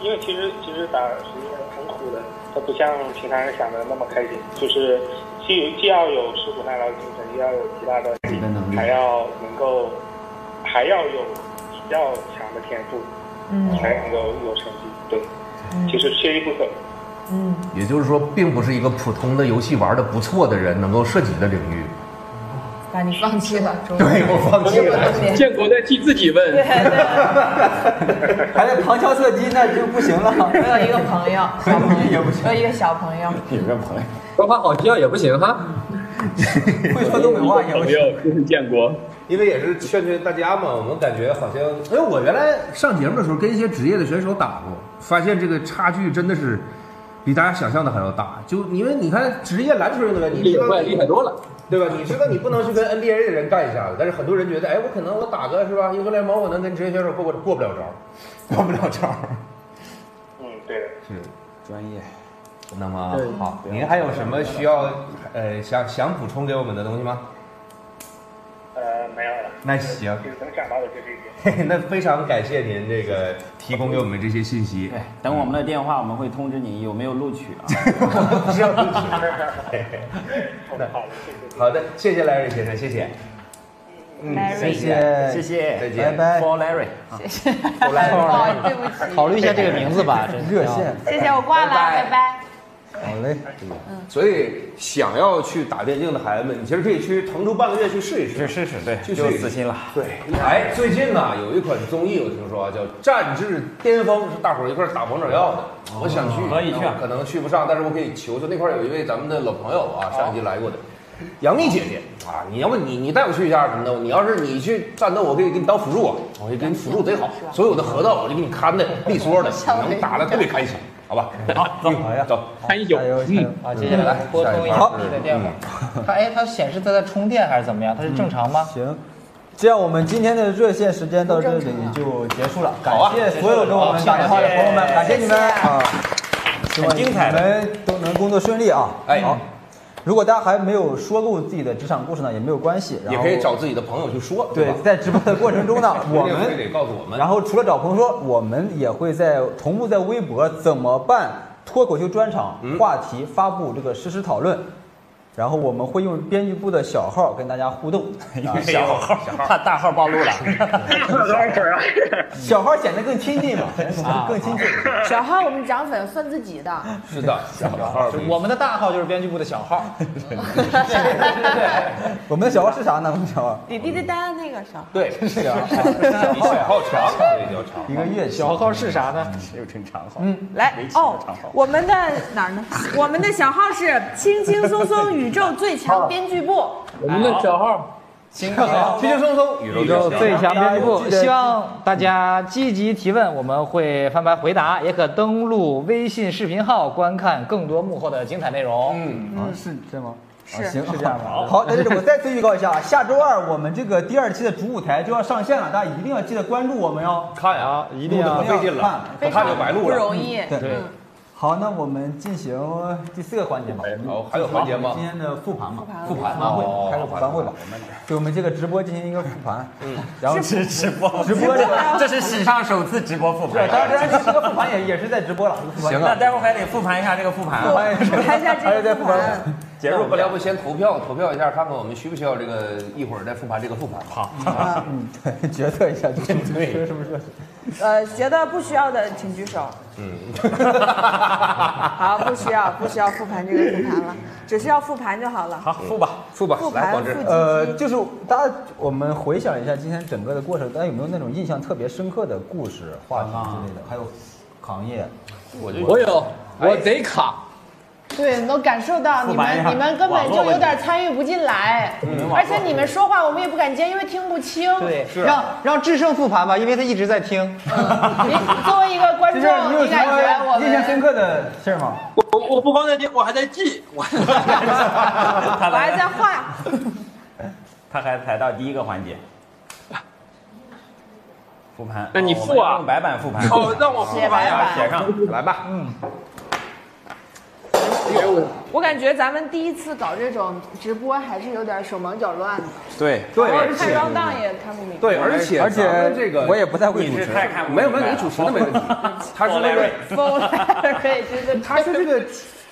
[SPEAKER 14] 因为其实其实打职业很苦的，它不像平常人想的那么开心，就是既既要有吃苦耐劳的精神，又要有极大的毅力，还要能够还要有比较强的天赋，
[SPEAKER 8] 嗯
[SPEAKER 14] 才能够有成绩。对，其实缺一不可。
[SPEAKER 8] 嗯，
[SPEAKER 3] 也就是说，并不是一个普通的游戏玩的不错的人能够涉及的领域。
[SPEAKER 8] 把啊你放弃了，终于
[SPEAKER 3] 对我放弃
[SPEAKER 8] 了
[SPEAKER 5] 建国在替自己问，
[SPEAKER 2] 还得旁敲侧击，那就不行了。
[SPEAKER 8] 我有一个朋 友，小朋友，我有一个小朋友，
[SPEAKER 4] 有个朋友说话好笑也不行哈，
[SPEAKER 2] 会说东北话也不
[SPEAKER 5] 行。就是建国，
[SPEAKER 3] 因为也是劝劝大家嘛，我们感觉好像，因为哎我原来上节目的时候跟一些职业的选手打过，发现这个差距真的是比大家想象的还要大。就因为你看职业篮球运动员，你知道
[SPEAKER 4] 厉害厉害多了，
[SPEAKER 3] 对吧？你知道你不能去跟 NBA 的人干一下子，但是很多人觉得，哎，我可能我打个是吧英雄联盟，我能跟职业选手过过过不了招，过不了招。
[SPEAKER 14] 嗯，对的。
[SPEAKER 3] 是
[SPEAKER 2] 专业。
[SPEAKER 3] 那么
[SPEAKER 2] 对
[SPEAKER 3] 好，
[SPEAKER 2] 不要
[SPEAKER 3] 您还有什么需要呃想想补充给我们的东西吗？
[SPEAKER 14] 呃，没有了。
[SPEAKER 3] 那行
[SPEAKER 14] 就是能想到的就这些。
[SPEAKER 3] 嘿嘿，那非常感谢您这个提供给我们这些信息。对，
[SPEAKER 6] 哎等我们的电话，我们会通知你有没有录取啊。
[SPEAKER 3] 好的，谢谢 Larry 先生，谢谢。嗯
[SPEAKER 6] Larry
[SPEAKER 3] 谢谢，
[SPEAKER 6] 谢谢
[SPEAKER 3] 再见，
[SPEAKER 6] 拜拜
[SPEAKER 3] For Larry，
[SPEAKER 8] 谢谢，
[SPEAKER 3] For Larry，
[SPEAKER 8] 对不起，
[SPEAKER 9] 考虑一下这个名字吧， 真的
[SPEAKER 2] 热线
[SPEAKER 8] 谢谢，我挂了，啊拜拜。
[SPEAKER 2] 好嘞，
[SPEAKER 3] 嗯所以想要去打电竞的孩子们，你其实可以去腾出半个月去试一试，去试试，对，去
[SPEAKER 6] 就
[SPEAKER 3] 试一试
[SPEAKER 6] 死心了。
[SPEAKER 3] 对，哎，最近呢有一款综艺我听说啊，叫《战至巅峰》，是大伙儿一块儿打王者耀的。我想去，
[SPEAKER 6] 可以去
[SPEAKER 3] 但
[SPEAKER 6] 啊
[SPEAKER 3] 我可能去不上，但是我可以求求那块儿有一位咱们的老朋友啊，上一集来过的杨幂姐姐啊，你要不你你带我去一下什么的，你要是你去战斗，我可以给你当辅助啊，我可以给你辅助贼好，所有的河道我就给你看的利索的，你能打的特别开心，好吧？好，走，好呀，走，
[SPEAKER 5] 看一宿，
[SPEAKER 3] 嗯，
[SPEAKER 2] 啊
[SPEAKER 9] 好，接下来拨通一下自己的电
[SPEAKER 2] 嗯
[SPEAKER 9] 话。它哎，它显示它在充电还是怎么样？它是正常吗？
[SPEAKER 2] 行，这样我们今天的热线时间到这里就结束了，感
[SPEAKER 9] 啊
[SPEAKER 2] 谢所有给我们打电话的朋友们，感谢你们啊！希望
[SPEAKER 6] 很
[SPEAKER 2] 你
[SPEAKER 6] 精彩的
[SPEAKER 2] 们都能工作顺利啊！
[SPEAKER 3] 哎
[SPEAKER 2] 好，如果大家还没有说够自己的职场故事呢，也没有关系，然
[SPEAKER 3] 也
[SPEAKER 2] 后
[SPEAKER 3] 可以找自己的朋友去说，
[SPEAKER 2] 对
[SPEAKER 3] 吧，，
[SPEAKER 2] 在直播的过程中呢 我
[SPEAKER 3] 这个非
[SPEAKER 2] 们
[SPEAKER 3] 得告诉我们，
[SPEAKER 2] 然后除了找朋友说，我们也会在同步在微博“怎么办”脱口秀专场
[SPEAKER 3] 嗯
[SPEAKER 2] 话题发布这个实时讨论，然后我们会用编辑部的小号跟大家互动。啊
[SPEAKER 6] 小号， 怕大号暴露了。
[SPEAKER 2] 小号显得更亲 近嘛，
[SPEAKER 3] 啊
[SPEAKER 2] 更亲近。
[SPEAKER 8] 小号我们涨粉算自己的，
[SPEAKER 3] 是的，小号
[SPEAKER 9] 就我们的大号就是编剧部的小 号。
[SPEAKER 2] 我们的小号是啥呢？我们小号
[SPEAKER 8] 你滴滴答那个小号，
[SPEAKER 3] 对，
[SPEAKER 2] 是小号，
[SPEAKER 3] 比小号长，对，比较长。
[SPEAKER 2] 一个月
[SPEAKER 9] 小号是啥呢？
[SPEAKER 6] 又成长号。
[SPEAKER 2] 嗯，
[SPEAKER 8] 来哦，我们的哪儿呢？我们的小号是轻轻松松宇宙最强编剧部。
[SPEAKER 4] 我们的小号，
[SPEAKER 9] 轻
[SPEAKER 3] 轻轻松松，
[SPEAKER 9] 宇宙最强编辑部，希望大家积极提问，我们会翻白回答，也可登录微信视频号观看更多幕后的精彩内容。嗯
[SPEAKER 2] 啊，是这吗？
[SPEAKER 9] 是
[SPEAKER 2] 啊行，是这样的。
[SPEAKER 9] 好
[SPEAKER 2] 好，在这里我再次预告一下，下周二我们这个第二期的主舞台就要上线了，大家一定要记得关注我们哟。
[SPEAKER 9] 看啊，一
[SPEAKER 2] 定要
[SPEAKER 3] 可费劲了，不看就白录了。
[SPEAKER 8] 不容易
[SPEAKER 2] 对
[SPEAKER 8] 嗯
[SPEAKER 2] 好，那我们进行第四个环节吧。
[SPEAKER 3] 好还有环节吗
[SPEAKER 2] 今天的复盘嘛，
[SPEAKER 3] 复盘
[SPEAKER 2] 复盘会
[SPEAKER 3] 哦，
[SPEAKER 2] 开个复盘会吧。对我们这个直播进行一个复盘，嗯，然后
[SPEAKER 3] 是直播
[SPEAKER 2] 直播 这个
[SPEAKER 6] 这是史上首次直播复
[SPEAKER 2] 对，
[SPEAKER 6] 盘。
[SPEAKER 2] 当然这个复盘也也是在直播了。复盘
[SPEAKER 6] 那待会儿还得复盘一下这个复 盘啊。
[SPEAKER 8] 看一下
[SPEAKER 2] 这个复
[SPEAKER 8] 啊
[SPEAKER 2] 盘。
[SPEAKER 3] 结束不了，要不先投票，投票一下，看看我们需不需要这个，一会儿再复盘这个复盘。好，
[SPEAKER 2] 啊，嗯， 对，决策一下就是
[SPEAKER 3] 对
[SPEAKER 2] 说什么说什么。
[SPEAKER 8] 呃，觉得不需要的请举手。
[SPEAKER 3] 嗯，
[SPEAKER 8] 好，不需要，不需要复盘这个复盘了，只需要复盘就好了。
[SPEAKER 2] 好，复吧，复
[SPEAKER 8] 吧复盘来广志复基金
[SPEAKER 2] 呃，就是大家，我们回想一下今天整个的过程，大家有没有那种印象特别深刻的故事、话题之
[SPEAKER 6] 啊
[SPEAKER 2] 类的？还有行业，
[SPEAKER 3] 我
[SPEAKER 4] 我有，
[SPEAKER 6] 哎
[SPEAKER 4] 我 贼卡。
[SPEAKER 10] 对，能感受到你
[SPEAKER 2] 复盘一
[SPEAKER 10] 们
[SPEAKER 2] 下
[SPEAKER 10] 你们根本就有点参与不进来
[SPEAKER 9] 嗯，
[SPEAKER 10] 而且你们说话我们也不敢接，因为听不清。
[SPEAKER 9] 对， 让让智胜复盘吧，因为他一直在听。
[SPEAKER 10] 您作为一个嗯观
[SPEAKER 2] 就
[SPEAKER 10] 众
[SPEAKER 2] 是你，有
[SPEAKER 10] 你
[SPEAKER 2] 什
[SPEAKER 10] 感觉我
[SPEAKER 2] 么印象
[SPEAKER 10] 们
[SPEAKER 2] 深刻的事 儿吗？
[SPEAKER 11] 我我不光在听，我还在记，我
[SPEAKER 8] 我还在画。
[SPEAKER 6] 他还才到第一个环节，复盘。
[SPEAKER 5] 那你
[SPEAKER 6] 哦
[SPEAKER 5] 复
[SPEAKER 6] 我们
[SPEAKER 5] 啊
[SPEAKER 6] 用白板复盘。
[SPEAKER 5] 哦让我复盘呀
[SPEAKER 6] 写上来吧。
[SPEAKER 2] 嗯。
[SPEAKER 8] 嗯
[SPEAKER 10] 我感觉咱们第一次搞这种直播还是有点手忙脚乱的，
[SPEAKER 8] 哦
[SPEAKER 3] 对
[SPEAKER 10] 然后看装档也看不明白。
[SPEAKER 3] 对，而且
[SPEAKER 2] 而且
[SPEAKER 3] 咱们这个
[SPEAKER 2] 我也不太会主持
[SPEAKER 3] 没有没有，你主持的没 问题。他是那个，他是这个，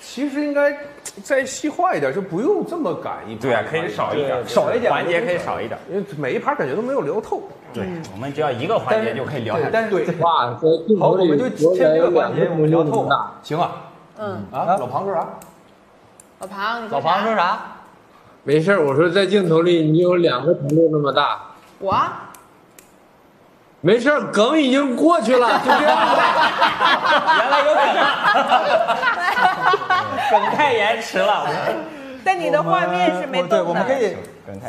[SPEAKER 3] 其实应该再细化一点，就不用这么赶一盘。
[SPEAKER 6] 对啊，可以少一点，环节可以少一点。
[SPEAKER 3] 因为每一盘感觉都没有聊透。
[SPEAKER 6] 对，我们只要一个环节就可以聊下去。
[SPEAKER 2] 但是
[SPEAKER 4] 哇，
[SPEAKER 2] 好，我们就趁这个环节我们聊透吧。
[SPEAKER 3] 行啊，
[SPEAKER 10] 嗯，
[SPEAKER 3] 啊，老庞说啥？
[SPEAKER 10] 老庞，你啥？
[SPEAKER 2] 啥？
[SPEAKER 4] 没事儿，我说在镜头里你有两个头那么大，
[SPEAKER 10] 我
[SPEAKER 4] 没事儿，梗已经过去了，就这样吧。
[SPEAKER 6] 原来有梗，梗太延迟了。
[SPEAKER 8] 但你的画面是没动的。
[SPEAKER 2] 对，我们可以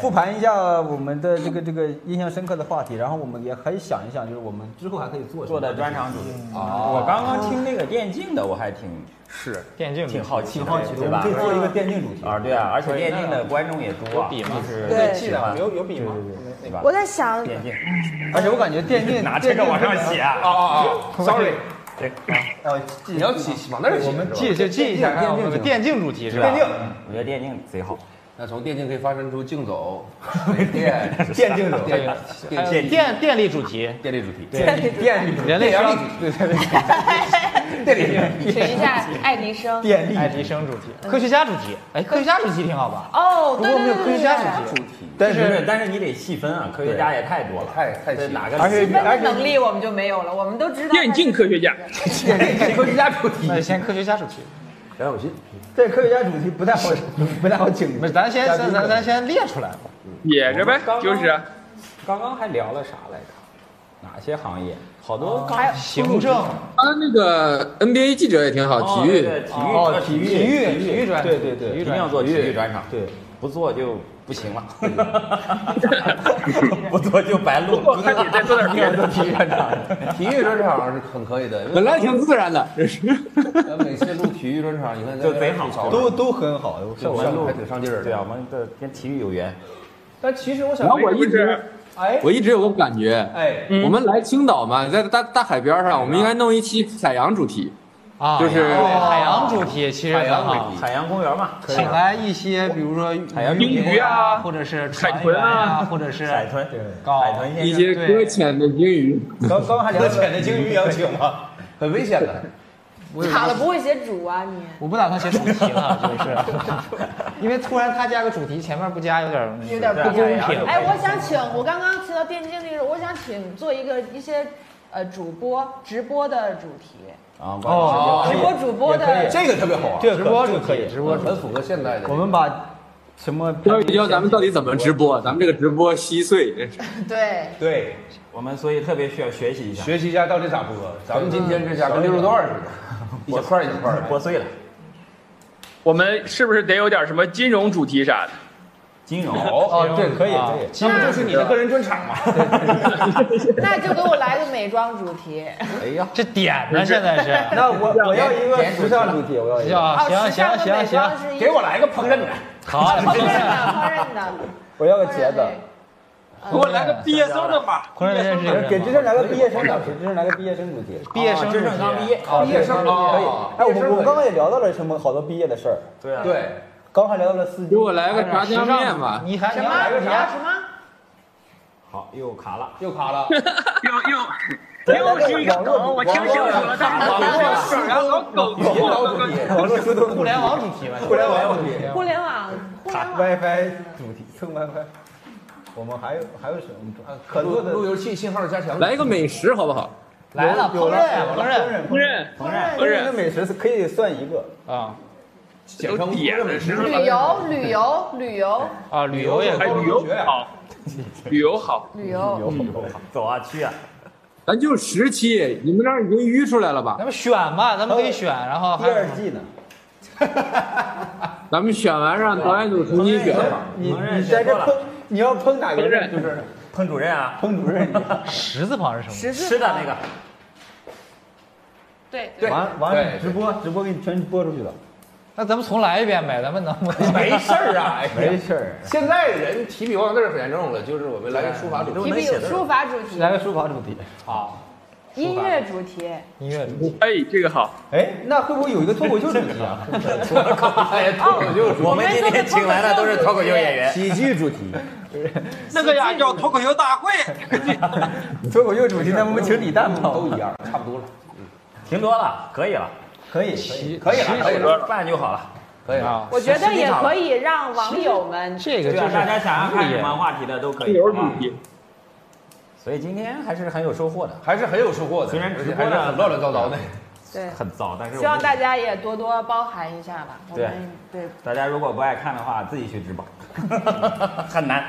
[SPEAKER 2] 复盘一下我们的这个这个印象深刻的话题，然后我们也可以想一想，就是我们之后还可以做什么
[SPEAKER 6] 做的专场主题。
[SPEAKER 2] 啊
[SPEAKER 6] 我刚刚听那个电竞的，我还挺
[SPEAKER 3] 是
[SPEAKER 6] 电竞挺好奇的，
[SPEAKER 2] 挺好奇的，嗯
[SPEAKER 6] 对
[SPEAKER 2] 我们
[SPEAKER 6] 吧
[SPEAKER 2] 可？以做一个电竞主题
[SPEAKER 6] 啊，对啊，而且电竞的观众也多啊，就是
[SPEAKER 8] 对
[SPEAKER 6] 喜欢
[SPEAKER 9] 有有笔吗？
[SPEAKER 6] 对吧？
[SPEAKER 8] 我在想，
[SPEAKER 6] 电竞，
[SPEAKER 2] 而且我感觉电 竞
[SPEAKER 6] 拿这个往上写啊
[SPEAKER 3] 哦哦哦，sorry，
[SPEAKER 6] 对，
[SPEAKER 2] 呃，
[SPEAKER 3] 你要起往那儿写，
[SPEAKER 9] 我们记就记一下，看我们的电竞主题是吧
[SPEAKER 6] 啊电？竞，嗯我觉得电竞贼好。
[SPEAKER 3] 那从电竞可以发展出竞走、电、
[SPEAKER 2] 电竞的
[SPEAKER 3] 电、电、
[SPEAKER 9] 电电电力主题，
[SPEAKER 3] 电力主题，
[SPEAKER 2] 电力
[SPEAKER 9] 人类需要
[SPEAKER 10] 选一下嗯爱迪生。
[SPEAKER 2] 电
[SPEAKER 9] 爱
[SPEAKER 2] 力
[SPEAKER 9] 迪生主题，科学家主题，哎，科学家主题挺好吧？
[SPEAKER 10] 哦，
[SPEAKER 9] 不
[SPEAKER 10] 对
[SPEAKER 9] 过没
[SPEAKER 10] 对
[SPEAKER 9] 有
[SPEAKER 10] 对
[SPEAKER 9] 科学
[SPEAKER 10] 对
[SPEAKER 9] 家
[SPEAKER 10] 对，
[SPEAKER 9] 主题，
[SPEAKER 6] 但是但是你得细分啊，科学家也太多了，
[SPEAKER 3] 太太
[SPEAKER 6] 这哪
[SPEAKER 3] 个
[SPEAKER 6] 个？
[SPEAKER 2] 而且
[SPEAKER 8] 分的能力我们就没有了，我们都知道。
[SPEAKER 5] 电竞科学家，
[SPEAKER 3] 科学家主题
[SPEAKER 9] 那，就先科学家主题。
[SPEAKER 3] 梁永信，
[SPEAKER 2] 这科学家主题不太好，不太好请
[SPEAKER 9] 不是，咱先
[SPEAKER 2] 嘉
[SPEAKER 9] 咱
[SPEAKER 2] 宾
[SPEAKER 9] 咱咱先列出来吧。
[SPEAKER 5] 野着呗，就是啊
[SPEAKER 6] 刚刚还聊了啥来着？哪些行业？好多刚
[SPEAKER 9] 行政、
[SPEAKER 4] 啊他那个 NBA 记者也挺好，啊体育。
[SPEAKER 6] 哦对对体育呃
[SPEAKER 2] 哦，体育
[SPEAKER 6] 体育
[SPEAKER 2] 体育专对对对，
[SPEAKER 6] 一定要做体育专场，
[SPEAKER 2] 对，
[SPEAKER 6] 不做就不行了， 不做就白录，不
[SPEAKER 5] 还得再做点别的
[SPEAKER 6] 做 体育专场。
[SPEAKER 3] 体育专场是很可以的，
[SPEAKER 4] 本来挺自然的，这是。
[SPEAKER 3] 咱每次录体育专场，你看
[SPEAKER 6] 就贼好
[SPEAKER 2] 都都很好，
[SPEAKER 3] 上
[SPEAKER 6] 我们录
[SPEAKER 3] 还挺上劲儿
[SPEAKER 6] 对啊，
[SPEAKER 3] 的。
[SPEAKER 6] 我们的跟体育有缘，
[SPEAKER 2] 但其实我想
[SPEAKER 4] 然，后我一直，
[SPEAKER 2] 哎
[SPEAKER 4] 我一直有个感觉，
[SPEAKER 2] 哎，
[SPEAKER 4] 我们来青岛嘛，在大大海边上，我们应该弄一期海洋主题。
[SPEAKER 9] 啊，
[SPEAKER 4] 就是
[SPEAKER 9] 哦海洋啊主题，其实很好。
[SPEAKER 6] 海洋公园嘛，可以
[SPEAKER 9] 请来一些，比如说
[SPEAKER 6] 海洋
[SPEAKER 9] 渔民
[SPEAKER 5] 鱼啊
[SPEAKER 9] 或者是
[SPEAKER 5] 海豚啊
[SPEAKER 9] 船员或者是
[SPEAKER 6] 海豚，海
[SPEAKER 9] 海
[SPEAKER 6] 豚
[SPEAKER 9] 豚
[SPEAKER 6] 先
[SPEAKER 4] 一些
[SPEAKER 9] 对
[SPEAKER 4] 搁浅的鲸鱼，
[SPEAKER 2] 刚刚还聊了
[SPEAKER 3] 的鲸鱼也要请吗？很危险 的，
[SPEAKER 10] 卡了不会写主啊你。
[SPEAKER 9] 我不打算写主题了，啊 就是，因为突然他加个主题，前面不加有点
[SPEAKER 10] 有点不
[SPEAKER 9] 不
[SPEAKER 10] 公
[SPEAKER 9] 公
[SPEAKER 6] 平
[SPEAKER 9] 平。
[SPEAKER 10] 哎，我想请，我刚刚提到电竞这个，我想请做一个一些呃主播直播的主 题，
[SPEAKER 6] 啊，
[SPEAKER 2] 哦
[SPEAKER 10] 直播主播的
[SPEAKER 3] 这个特别好玩，
[SPEAKER 2] 这个
[SPEAKER 9] 直播就
[SPEAKER 2] 可
[SPEAKER 9] 可以，直播
[SPEAKER 3] 很符合现代的。
[SPEAKER 2] 我们把什么
[SPEAKER 4] 教育教咱们到底怎么直播，咱们这个直播稀碎，真是。
[SPEAKER 10] 对
[SPEAKER 3] 对
[SPEAKER 6] 我们所以特别需要学习一下，
[SPEAKER 3] 学习一下嗯到底咋播，咱们今天这下跟溜肉段似的，一小块一小块的。
[SPEAKER 6] 破碎了，
[SPEAKER 5] 我们是不是得有点什么金融主题啥的？
[SPEAKER 6] 金融。
[SPEAKER 2] 哦，对，可以，可以。
[SPEAKER 3] 啊那不就是你的个人专场吗？
[SPEAKER 10] 那就给我来个美妆主题。
[SPEAKER 3] 哎呀，
[SPEAKER 9] 这点呢，现在是。
[SPEAKER 2] 那我我要一个时尚主题，我要一个，
[SPEAKER 9] 啊，
[SPEAKER 10] 哦，
[SPEAKER 9] 行
[SPEAKER 10] 时尚
[SPEAKER 9] 行
[SPEAKER 10] 和美
[SPEAKER 9] 行
[SPEAKER 10] 妆
[SPEAKER 9] 行，
[SPEAKER 10] 是一
[SPEAKER 3] 给我来个烹饪的，
[SPEAKER 9] 好，
[SPEAKER 10] 烹饪的烹饪的，
[SPEAKER 2] 我要个茄子，嗯
[SPEAKER 10] 烹饪
[SPEAKER 11] 给我来个毕业生的吧，
[SPEAKER 9] 昆仑认识人吗
[SPEAKER 2] 给智胜来个毕业生主题，智胜来个毕业生主题。啊，毕业生可以。哎，我们我们刚刚也聊到了什么好多毕业的事儿。对
[SPEAKER 9] 啊
[SPEAKER 2] 对，刚还聊到了司机。给我
[SPEAKER 4] 来个炸酱面吧
[SPEAKER 9] 你还
[SPEAKER 18] 什
[SPEAKER 9] 你要来
[SPEAKER 18] 么？
[SPEAKER 9] 个
[SPEAKER 18] 你要
[SPEAKER 9] 啥？
[SPEAKER 18] 什么？
[SPEAKER 9] 好，又卡了，
[SPEAKER 2] 又卡了。
[SPEAKER 7] 又又。又是一个梗，我听清楚 了，但是我
[SPEAKER 9] 网络沟通，互联网主题嘛，互联网主题，
[SPEAKER 18] 互联网，
[SPEAKER 9] 卡 WiFi 主题，蹭 WiFi。我们还有还有什么？啊可多的
[SPEAKER 3] 路由器信号加强。
[SPEAKER 4] 来一个美食好不好？
[SPEAKER 9] 来了
[SPEAKER 2] 有
[SPEAKER 9] 烹
[SPEAKER 2] 了
[SPEAKER 9] 饪，
[SPEAKER 2] 有
[SPEAKER 9] 烹
[SPEAKER 2] 了
[SPEAKER 9] 饪，
[SPEAKER 2] 烹饪
[SPEAKER 9] 烹饪，
[SPEAKER 2] 烹饪的美食是可以算一个
[SPEAKER 9] 啊，
[SPEAKER 2] 简称烹饪美食。
[SPEAKER 8] 旅游，旅游，旅游，
[SPEAKER 9] 啊，旅游也
[SPEAKER 5] 哎，旅游好，旅游好，
[SPEAKER 8] 旅游。
[SPEAKER 4] 走啊，去啊！咱就十期，你们那儿已经淤出来了吧
[SPEAKER 9] 咱？们选吧，咱们可以选，然后还有什么
[SPEAKER 2] 季呢？
[SPEAKER 4] 咱们选完让导演组重新选。
[SPEAKER 9] 你
[SPEAKER 2] 你在这烹，你要烹哪个人？就是
[SPEAKER 6] 烹主任啊，
[SPEAKER 2] 烹主任，
[SPEAKER 9] 十字旁是什
[SPEAKER 18] 十字旁
[SPEAKER 9] 么？
[SPEAKER 6] 吃的那个，
[SPEAKER 18] 对
[SPEAKER 2] 完完了直播，直播给你全播出去了。
[SPEAKER 9] 那咱们重来一遍呗，咱们能不能？
[SPEAKER 3] 没事儿啊，哎呀
[SPEAKER 2] 没事儿
[SPEAKER 3] 现在人提笔忘字儿很严重了，就是我们来个书法主
[SPEAKER 8] 提
[SPEAKER 3] 题
[SPEAKER 8] 笔书法主题，
[SPEAKER 2] 来个书法主题。
[SPEAKER 9] 好，
[SPEAKER 8] 音乐主题，
[SPEAKER 9] 音乐主题。
[SPEAKER 5] 哎，这个好，
[SPEAKER 2] 哎，那会不会有一个脱口秀主题啊？
[SPEAKER 3] 哎，脱口秀主
[SPEAKER 6] 我们今天请来的都是脱口秀演员。
[SPEAKER 2] 喜剧主题，
[SPEAKER 11] 那个呀叫脱口秀大会，
[SPEAKER 2] 脱口秀主题，那我们请李诞吧。嗯
[SPEAKER 3] 都一样，差不多了，
[SPEAKER 6] 挺多了，可以了，
[SPEAKER 2] 可以，
[SPEAKER 6] 可以了，可以了，办就好了。
[SPEAKER 3] 可以啊。
[SPEAKER 8] 我觉得也可以让网友们
[SPEAKER 9] 这个
[SPEAKER 6] 对
[SPEAKER 9] 就
[SPEAKER 6] 啊，
[SPEAKER 9] 是
[SPEAKER 6] 大家想要看什么话题的都可以。
[SPEAKER 5] 有
[SPEAKER 6] 好不好
[SPEAKER 5] 主题，
[SPEAKER 6] 所以今天还是很有收获的，
[SPEAKER 3] 还是很有收获的，
[SPEAKER 6] 虽然
[SPEAKER 3] 而
[SPEAKER 6] 直
[SPEAKER 3] 且
[SPEAKER 6] 播
[SPEAKER 3] 还
[SPEAKER 6] 呢
[SPEAKER 3] 是很乱乱糟糟的。
[SPEAKER 8] 对，
[SPEAKER 6] 很糟，但是我
[SPEAKER 8] 希望
[SPEAKER 6] 们
[SPEAKER 8] 大家也多多包涵一下吧。我
[SPEAKER 6] 对
[SPEAKER 8] 们对
[SPEAKER 6] 大家如果不爱看的话，自己去直播，很难。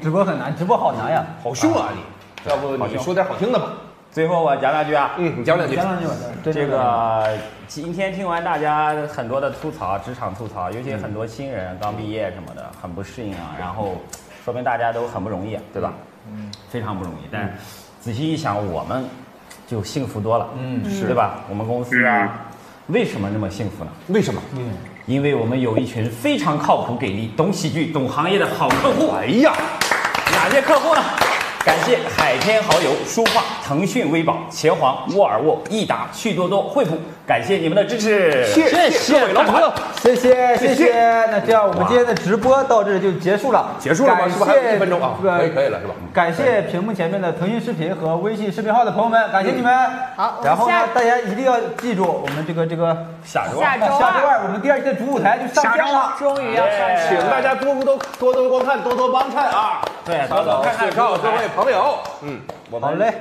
[SPEAKER 2] 直播很难，直播好难呀。
[SPEAKER 3] 好凶啊你！要不你说点好听的吧？
[SPEAKER 6] 最后我讲两句啊，
[SPEAKER 3] 嗯，你讲两句
[SPEAKER 2] 讲。两句吧，真的
[SPEAKER 6] 这个今天听完大家很多的吐槽，职场吐槽，尤其很多新人刚毕业什么的，很不适应啊。然后，说明大家都很不容易，对吧？嗯，非常不容易。但是仔细一想，我们就幸福多了，嗯，是对吧？我们公司啊，为什么那么幸福呢？
[SPEAKER 3] 为什么？
[SPEAKER 6] 嗯因为我们有一群非常靠谱、给力、懂喜剧、懂行业的好客户。哎呀，哪些客户呢？感谢海天蚝油、书画、腾讯微宝、钱皇、沃尔沃、益达、趣多多、惠普，感谢你们的支持。
[SPEAKER 2] 谢谢老板，谢谢谢谢。那这样我们今天的直播到这就结束了，
[SPEAKER 3] 结束了吗？
[SPEAKER 2] 感
[SPEAKER 3] 是不是还有
[SPEAKER 2] 谢
[SPEAKER 3] 一分钟啊？
[SPEAKER 2] 呃
[SPEAKER 3] 可以可以了是吧？
[SPEAKER 2] 感谢屏幕前面的腾讯视频和微信视频号的朋友们，感谢你们。
[SPEAKER 3] 嗯
[SPEAKER 8] 好我们
[SPEAKER 2] 然后呢
[SPEAKER 8] 下，啊
[SPEAKER 2] 大家一定要记住我们这个这个
[SPEAKER 6] 下周
[SPEAKER 8] 下周
[SPEAKER 2] 下周
[SPEAKER 8] 二
[SPEAKER 2] 二我们第二期的主舞台就上线了。
[SPEAKER 8] 终于要上
[SPEAKER 3] 哎请
[SPEAKER 8] 线了，
[SPEAKER 3] 大家多多多多观看，多多帮衬啊！
[SPEAKER 6] 对，多多看看
[SPEAKER 3] 介绍各位朋友。嗯，我
[SPEAKER 2] 好
[SPEAKER 3] 们
[SPEAKER 2] 嘞，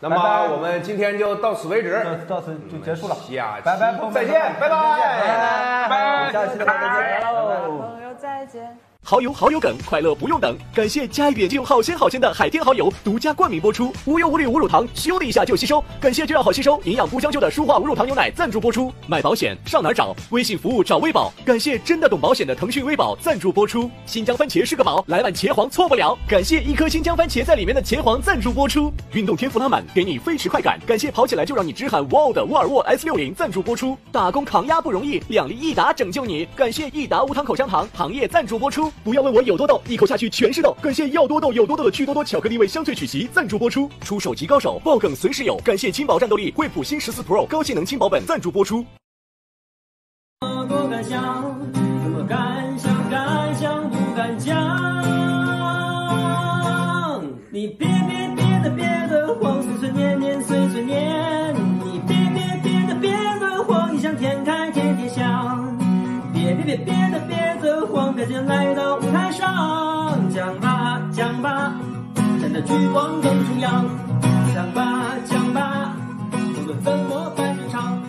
[SPEAKER 3] 那
[SPEAKER 2] 拜拜
[SPEAKER 3] 么我们今天就到此为止，
[SPEAKER 2] 那到此就结束了，
[SPEAKER 3] 下期
[SPEAKER 2] 拜拜，朋友们，
[SPEAKER 3] 再见，拜拜。
[SPEAKER 2] 拜拜，下期的再见，拜拜。
[SPEAKER 8] 朋友再见。
[SPEAKER 1] 好友好友梗，快乐不用等。感谢加一点就好鲜好鲜的海天蚝油独家冠名播出，无忧无虑无乳糖，咻的一下就吸收。感谢这样好吸收，营养不将就的舒化无乳糖牛奶赞助播出。买保险上哪儿找？微信服务找微保。感谢真的懂保险的腾讯微保赞助播出。新疆番茄是个宝，来碗茄皇错不了。感谢一颗新疆番茄在里面的茄皇赞助播出。运动天赋拉满，给你飞驰快感。感谢跑起来就让你直喊 wow 的沃尔沃 S 六零赞助播出。打工抗压不容易，两粒益达拯救你。感谢益达无糖口香糖行业赞助播出。不要问我有多逗，一口下去全是逗。感谢要多逗有多逗的趣多多巧克力味香脆曲奇赞助播出。出手级高手，爆梗随时有。感谢轻薄战斗力惠普新十四 Pro 高性能轻薄本赞助播出。
[SPEAKER 7] 多敢想，怎么敢想，敢想不敢讲。你别别别的别的慌，碎碎念念碎碎念。你别别别的别的慌，异想天开天天想。别别别别的别的慌，赶紧来到舞台上，讲吧讲吧，站在聚光灯中央，讲吧讲吧，无论怎么办一场。